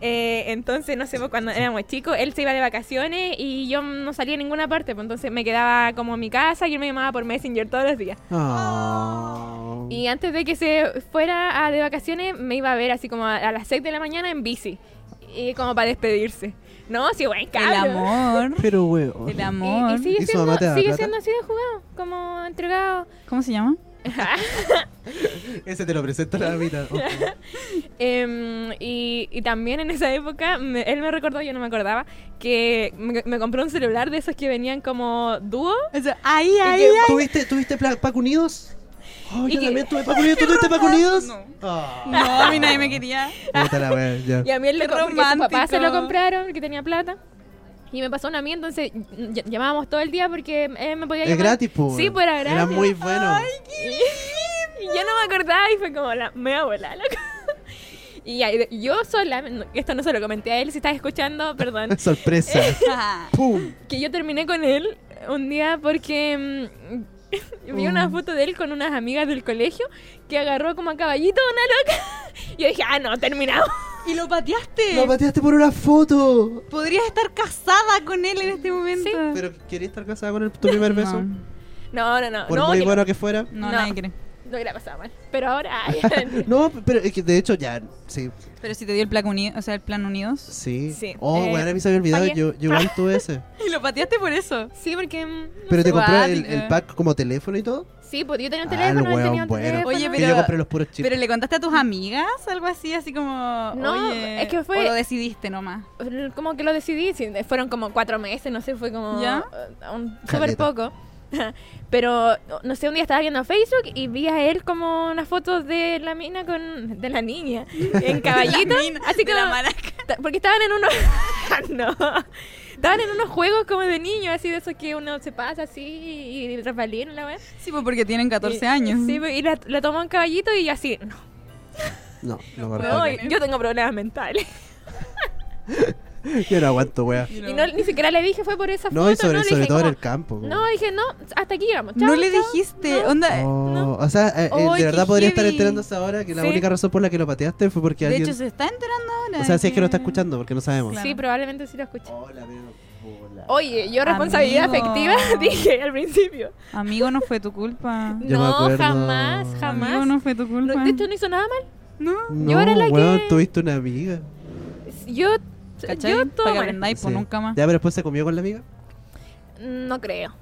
[SPEAKER 2] Eh, entonces, no sé, pues, cuando éramos chicos, él se iba de vacaciones y yo no salía a ninguna parte, pues, entonces me quedaba como en mi casa y él me llamaba por Messenger todos los días.
[SPEAKER 1] Ah.
[SPEAKER 2] Y antes de que se fuera a de vacaciones, me iba a ver así como a, a las 6 de la mañana en bici, y como para despedirse. No, sí, buen
[SPEAKER 3] El
[SPEAKER 2] cabrón.
[SPEAKER 3] amor.
[SPEAKER 1] Pero, weón.
[SPEAKER 3] El
[SPEAKER 2] Y-
[SPEAKER 3] amor.
[SPEAKER 2] Y, sigue,
[SPEAKER 1] ¿Y su
[SPEAKER 2] siendo,
[SPEAKER 1] mamá te da
[SPEAKER 2] sigue
[SPEAKER 1] plata?
[SPEAKER 2] siendo así de jugado, como entregado.
[SPEAKER 3] ¿Cómo se llama?
[SPEAKER 1] Ese te lo presento la oh. mitad.
[SPEAKER 2] Em, y, y también en esa época, me- él me recordó, yo no me acordaba, que me, me compró un celular de esos que venían como dúo.
[SPEAKER 3] ahí,
[SPEAKER 2] ahí,
[SPEAKER 1] ¿Tuviste, ¿Tuviste pla- pack unidos? Oh,
[SPEAKER 2] Y
[SPEAKER 1] yo
[SPEAKER 2] que-
[SPEAKER 1] también tuve Pacunidos. ¿Tú tuviste Pacunidos?
[SPEAKER 3] No.
[SPEAKER 1] Ah.
[SPEAKER 3] No, a mí nadie me quería.
[SPEAKER 1] Puta la wea, ya.
[SPEAKER 2] Y a mí el
[SPEAKER 3] Qué
[SPEAKER 2] loco, porque su papá se lo
[SPEAKER 3] romántico.
[SPEAKER 2] compraron, que tenía plata. Y me pasó una a mí, entonces y- y- llamábamos todo el día porque él me podía
[SPEAKER 1] Es
[SPEAKER 2] llamar.
[SPEAKER 1] gratis, pues.
[SPEAKER 2] Sí, pues era gratis.
[SPEAKER 1] Era muy bueno.
[SPEAKER 2] Y yo no me acordaba y fue como, la, me voy a volar, loco. Y ahí- yo sola, no- esto no se lo comenté a él, si estás escuchando, perdón,
[SPEAKER 1] Sorpresa. ¡Pum!
[SPEAKER 2] que yo terminé con él un día porque mm, vi una foto de él con unas amigas del colegio que agarró como a caballito a una loca. Y yo dije, ah, no, terminamos.
[SPEAKER 3] ¿Y lo pateaste?
[SPEAKER 1] ¡Lo pateaste por una foto!
[SPEAKER 3] Podrías estar casada con él en este momento.
[SPEAKER 1] ¿Pero querías estar casada con el- tu primer beso?
[SPEAKER 2] No,
[SPEAKER 3] No,
[SPEAKER 2] no, no.
[SPEAKER 1] Por
[SPEAKER 2] no,
[SPEAKER 1] muy
[SPEAKER 2] que-
[SPEAKER 1] bueno que fuera.
[SPEAKER 3] no,
[SPEAKER 2] No.
[SPEAKER 3] nadie quiere.
[SPEAKER 2] No hubiera pasado mal. Pero ahora.
[SPEAKER 1] No, pero es que de hecho ya, sí,
[SPEAKER 3] Pero si te dio el plan unido, o sea, el plan unidos.
[SPEAKER 1] sí.
[SPEAKER 2] Sí.
[SPEAKER 1] Oh,
[SPEAKER 2] Eh,
[SPEAKER 1] bueno, a mí se me había olvidado,
[SPEAKER 2] fallé.
[SPEAKER 1] yo, yo igual tuve ese.
[SPEAKER 3] Y lo pateaste por eso.
[SPEAKER 2] sí, porque. mm, no
[SPEAKER 1] Pero
[SPEAKER 2] sé.
[SPEAKER 1] te compró el,
[SPEAKER 3] Cuática.
[SPEAKER 1] el pack como teléfono y todo.
[SPEAKER 2] Sí, porque yo tenía un
[SPEAKER 1] Ah, el
[SPEAKER 2] teléfono, él tenía
[SPEAKER 1] weón
[SPEAKER 2] un
[SPEAKER 1] bueno.
[SPEAKER 2] teléfono.
[SPEAKER 3] Oye,
[SPEAKER 1] Que yo
[SPEAKER 3] Pero-
[SPEAKER 1] compré los puros chips.
[SPEAKER 3] Pero le contaste a tus amigas algo así, así como.
[SPEAKER 2] No,
[SPEAKER 3] oye,
[SPEAKER 2] es que fue-
[SPEAKER 3] O lo decidiste nomás.
[SPEAKER 2] Como que lo decidí, sí, eh, fueron como cuatro meses, no sé, fue como.
[SPEAKER 3] ¿Ya?
[SPEAKER 2] eh, un-
[SPEAKER 1] Caleta.
[SPEAKER 2] Súper poco. Pero, no sé, un día estaba viendo Facebook y vi a él como unas fotos de la mina con. de la niña, en caballito.
[SPEAKER 3] La mina
[SPEAKER 2] así
[SPEAKER 3] de
[SPEAKER 2] que.
[SPEAKER 3] la maraca.
[SPEAKER 2] Porque estaban en unos. no. Estaban en unos juegos como de niños, así de esos que uno se pasa así y, y resbalina, la verdad.
[SPEAKER 3] Sí, pues porque tienen 14
[SPEAKER 2] Y-
[SPEAKER 3] años.
[SPEAKER 2] Sí, y la, la tomó en caballito y yo así, no,
[SPEAKER 1] No, no
[SPEAKER 2] no,
[SPEAKER 1] guardaba.
[SPEAKER 2] yo tengo problemas mentales.
[SPEAKER 1] Yo no aguanto, wea.
[SPEAKER 2] Y no, ni siquiera le dije fue por esa
[SPEAKER 1] No,
[SPEAKER 2] foto.
[SPEAKER 1] y sobre,
[SPEAKER 2] no, le
[SPEAKER 1] sobre
[SPEAKER 2] dije
[SPEAKER 1] todo en
[SPEAKER 2] como-
[SPEAKER 1] el campo. como-
[SPEAKER 2] No, dije, no, hasta aquí llegamos.
[SPEAKER 3] No
[SPEAKER 2] chao,
[SPEAKER 3] le
[SPEAKER 2] chao.
[SPEAKER 3] dijiste. Onda.
[SPEAKER 1] Oh, O sea, eh, eh,
[SPEAKER 3] Ay,
[SPEAKER 1] de verdad
[SPEAKER 3] qué
[SPEAKER 1] podría estar
[SPEAKER 3] heavy.
[SPEAKER 1] enterándose ahora que la
[SPEAKER 2] Sí.
[SPEAKER 1] única razón por la que lo pateaste fue porque
[SPEAKER 3] de
[SPEAKER 1] alguien.
[SPEAKER 3] hecho, se está enterando ahora.
[SPEAKER 1] o sea, si es que no está
[SPEAKER 3] que-
[SPEAKER 1] escuchando, porque no sabemos.
[SPEAKER 3] Claro.
[SPEAKER 2] Sí, probablemente sí lo escuché.
[SPEAKER 1] Hola, pero bola.
[SPEAKER 2] Oye, yo responsabilidad
[SPEAKER 3] Amigo.
[SPEAKER 2] afectiva dije al principio.
[SPEAKER 3] Amigo, no fue tu culpa.
[SPEAKER 1] Yo me
[SPEAKER 2] no,
[SPEAKER 1] acuerdo.
[SPEAKER 2] jamás, jamás.
[SPEAKER 3] Amigo, no fue tu culpa.
[SPEAKER 2] No, de hecho, no hizo nada mal.
[SPEAKER 3] no.
[SPEAKER 1] No,
[SPEAKER 2] yo era la
[SPEAKER 1] weón,
[SPEAKER 2] que-
[SPEAKER 1] tuviste una amiga.
[SPEAKER 2] Yo,
[SPEAKER 3] ¿Cachai?
[SPEAKER 2] yo todo
[SPEAKER 3] Para que
[SPEAKER 2] mal.
[SPEAKER 3] aprendáis, pues
[SPEAKER 1] Sí.
[SPEAKER 3] nunca más.
[SPEAKER 1] Ya, pero después se comió con la amiga.
[SPEAKER 2] No creo.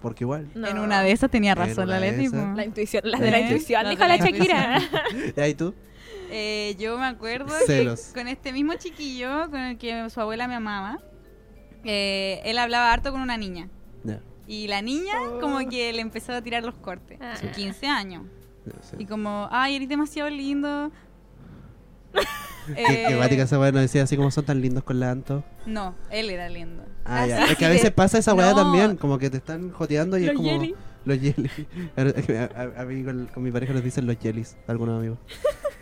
[SPEAKER 1] Porque igual.
[SPEAKER 2] no.
[SPEAKER 3] En una de esas tenía
[SPEAKER 1] En
[SPEAKER 3] razón
[SPEAKER 1] una
[SPEAKER 3] la
[SPEAKER 1] de
[SPEAKER 3] Leti.
[SPEAKER 1] esas.
[SPEAKER 3] po.
[SPEAKER 2] La intuición, las de la
[SPEAKER 3] ¿Eh?
[SPEAKER 2] intuición,
[SPEAKER 3] Las
[SPEAKER 2] dijo
[SPEAKER 3] de
[SPEAKER 2] la
[SPEAKER 3] la
[SPEAKER 2] Shakira.
[SPEAKER 1] Ya, ¿y tú?
[SPEAKER 3] Eh, yo me acuerdo
[SPEAKER 1] Celos.
[SPEAKER 3] que con este mismo chiquillo con el que su abuela me amaba, eh, él hablaba harto con una niña.
[SPEAKER 1] Ya.
[SPEAKER 3] Y la niña como que le empezó a tirar los cortes.
[SPEAKER 2] Ah.
[SPEAKER 3] Sus 15 años.
[SPEAKER 1] No sé.
[SPEAKER 3] Y como, ay, eres demasiado lindo.
[SPEAKER 1] Que, que
[SPEAKER 3] Eh,
[SPEAKER 1] Vática esa weá nos decía así como son tan lindos con la Anto.
[SPEAKER 3] No, él era lindo.
[SPEAKER 1] Ah,
[SPEAKER 3] Así
[SPEAKER 1] ya. Es que a veces pasa esa weá
[SPEAKER 3] No.
[SPEAKER 1] también, como que te están joteando y es
[SPEAKER 2] Los
[SPEAKER 1] como.
[SPEAKER 2] jelly.
[SPEAKER 1] Los jelly. A, a- a mí con, con mi pareja nos dicen los jellies, algunos amigos.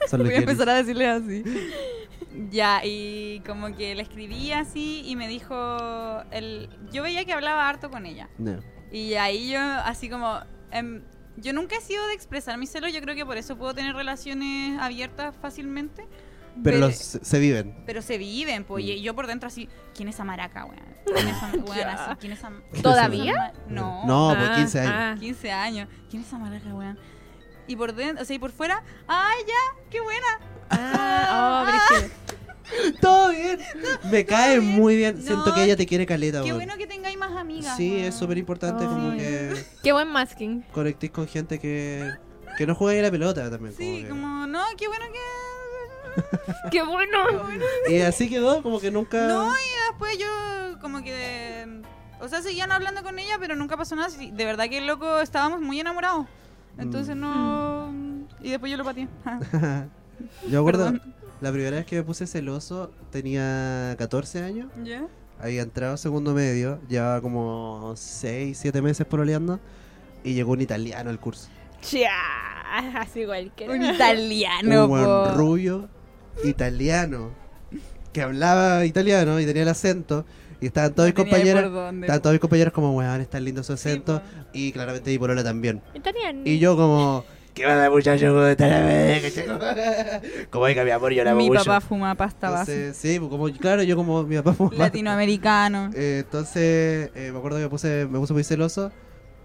[SPEAKER 1] Son los
[SPEAKER 3] Voy a
[SPEAKER 1] jellies.
[SPEAKER 3] empezar a decirle así. Ya, y como que le escribí así y me dijo, el, yo veía que hablaba harto con ella.
[SPEAKER 1] No.
[SPEAKER 3] Y ahí yo, así como. em, yo nunca he sido de expresar mis celos, yo creo que por eso puedo tener relaciones abiertas fácilmente.
[SPEAKER 1] Pero los se se viven.
[SPEAKER 3] pero se viven, pues.
[SPEAKER 1] Mm.
[SPEAKER 3] Y yo por dentro, así. ¿Quién es esa maraca, weón? ¿Quién es esa, weón, así, ¿quién es esa-
[SPEAKER 2] ¿Todavía?
[SPEAKER 3] esa ma- No.
[SPEAKER 1] No,
[SPEAKER 2] Ah,
[SPEAKER 1] por 15 años.
[SPEAKER 2] ah.
[SPEAKER 3] 15 años. ¿Quién es esa maraca, weón? Y por dentro, o sea, y por fuera, ¡ay, ya! ¡Qué buena!
[SPEAKER 2] Ah, oh, brígido.
[SPEAKER 1] Todo bien. Me cae
[SPEAKER 3] bien.
[SPEAKER 1] muy bien.
[SPEAKER 3] No,
[SPEAKER 1] Siento que ella te quiere caleta,
[SPEAKER 3] ¡Qué
[SPEAKER 1] weón.
[SPEAKER 3] bueno que tengáis más amigas!
[SPEAKER 1] Sí,
[SPEAKER 3] weón.
[SPEAKER 1] es súper importante como
[SPEAKER 2] Ay.
[SPEAKER 1] que
[SPEAKER 2] Qué buen masking.
[SPEAKER 1] conectéis con gente que, que no juega ahí la pelota también.
[SPEAKER 3] Sí,
[SPEAKER 1] que-
[SPEAKER 3] como, no, qué bueno que.
[SPEAKER 2] Qué bueno.
[SPEAKER 1] Y así quedó, como que nunca.
[SPEAKER 3] No, y después yo como que... O sea, seguían hablando con ella, pero nunca pasó nada. Sí, De verdad que el loco estábamos muy enamorados.
[SPEAKER 1] Mm.
[SPEAKER 3] Entonces no... Y después yo lo pateé.
[SPEAKER 1] Yo acuerdo,
[SPEAKER 3] Perdón.
[SPEAKER 1] la primera vez que me puse celoso tenía 14 años,
[SPEAKER 3] ¿Ya?
[SPEAKER 1] había entrado a segundo medio, llevaba como 6, 7 meses pololeando y llegó un italiano al curso.
[SPEAKER 2] Ya, así igual que.
[SPEAKER 3] Un italiano,
[SPEAKER 1] un weón
[SPEAKER 3] po.
[SPEAKER 1] rubio italiano que hablaba italiano y tenía el acento y estaban todos mis
[SPEAKER 3] No tenía ni
[SPEAKER 1] compañeros,
[SPEAKER 3] por dónde,
[SPEAKER 1] estaban
[SPEAKER 3] po.
[SPEAKER 1] todos mis compañeros como, weón, es tan lindo su
[SPEAKER 3] Sí,
[SPEAKER 1] acento
[SPEAKER 3] po.
[SPEAKER 1] y claramente mi polola también.
[SPEAKER 2] Italiano.
[SPEAKER 1] Y yo como... ¿Qué va muchacho? ¿Cómo está la vida? Como diga mi amor, yo la amo
[SPEAKER 3] Mi
[SPEAKER 1] mucho.
[SPEAKER 3] papá fuma pasta base.
[SPEAKER 1] Entonces, sí, pues, como, claro, yo como mi papá fumaba.
[SPEAKER 3] Latinoamericano.
[SPEAKER 1] Eh, entonces, eh, me acuerdo que me puse, me puse muy celoso.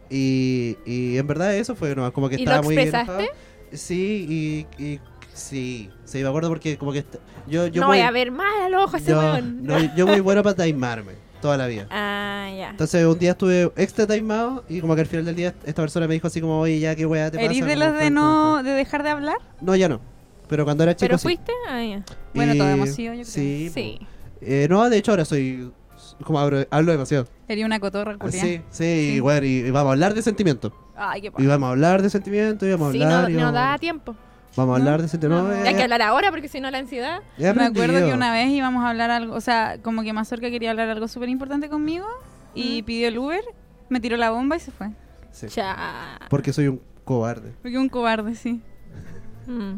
[SPEAKER 1] Y, y en verdad eso fue no, como que
[SPEAKER 2] ¿Y lo
[SPEAKER 1] estaba muy
[SPEAKER 2] expresaste?
[SPEAKER 1] enojado. Sí, y, y- sí, sí, me acuerdo porque como que est- yo, yo
[SPEAKER 2] no
[SPEAKER 1] muy,
[SPEAKER 2] voy a ver mal al ojo a ese
[SPEAKER 1] yo-
[SPEAKER 2] weón.
[SPEAKER 1] no, yo muy bueno para timarme toda la vida.
[SPEAKER 2] Ah, ya.
[SPEAKER 1] Entonces un día estuve extra timado y como que al final del día esta persona me dijo así como, oye, ya qué weá te pasa.
[SPEAKER 3] ¿Eres de
[SPEAKER 1] como
[SPEAKER 3] los
[SPEAKER 1] fue-
[SPEAKER 3] de no... de dejar de hablar?
[SPEAKER 1] No, ya no. Pero cuando era chico
[SPEAKER 2] ¿Pero
[SPEAKER 1] sí.
[SPEAKER 2] fuiste? Ah, ya.
[SPEAKER 1] Y-
[SPEAKER 3] Bueno, todos hemos sido, yo creo.
[SPEAKER 1] Sí, po.
[SPEAKER 2] Sí.
[SPEAKER 1] Eh, no, de hecho ahora soy Como hablo, hablo demasiado.
[SPEAKER 3] Sería una cotorra culiá.
[SPEAKER 1] Ah, Sí, sí, y, bueno, y, y vamos a hablar de sentimiento.
[SPEAKER 2] Ay, qué
[SPEAKER 1] Y vamos a hablar de sentimiento, y vamos a
[SPEAKER 2] Sí,
[SPEAKER 1] hablar.
[SPEAKER 2] no,
[SPEAKER 1] y
[SPEAKER 2] no
[SPEAKER 1] vamos,
[SPEAKER 2] da tiempo.
[SPEAKER 1] vamos a hablar de sentimiento. No,
[SPEAKER 2] Hay que hablar ahora porque si no la ansiedad.
[SPEAKER 1] he
[SPEAKER 3] Me acuerdo
[SPEAKER 1] aprendido.
[SPEAKER 3] que una vez íbamos a hablar algo, o sea, como que Mazorca quería hablar algo súper importante conmigo y pidió el Uber, me tiró la bomba y se fue.
[SPEAKER 1] Sí,
[SPEAKER 2] Ya.
[SPEAKER 1] porque soy un cobarde.
[SPEAKER 3] Porque un cobarde, sí.
[SPEAKER 2] Mm.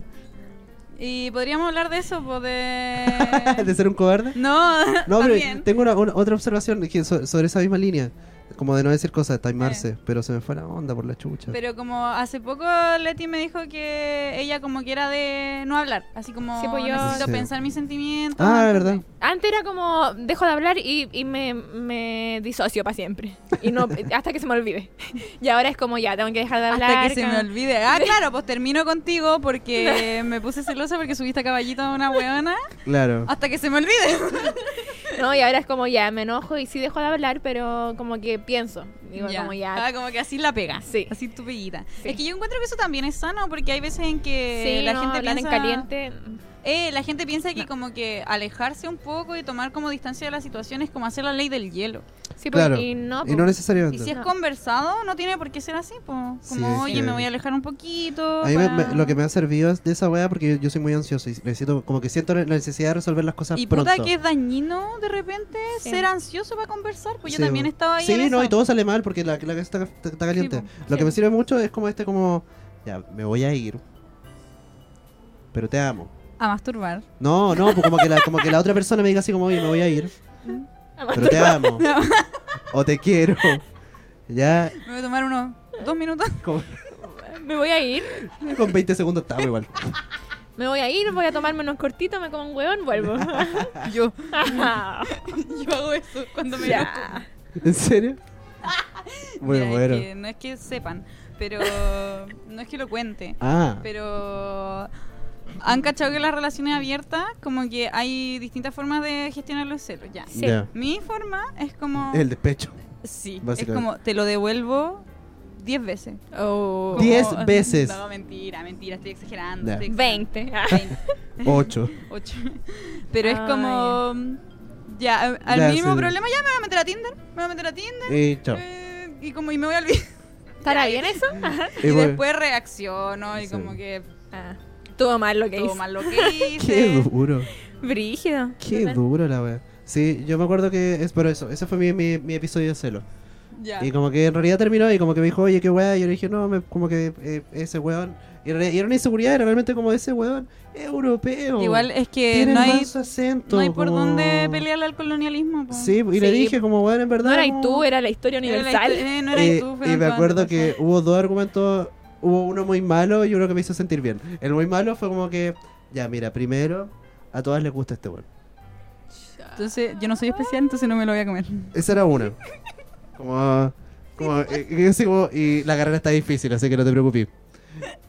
[SPEAKER 3] Y podríamos hablar de eso, pues
[SPEAKER 1] ¿De ser un cobarde?
[SPEAKER 3] No,
[SPEAKER 1] No, pero
[SPEAKER 3] también.
[SPEAKER 1] tengo una, una- otra observación que so- sobre esa misma línea. Como de no decir cosas, timarse.
[SPEAKER 2] Eh.
[SPEAKER 1] Pero se me fue la onda por la chucha.
[SPEAKER 3] Pero como hace poco Leti me dijo que ella como que era de no hablar, así como
[SPEAKER 2] Sí, pues yo-
[SPEAKER 3] necesito
[SPEAKER 1] Sí.
[SPEAKER 3] pensar mis sentimientos.
[SPEAKER 1] ah,
[SPEAKER 3] antes
[SPEAKER 1] verdad.
[SPEAKER 3] de-
[SPEAKER 2] Antes era como, dejo de hablar y, y me, me disocio para siempre. Y no, hasta que se me olvide. Y ahora es como, ya, tengo que dejar de hablar.
[SPEAKER 3] Hasta que se
[SPEAKER 2] con-
[SPEAKER 3] me olvide. Ah, claro, pues termino contigo porque me puse celosa porque subiste a caballito a una weona.
[SPEAKER 1] Claro.
[SPEAKER 3] Hasta que se me olvide.
[SPEAKER 2] No, y ahora es como, ya, me enojo y sí dejo de hablar, pero como que pienso. Digo, como
[SPEAKER 3] Ah,
[SPEAKER 2] ya.
[SPEAKER 3] como que así la pegas.
[SPEAKER 2] Sí.
[SPEAKER 3] Así tu peguita.
[SPEAKER 2] Sí.
[SPEAKER 3] Es que yo encuentro que eso también es sano porque hay veces en que
[SPEAKER 2] sí,
[SPEAKER 3] la
[SPEAKER 2] no,
[SPEAKER 3] gente
[SPEAKER 2] hablar
[SPEAKER 3] piensa
[SPEAKER 2] en caliente.
[SPEAKER 3] Eh, la gente piensa que como que alejarse un poco y tomar como distancia de la situación es como hacer la ley del hielo.
[SPEAKER 2] Sí, pues,
[SPEAKER 1] claro.
[SPEAKER 2] y no.
[SPEAKER 1] y no
[SPEAKER 2] pues,
[SPEAKER 3] Y
[SPEAKER 1] necesariamente.
[SPEAKER 3] si es
[SPEAKER 2] No.
[SPEAKER 3] conversado, no tiene por qué ser así, po. Como,
[SPEAKER 1] Sí, es
[SPEAKER 3] oye,
[SPEAKER 1] que-
[SPEAKER 3] me voy a alejar un poquito.
[SPEAKER 1] A mí me- me-
[SPEAKER 3] para-
[SPEAKER 1] lo que me ha servido es de esa wea porque yo, yo soy muy ansioso y necesito, como que siento la necesidad de resolver las cosas
[SPEAKER 3] Y
[SPEAKER 1] pronto.
[SPEAKER 3] puta que es dañino de repente
[SPEAKER 2] Sí.
[SPEAKER 3] ser ansioso para conversar, pues
[SPEAKER 1] Sí,
[SPEAKER 3] yo también
[SPEAKER 1] bo.
[SPEAKER 3] estaba ahí.
[SPEAKER 1] Sí,
[SPEAKER 3] en
[SPEAKER 1] no,
[SPEAKER 3] eso.
[SPEAKER 1] y todo sale mal porque la, la cabeza está, está- está caliente.
[SPEAKER 3] bo.
[SPEAKER 1] lo que me sirve mucho es como este, como, ya, me voy a ir. Pero te amo.
[SPEAKER 3] A masturbar.
[SPEAKER 1] No, no, pues como que, la, como que la otra persona me diga así como, oye, me voy a ir. Pero te amo. O te quiero. Ya,
[SPEAKER 3] Me voy a tomar unos dos minutos.
[SPEAKER 1] con,
[SPEAKER 2] Me voy a ir,
[SPEAKER 1] con 20 segundos estaba igual.
[SPEAKER 2] me voy a ir, voy a tomarme unos cortitos, me como un hueón, vuelvo.
[SPEAKER 1] Ah.
[SPEAKER 3] yo, yo hago eso cuando me enojo.
[SPEAKER 2] ya.
[SPEAKER 1] ¿En serio? Muy
[SPEAKER 3] Mira, es
[SPEAKER 1] bueno.
[SPEAKER 3] que no es que sepan, pero no es que lo cuente.
[SPEAKER 1] Ah,
[SPEAKER 3] Pero han cachado que las relaciones abiertas, como que hay distintas formas de gestionar los celos, ya.
[SPEAKER 2] Sí.
[SPEAKER 1] ya.
[SPEAKER 3] Mi forma es como...
[SPEAKER 1] El despecho.
[SPEAKER 3] sí, es
[SPEAKER 1] básicamente.
[SPEAKER 3] como te lo devuelvo 10 veces.
[SPEAKER 2] Oh.
[SPEAKER 3] Como-
[SPEAKER 1] Diez veces.
[SPEAKER 3] No, mentira, mentira, estoy exagerando.
[SPEAKER 1] Ya.
[SPEAKER 3] estoy exagerando.
[SPEAKER 2] 20.
[SPEAKER 1] 8.
[SPEAKER 3] Ocho. Pero es
[SPEAKER 2] Ah,
[SPEAKER 3] como... Ya, al- al
[SPEAKER 1] Ya,
[SPEAKER 3] mismo
[SPEAKER 1] sí.
[SPEAKER 3] problema ya me voy a meter a Tinder, me voy a meter a Tinder.
[SPEAKER 1] Y chao.
[SPEAKER 3] eh, y como y me voy a olvidar.
[SPEAKER 2] ¿Estará bien eso? Ajá.
[SPEAKER 1] Y
[SPEAKER 3] Y,
[SPEAKER 1] bueno,
[SPEAKER 3] después reacciono y
[SPEAKER 1] Sí.
[SPEAKER 3] como que
[SPEAKER 2] Ah, Tuvo mal lo que
[SPEAKER 3] todo
[SPEAKER 2] hizo.
[SPEAKER 3] mal lo que hice.
[SPEAKER 1] Qué duro.
[SPEAKER 2] Brígido.
[SPEAKER 1] Qué duro la wea. Sí, yo me acuerdo que es por eso. Ese fue mi, mi, mi episodio de celo.
[SPEAKER 3] Ya.
[SPEAKER 1] Y como que en realidad terminó y como que me dijo, oye, qué wea. Y yo le dije, no, me- como que eh, ese weón. Y, en realidad- y era una inseguridad, era realmente como ese weón europeo.
[SPEAKER 3] Igual es que
[SPEAKER 1] Tiene
[SPEAKER 3] no hay,
[SPEAKER 1] más acento.
[SPEAKER 3] no hay por
[SPEAKER 1] como-
[SPEAKER 3] dónde pelearle al colonialismo. po.
[SPEAKER 1] Sí, y le
[SPEAKER 2] Sí.
[SPEAKER 1] dije, como weón, en verdad.
[SPEAKER 2] No eras
[SPEAKER 1] como-
[SPEAKER 2] tú, era la historia
[SPEAKER 3] Era la
[SPEAKER 2] universal.
[SPEAKER 3] histo- eh, no
[SPEAKER 1] Y,
[SPEAKER 3] eras tú,
[SPEAKER 1] y
[SPEAKER 3] fueron
[SPEAKER 1] me
[SPEAKER 3] tus
[SPEAKER 1] acuerdo que
[SPEAKER 3] antepasados.
[SPEAKER 1] hubo dos argumentos, hubo uno muy malo y uno que me hizo sentir bien. El muy malo fue como que, ya mira, primero, a todas les gusta este weón.
[SPEAKER 3] Entonces, yo no soy especial, entonces no me lo voy a comer.
[SPEAKER 1] Esa era una. Como, como, eh, y así como, y la carrera está difícil, así que no te preocupes.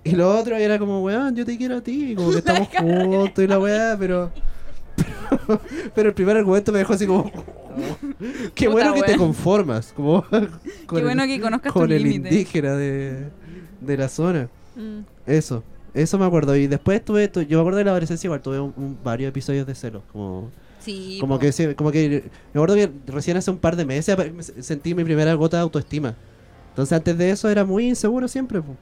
[SPEAKER 1] Y lo otro era como, weón, yo te quiero a ti, como que estamos juntos y la weá, pero, pero... el primer argumento me dejó así como... Qué
[SPEAKER 2] Puta
[SPEAKER 1] bueno que te
[SPEAKER 2] weón.
[SPEAKER 1] conformas, como... con
[SPEAKER 3] Qué
[SPEAKER 1] el-
[SPEAKER 3] bueno que conozcas tus
[SPEAKER 1] con el
[SPEAKER 3] límites.
[SPEAKER 1] indígena de, de la zona.
[SPEAKER 2] Mm.
[SPEAKER 1] Eso, eso me acuerdo. Y después tuve, tu- yo me acuerdo de la adolescencia igual, tuve un- un- varios episodios de celos. Como,
[SPEAKER 3] Sí.
[SPEAKER 1] como,
[SPEAKER 3] po.
[SPEAKER 1] que, se- como que, me acuerdo que recién hace un par de meses apa- me se- sentí mi primera gota de autoestima. Entonces antes de eso era muy inseguro siempre. po.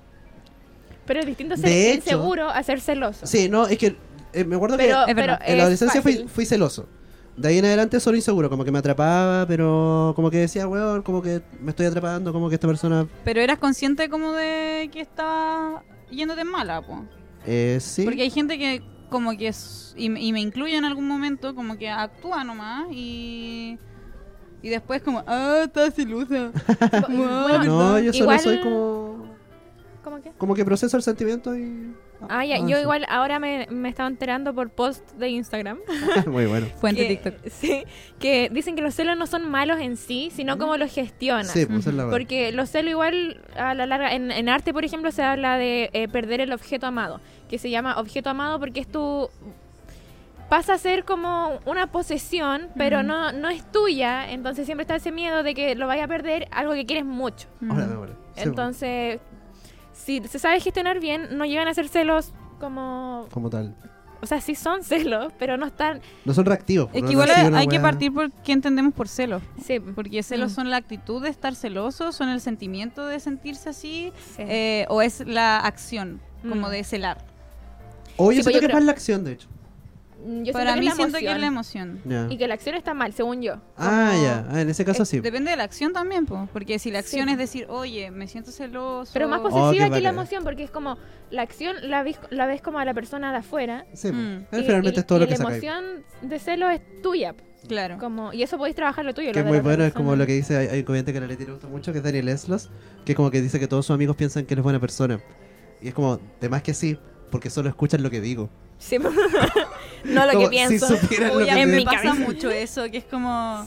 [SPEAKER 2] Pero es distinto
[SPEAKER 1] De
[SPEAKER 2] ser
[SPEAKER 1] hecho-
[SPEAKER 2] inseguro a ser celoso.
[SPEAKER 1] Sí, no, es que eh, me acuerdo
[SPEAKER 2] pero,
[SPEAKER 1] que
[SPEAKER 3] Es
[SPEAKER 2] pero
[SPEAKER 3] verdad.
[SPEAKER 1] en la adolescencia fui,
[SPEAKER 2] fácil.
[SPEAKER 1] fui celoso. De ahí en adelante solo inseguro, como que me atrapaba, pero como que decía, weón, como que me estoy atrapando, como que esta persona...
[SPEAKER 3] Pero eras consciente como de que estaba yéndote en mala, po.
[SPEAKER 1] Eh, sí.
[SPEAKER 3] Porque hay gente que como que es, y, me- y me incluyo en algún momento, como que actúa nomás y y después como, ah, estás celosa. "Ah,
[SPEAKER 2] Bueno,
[SPEAKER 1] No, yo solo
[SPEAKER 2] Igual-
[SPEAKER 1] soy como...
[SPEAKER 2] ¿Cómo que?
[SPEAKER 1] Como que proceso el sentimiento y...
[SPEAKER 2] Ah, ya, yo
[SPEAKER 1] avanzo.
[SPEAKER 2] igual ahora me, me estaba enterando por post de Instagram.
[SPEAKER 1] Muy bueno.
[SPEAKER 3] Fuente
[SPEAKER 2] que-
[SPEAKER 3] TikTok.
[SPEAKER 2] Sí, que dicen que los celos no son malos en sí, sino cómo los gestionas.
[SPEAKER 1] Sí, pues es la verdad.
[SPEAKER 2] Porque los celos igual a la larga, en, en arte por ejemplo se habla de eh, perder el objeto amado, que se llama objeto amado porque es tu... pasa a ser como una posesión, pero
[SPEAKER 3] Ujú.
[SPEAKER 2] no, no es tuya, entonces siempre está ese miedo de que lo vayas a perder, algo que quieres mucho.
[SPEAKER 1] Ahora, ahora. Sí, pues,
[SPEAKER 2] Entonces, si se sabe gestionar bien, no llegan a ser celos como
[SPEAKER 1] pues, Como tal.
[SPEAKER 2] O sea, sí son celos, pero no están.
[SPEAKER 1] No son reactivos. pues,
[SPEAKER 3] Es
[SPEAKER 1] no
[SPEAKER 3] que igual hay,
[SPEAKER 1] reactivan una
[SPEAKER 3] que
[SPEAKER 1] weá.
[SPEAKER 3] partir por qué entendemos por celos.
[SPEAKER 2] Sí,
[SPEAKER 3] Porque celos
[SPEAKER 2] Mm.
[SPEAKER 3] son la actitud de estar celoso, son el sentimiento de sentirse así,
[SPEAKER 2] sí.
[SPEAKER 3] eh, o es la acción, como
[SPEAKER 2] Mm.
[SPEAKER 3] de celar.
[SPEAKER 1] Oye,
[SPEAKER 2] Sí, pues
[SPEAKER 1] siento
[SPEAKER 2] yo
[SPEAKER 1] que es
[SPEAKER 2] creo-
[SPEAKER 1] más la acción, de hecho.
[SPEAKER 2] Yo
[SPEAKER 3] Para mí siento que es
[SPEAKER 2] emoción.
[SPEAKER 3] la emoción.
[SPEAKER 1] Ya.
[SPEAKER 2] Y que la acción está mal, según yo.
[SPEAKER 1] Ah,
[SPEAKER 3] como-
[SPEAKER 1] ya. Ah, en ese caso
[SPEAKER 3] Eh,
[SPEAKER 1] sí.
[SPEAKER 3] Depende de la acción también, po, porque si la acción
[SPEAKER 2] Sí.
[SPEAKER 3] es decir, oye, me siento celoso.
[SPEAKER 2] Pero más
[SPEAKER 1] Oh, qué
[SPEAKER 2] posesiva que la
[SPEAKER 1] bacán.
[SPEAKER 2] emoción, porque es como la acción la ves, la ves como a la persona de afuera.
[SPEAKER 1] Sí,
[SPEAKER 3] Mm.
[SPEAKER 1] pues.
[SPEAKER 2] y-
[SPEAKER 1] Finalmente
[SPEAKER 2] y-
[SPEAKER 1] es todo
[SPEAKER 2] y
[SPEAKER 1] lo que
[SPEAKER 2] La
[SPEAKER 1] saca. ahí.
[SPEAKER 2] emoción de celo es tuya.
[SPEAKER 3] Claro.
[SPEAKER 2] como Y eso podéis trabajar lo tuyo.
[SPEAKER 1] Que
[SPEAKER 2] lo
[SPEAKER 1] es
[SPEAKER 2] de
[SPEAKER 1] muy
[SPEAKER 2] la
[SPEAKER 1] bueno, es
[SPEAKER 2] persona.
[SPEAKER 1] como lo que dice, hay, hay un comediante que a la Leti le gusta mucho, que es Daniel Eslos, que como que dice que todos sus amigos piensan que él es buena persona. Y es como, de más que sí, porque solo escuchan lo que digo.
[SPEAKER 2] Sí. no lo
[SPEAKER 1] Como,
[SPEAKER 2] que pienso.
[SPEAKER 1] Si supieran lo
[SPEAKER 3] Oye,
[SPEAKER 1] que
[SPEAKER 3] a mí
[SPEAKER 2] En
[SPEAKER 1] digo.
[SPEAKER 3] me
[SPEAKER 2] mi
[SPEAKER 3] pasa
[SPEAKER 2] cabeza.
[SPEAKER 3] mucho eso, que es como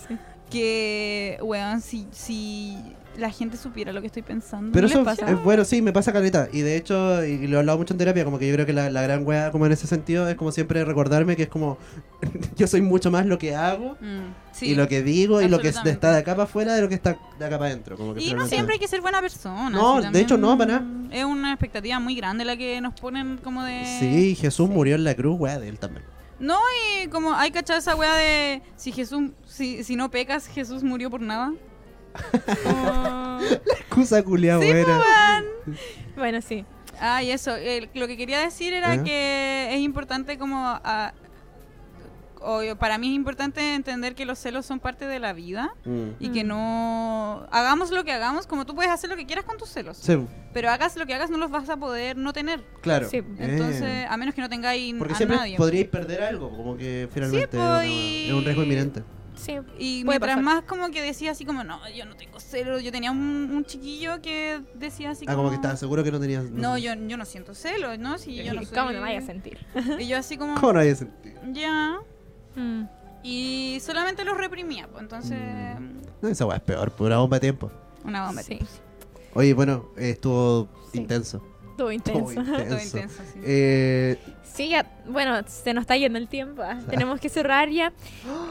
[SPEAKER 3] que, weón, si, si la gente supiera lo que estoy pensando,
[SPEAKER 1] Pero
[SPEAKER 3] ¿no les
[SPEAKER 1] eso
[SPEAKER 3] pasa?
[SPEAKER 1] es bueno, sí, me pasa caleta. Y de hecho, y lo he hablado mucho en terapia, como que yo creo que la, la gran wea, como en ese sentido, es como siempre recordarme que es como, yo soy mucho más lo que hago
[SPEAKER 3] Mm, sí.
[SPEAKER 1] y lo que digo y lo que
[SPEAKER 3] absolutamente.
[SPEAKER 1] está de acá para afuera de lo que está de acá para adentro. Como que
[SPEAKER 3] Y no
[SPEAKER 1] finalmente-
[SPEAKER 3] siempre hay que ser buena persona.
[SPEAKER 1] No,
[SPEAKER 3] si
[SPEAKER 1] de
[SPEAKER 3] también
[SPEAKER 1] hecho no, para
[SPEAKER 3] Es una expectativa muy grande la que nos ponen como de...
[SPEAKER 1] Sí, Jesús murió en la cruz, wea, de él también.
[SPEAKER 3] No, y como hay cachado esa weá de si Jesús, si, si no pecas, Jesús murió por nada. Como-
[SPEAKER 1] Excusa culia
[SPEAKER 3] Sí, pues,
[SPEAKER 1] buena.
[SPEAKER 2] Bueno, sí.
[SPEAKER 3] Ah, y eso, eh, lo que quería decir era
[SPEAKER 1] ¿Eh?
[SPEAKER 3] que es importante como... ah, obvio, para mí es importante entender que los celos son parte de la vida
[SPEAKER 1] Mm.
[SPEAKER 3] y que
[SPEAKER 2] Mm.
[SPEAKER 3] no... Hagamos lo que hagamos, como tú puedes hacer lo que quieras con tus celos,
[SPEAKER 1] Sí,
[SPEAKER 3] pero hagas lo que hagas no los vas a poder no tener.
[SPEAKER 1] claro.
[SPEAKER 2] Sí,
[SPEAKER 1] Eh,
[SPEAKER 3] Entonces, a menos que no tengáis
[SPEAKER 1] porque
[SPEAKER 3] a
[SPEAKER 1] siempre
[SPEAKER 3] nadie.
[SPEAKER 1] podríais perder algo, como que finalmente
[SPEAKER 3] po,
[SPEAKER 1] es, una-
[SPEAKER 3] y-
[SPEAKER 1] es un riesgo inminente.
[SPEAKER 2] Sí.
[SPEAKER 3] Y
[SPEAKER 2] Puede
[SPEAKER 3] mientras
[SPEAKER 2] pasar.
[SPEAKER 3] más como que decía así como, no, yo no tengo celos. Yo tenía un, un chiquillo que decía así
[SPEAKER 1] Ah, como que estás seguro que no tenías.
[SPEAKER 3] No, yo, yo no siento celos, ¿no? Si yo no soy...
[SPEAKER 2] ¿Cómo no vaya a sentir?
[SPEAKER 3] Y yo así como,
[SPEAKER 1] ¿Cómo no hay sentido?
[SPEAKER 3] ya.
[SPEAKER 2] Mm.
[SPEAKER 3] Y solamente los reprimía, pues entonces...
[SPEAKER 1] Mm. No, esa weá es peor, pura bomba de tiempo.
[SPEAKER 3] Una bomba.
[SPEAKER 2] Sí.
[SPEAKER 1] Oye, bueno, eh, estuvo
[SPEAKER 2] Sí.
[SPEAKER 1] intenso. Estuvo
[SPEAKER 2] Todo intenso.
[SPEAKER 1] intenso.
[SPEAKER 3] Todo intenso, sí.
[SPEAKER 1] Eh,
[SPEAKER 2] Sí, ya. Bueno, se nos está yendo el tiempo. ah. Tenemos que cerrar ya.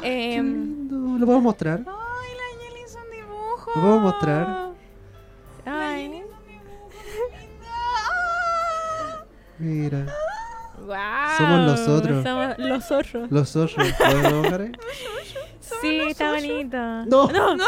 [SPEAKER 1] qué
[SPEAKER 2] Em,
[SPEAKER 1] lindo. ¿Lo podemos mostrar?
[SPEAKER 3] Ay, la Angeli hizo un dibujo.
[SPEAKER 1] ¿Lo puedo mostrar?
[SPEAKER 2] ay.
[SPEAKER 1] Mira,
[SPEAKER 2] Wow.
[SPEAKER 1] Somos los otros.
[SPEAKER 2] Somos los otros.
[SPEAKER 1] los osos. ¿Lo podemos bajar?
[SPEAKER 2] Sí, está bonito.
[SPEAKER 1] No, no,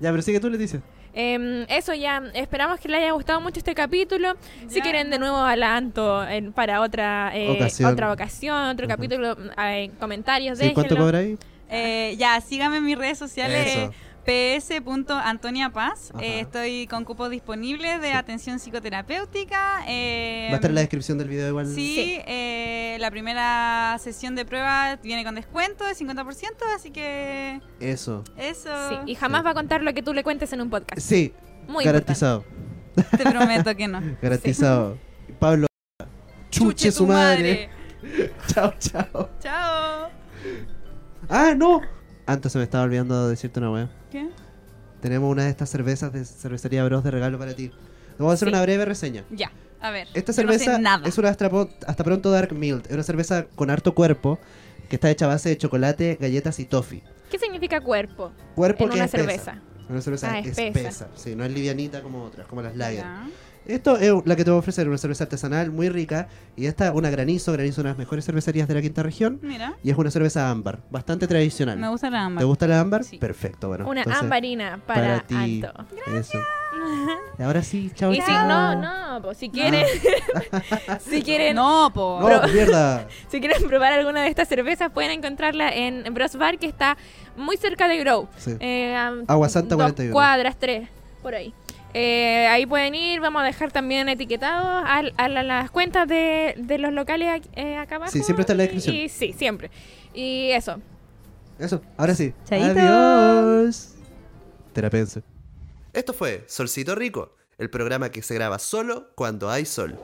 [SPEAKER 1] Ya, pero sigue tú, Leticia.
[SPEAKER 2] Em, eso ya, esperamos que les haya gustado mucho este capítulo. Si
[SPEAKER 3] Ya.
[SPEAKER 2] quieren de nuevo a la Anto en- para otra eh,
[SPEAKER 1] Ocasión.
[SPEAKER 2] otra ocasión, otro
[SPEAKER 1] Ajá.
[SPEAKER 2] capítulo, mm, eh, comentarios,
[SPEAKER 1] Sí, ¿Cuánto
[SPEAKER 2] déjenlo.
[SPEAKER 1] cobra ahí?
[SPEAKER 3] Eh, ya, síganme en mis redes sociales.
[SPEAKER 1] Eso.
[SPEAKER 3] ps.antoniapaz.
[SPEAKER 1] Ajá.
[SPEAKER 3] Eh, estoy con cupos disponibles de atención psicoterapéutica. eh,
[SPEAKER 1] Va a estar en la descripción del video igual.
[SPEAKER 3] Sí, eh, la primera sesión de prueba viene con descuento de 50%, así que
[SPEAKER 1] Eso.
[SPEAKER 3] eso
[SPEAKER 2] Sí, y jamás
[SPEAKER 1] Sí.
[SPEAKER 2] va a contar lo que tú le cuentes en un podcast.
[SPEAKER 1] Sí,
[SPEAKER 2] Muy importante.
[SPEAKER 1] garantizado.
[SPEAKER 3] te prometo que no.
[SPEAKER 1] Garantizado. Pablo, chuche su madre. Chao, chao.
[SPEAKER 3] Chao.
[SPEAKER 1] Ah, no. Antes se me estaba olvidando de decirte una wea.
[SPEAKER 3] ¿Qué?
[SPEAKER 1] Tenemos una de estas cervezas de cervecería Bros de regalo para ti. Vamos a hacer
[SPEAKER 2] Sí.
[SPEAKER 1] una breve reseña.
[SPEAKER 3] Ya, a ver.
[SPEAKER 1] Esta
[SPEAKER 3] yo no sé
[SPEAKER 1] cerveza
[SPEAKER 3] nada.
[SPEAKER 1] es una hasta, po- hasta pronto Dark Mild. Es una cerveza con harto cuerpo que está hecha a base de chocolate, galletas y toffee.
[SPEAKER 2] ¿Qué significa cuerpo
[SPEAKER 1] Cuerpo
[SPEAKER 2] en
[SPEAKER 1] que
[SPEAKER 2] una
[SPEAKER 1] es espesa.
[SPEAKER 2] cerveza?
[SPEAKER 1] Una cerveza
[SPEAKER 2] Ah,
[SPEAKER 1] espesa.
[SPEAKER 2] espesa.
[SPEAKER 1] Sí, no es livianita como otras, como las lager.
[SPEAKER 3] Ya.
[SPEAKER 1] Esto es la que te voy a ofrecer, una cerveza artesanal muy rica. Y esta, una granizo, granizo, una de las mejores cervecerías de la quinta región.
[SPEAKER 3] Mira,
[SPEAKER 1] Y es una cerveza ámbar, bastante tradicional.
[SPEAKER 3] me gusta la
[SPEAKER 1] ¿Te
[SPEAKER 3] ambas.
[SPEAKER 1] gusta la ámbar?
[SPEAKER 3] Sí.
[SPEAKER 1] Perfecto, bueno.
[SPEAKER 2] Una
[SPEAKER 1] entonces,
[SPEAKER 2] ambarina para,
[SPEAKER 1] ti.
[SPEAKER 2] Anto.
[SPEAKER 1] Eso. Y ahora sí, chao.
[SPEAKER 2] Y si
[SPEAKER 1] chao. Ah.
[SPEAKER 2] no, no, pues si quieren, si quieren,
[SPEAKER 3] No, po.
[SPEAKER 1] No, Oh, mierda.
[SPEAKER 2] si quieren probar alguna de estas cervezas, pueden encontrarla en Bros Bar que está muy cerca de Grow.
[SPEAKER 1] Sí.
[SPEAKER 2] Eh, am-
[SPEAKER 1] Agua Santa
[SPEAKER 2] dos
[SPEAKER 1] 41.
[SPEAKER 2] Cuadras, tres, por ahí. Eh, ahí pueden ir, vamos a dejar también etiquetados al- a, la- las cuentas de, de los locales aquí- eh, acá abajo.
[SPEAKER 1] Sí, siempre está en la descripción.
[SPEAKER 2] Y, y sí, siempre. Y eso.
[SPEAKER 1] Eso, ahora sí.
[SPEAKER 3] Chaito.
[SPEAKER 1] Adiós. Terapense. Esto fue Solcito Rico, el programa que se graba solo cuando hay sol.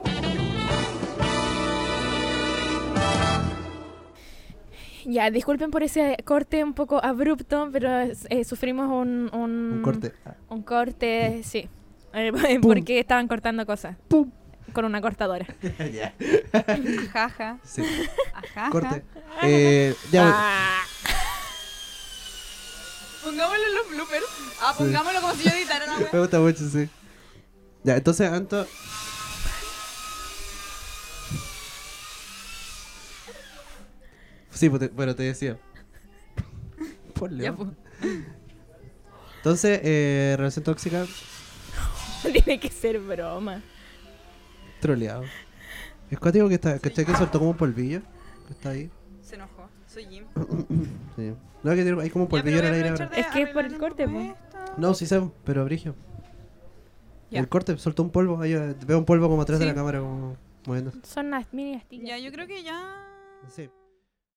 [SPEAKER 2] Ya, disculpen por ese corte un poco abrupto, pero eh, sufrimos un, un,
[SPEAKER 1] Un corte. Ah, Mm.
[SPEAKER 2] Un corte, sí. Eh, Porque estaban cortando cosas. Con una cortadora.
[SPEAKER 1] ya.
[SPEAKER 3] Jaja.
[SPEAKER 1] Sí,
[SPEAKER 3] Ajá.
[SPEAKER 1] corte. Eh, ya.
[SPEAKER 2] Ah.
[SPEAKER 3] Pongámoslo en los bloopers. Ah, pongámoslo como si yo editara la wea.
[SPEAKER 1] Me gusta mucho, sí. Ya, entonces, Anto. Sí, pues te- bueno, te decía. Por
[SPEAKER 3] Ya,
[SPEAKER 1] Leo.
[SPEAKER 3] pues.
[SPEAKER 1] Entonces, eh, relación tóxica,
[SPEAKER 2] Tiene que ser broma.
[SPEAKER 1] troleado. Es cuático que está, ¿cachai? Que soltó como un polvillo. Que está ahí.
[SPEAKER 3] Se enojó. Soy Jim.
[SPEAKER 1] Sí. No, que tiene, hay como un
[SPEAKER 3] Ya,
[SPEAKER 1] polvillo
[SPEAKER 3] pero
[SPEAKER 1] en
[SPEAKER 3] voy
[SPEAKER 1] el
[SPEAKER 3] a
[SPEAKER 1] aire
[SPEAKER 3] aprovechar
[SPEAKER 1] ahora.
[SPEAKER 3] de
[SPEAKER 2] Es que es por el
[SPEAKER 3] arreglar
[SPEAKER 2] corte,
[SPEAKER 3] un
[SPEAKER 2] po.
[SPEAKER 3] poco esto.
[SPEAKER 1] No, sí sé, pero Brigio.
[SPEAKER 3] Ya.
[SPEAKER 1] El corte, soltó un polvo. Ahí, eh, veo un polvo como atrás de
[SPEAKER 3] Sí.
[SPEAKER 1] la cámara, como moviéndose.
[SPEAKER 2] Son las mini astillas.
[SPEAKER 3] Ya, yo creo que ya.
[SPEAKER 1] Sí.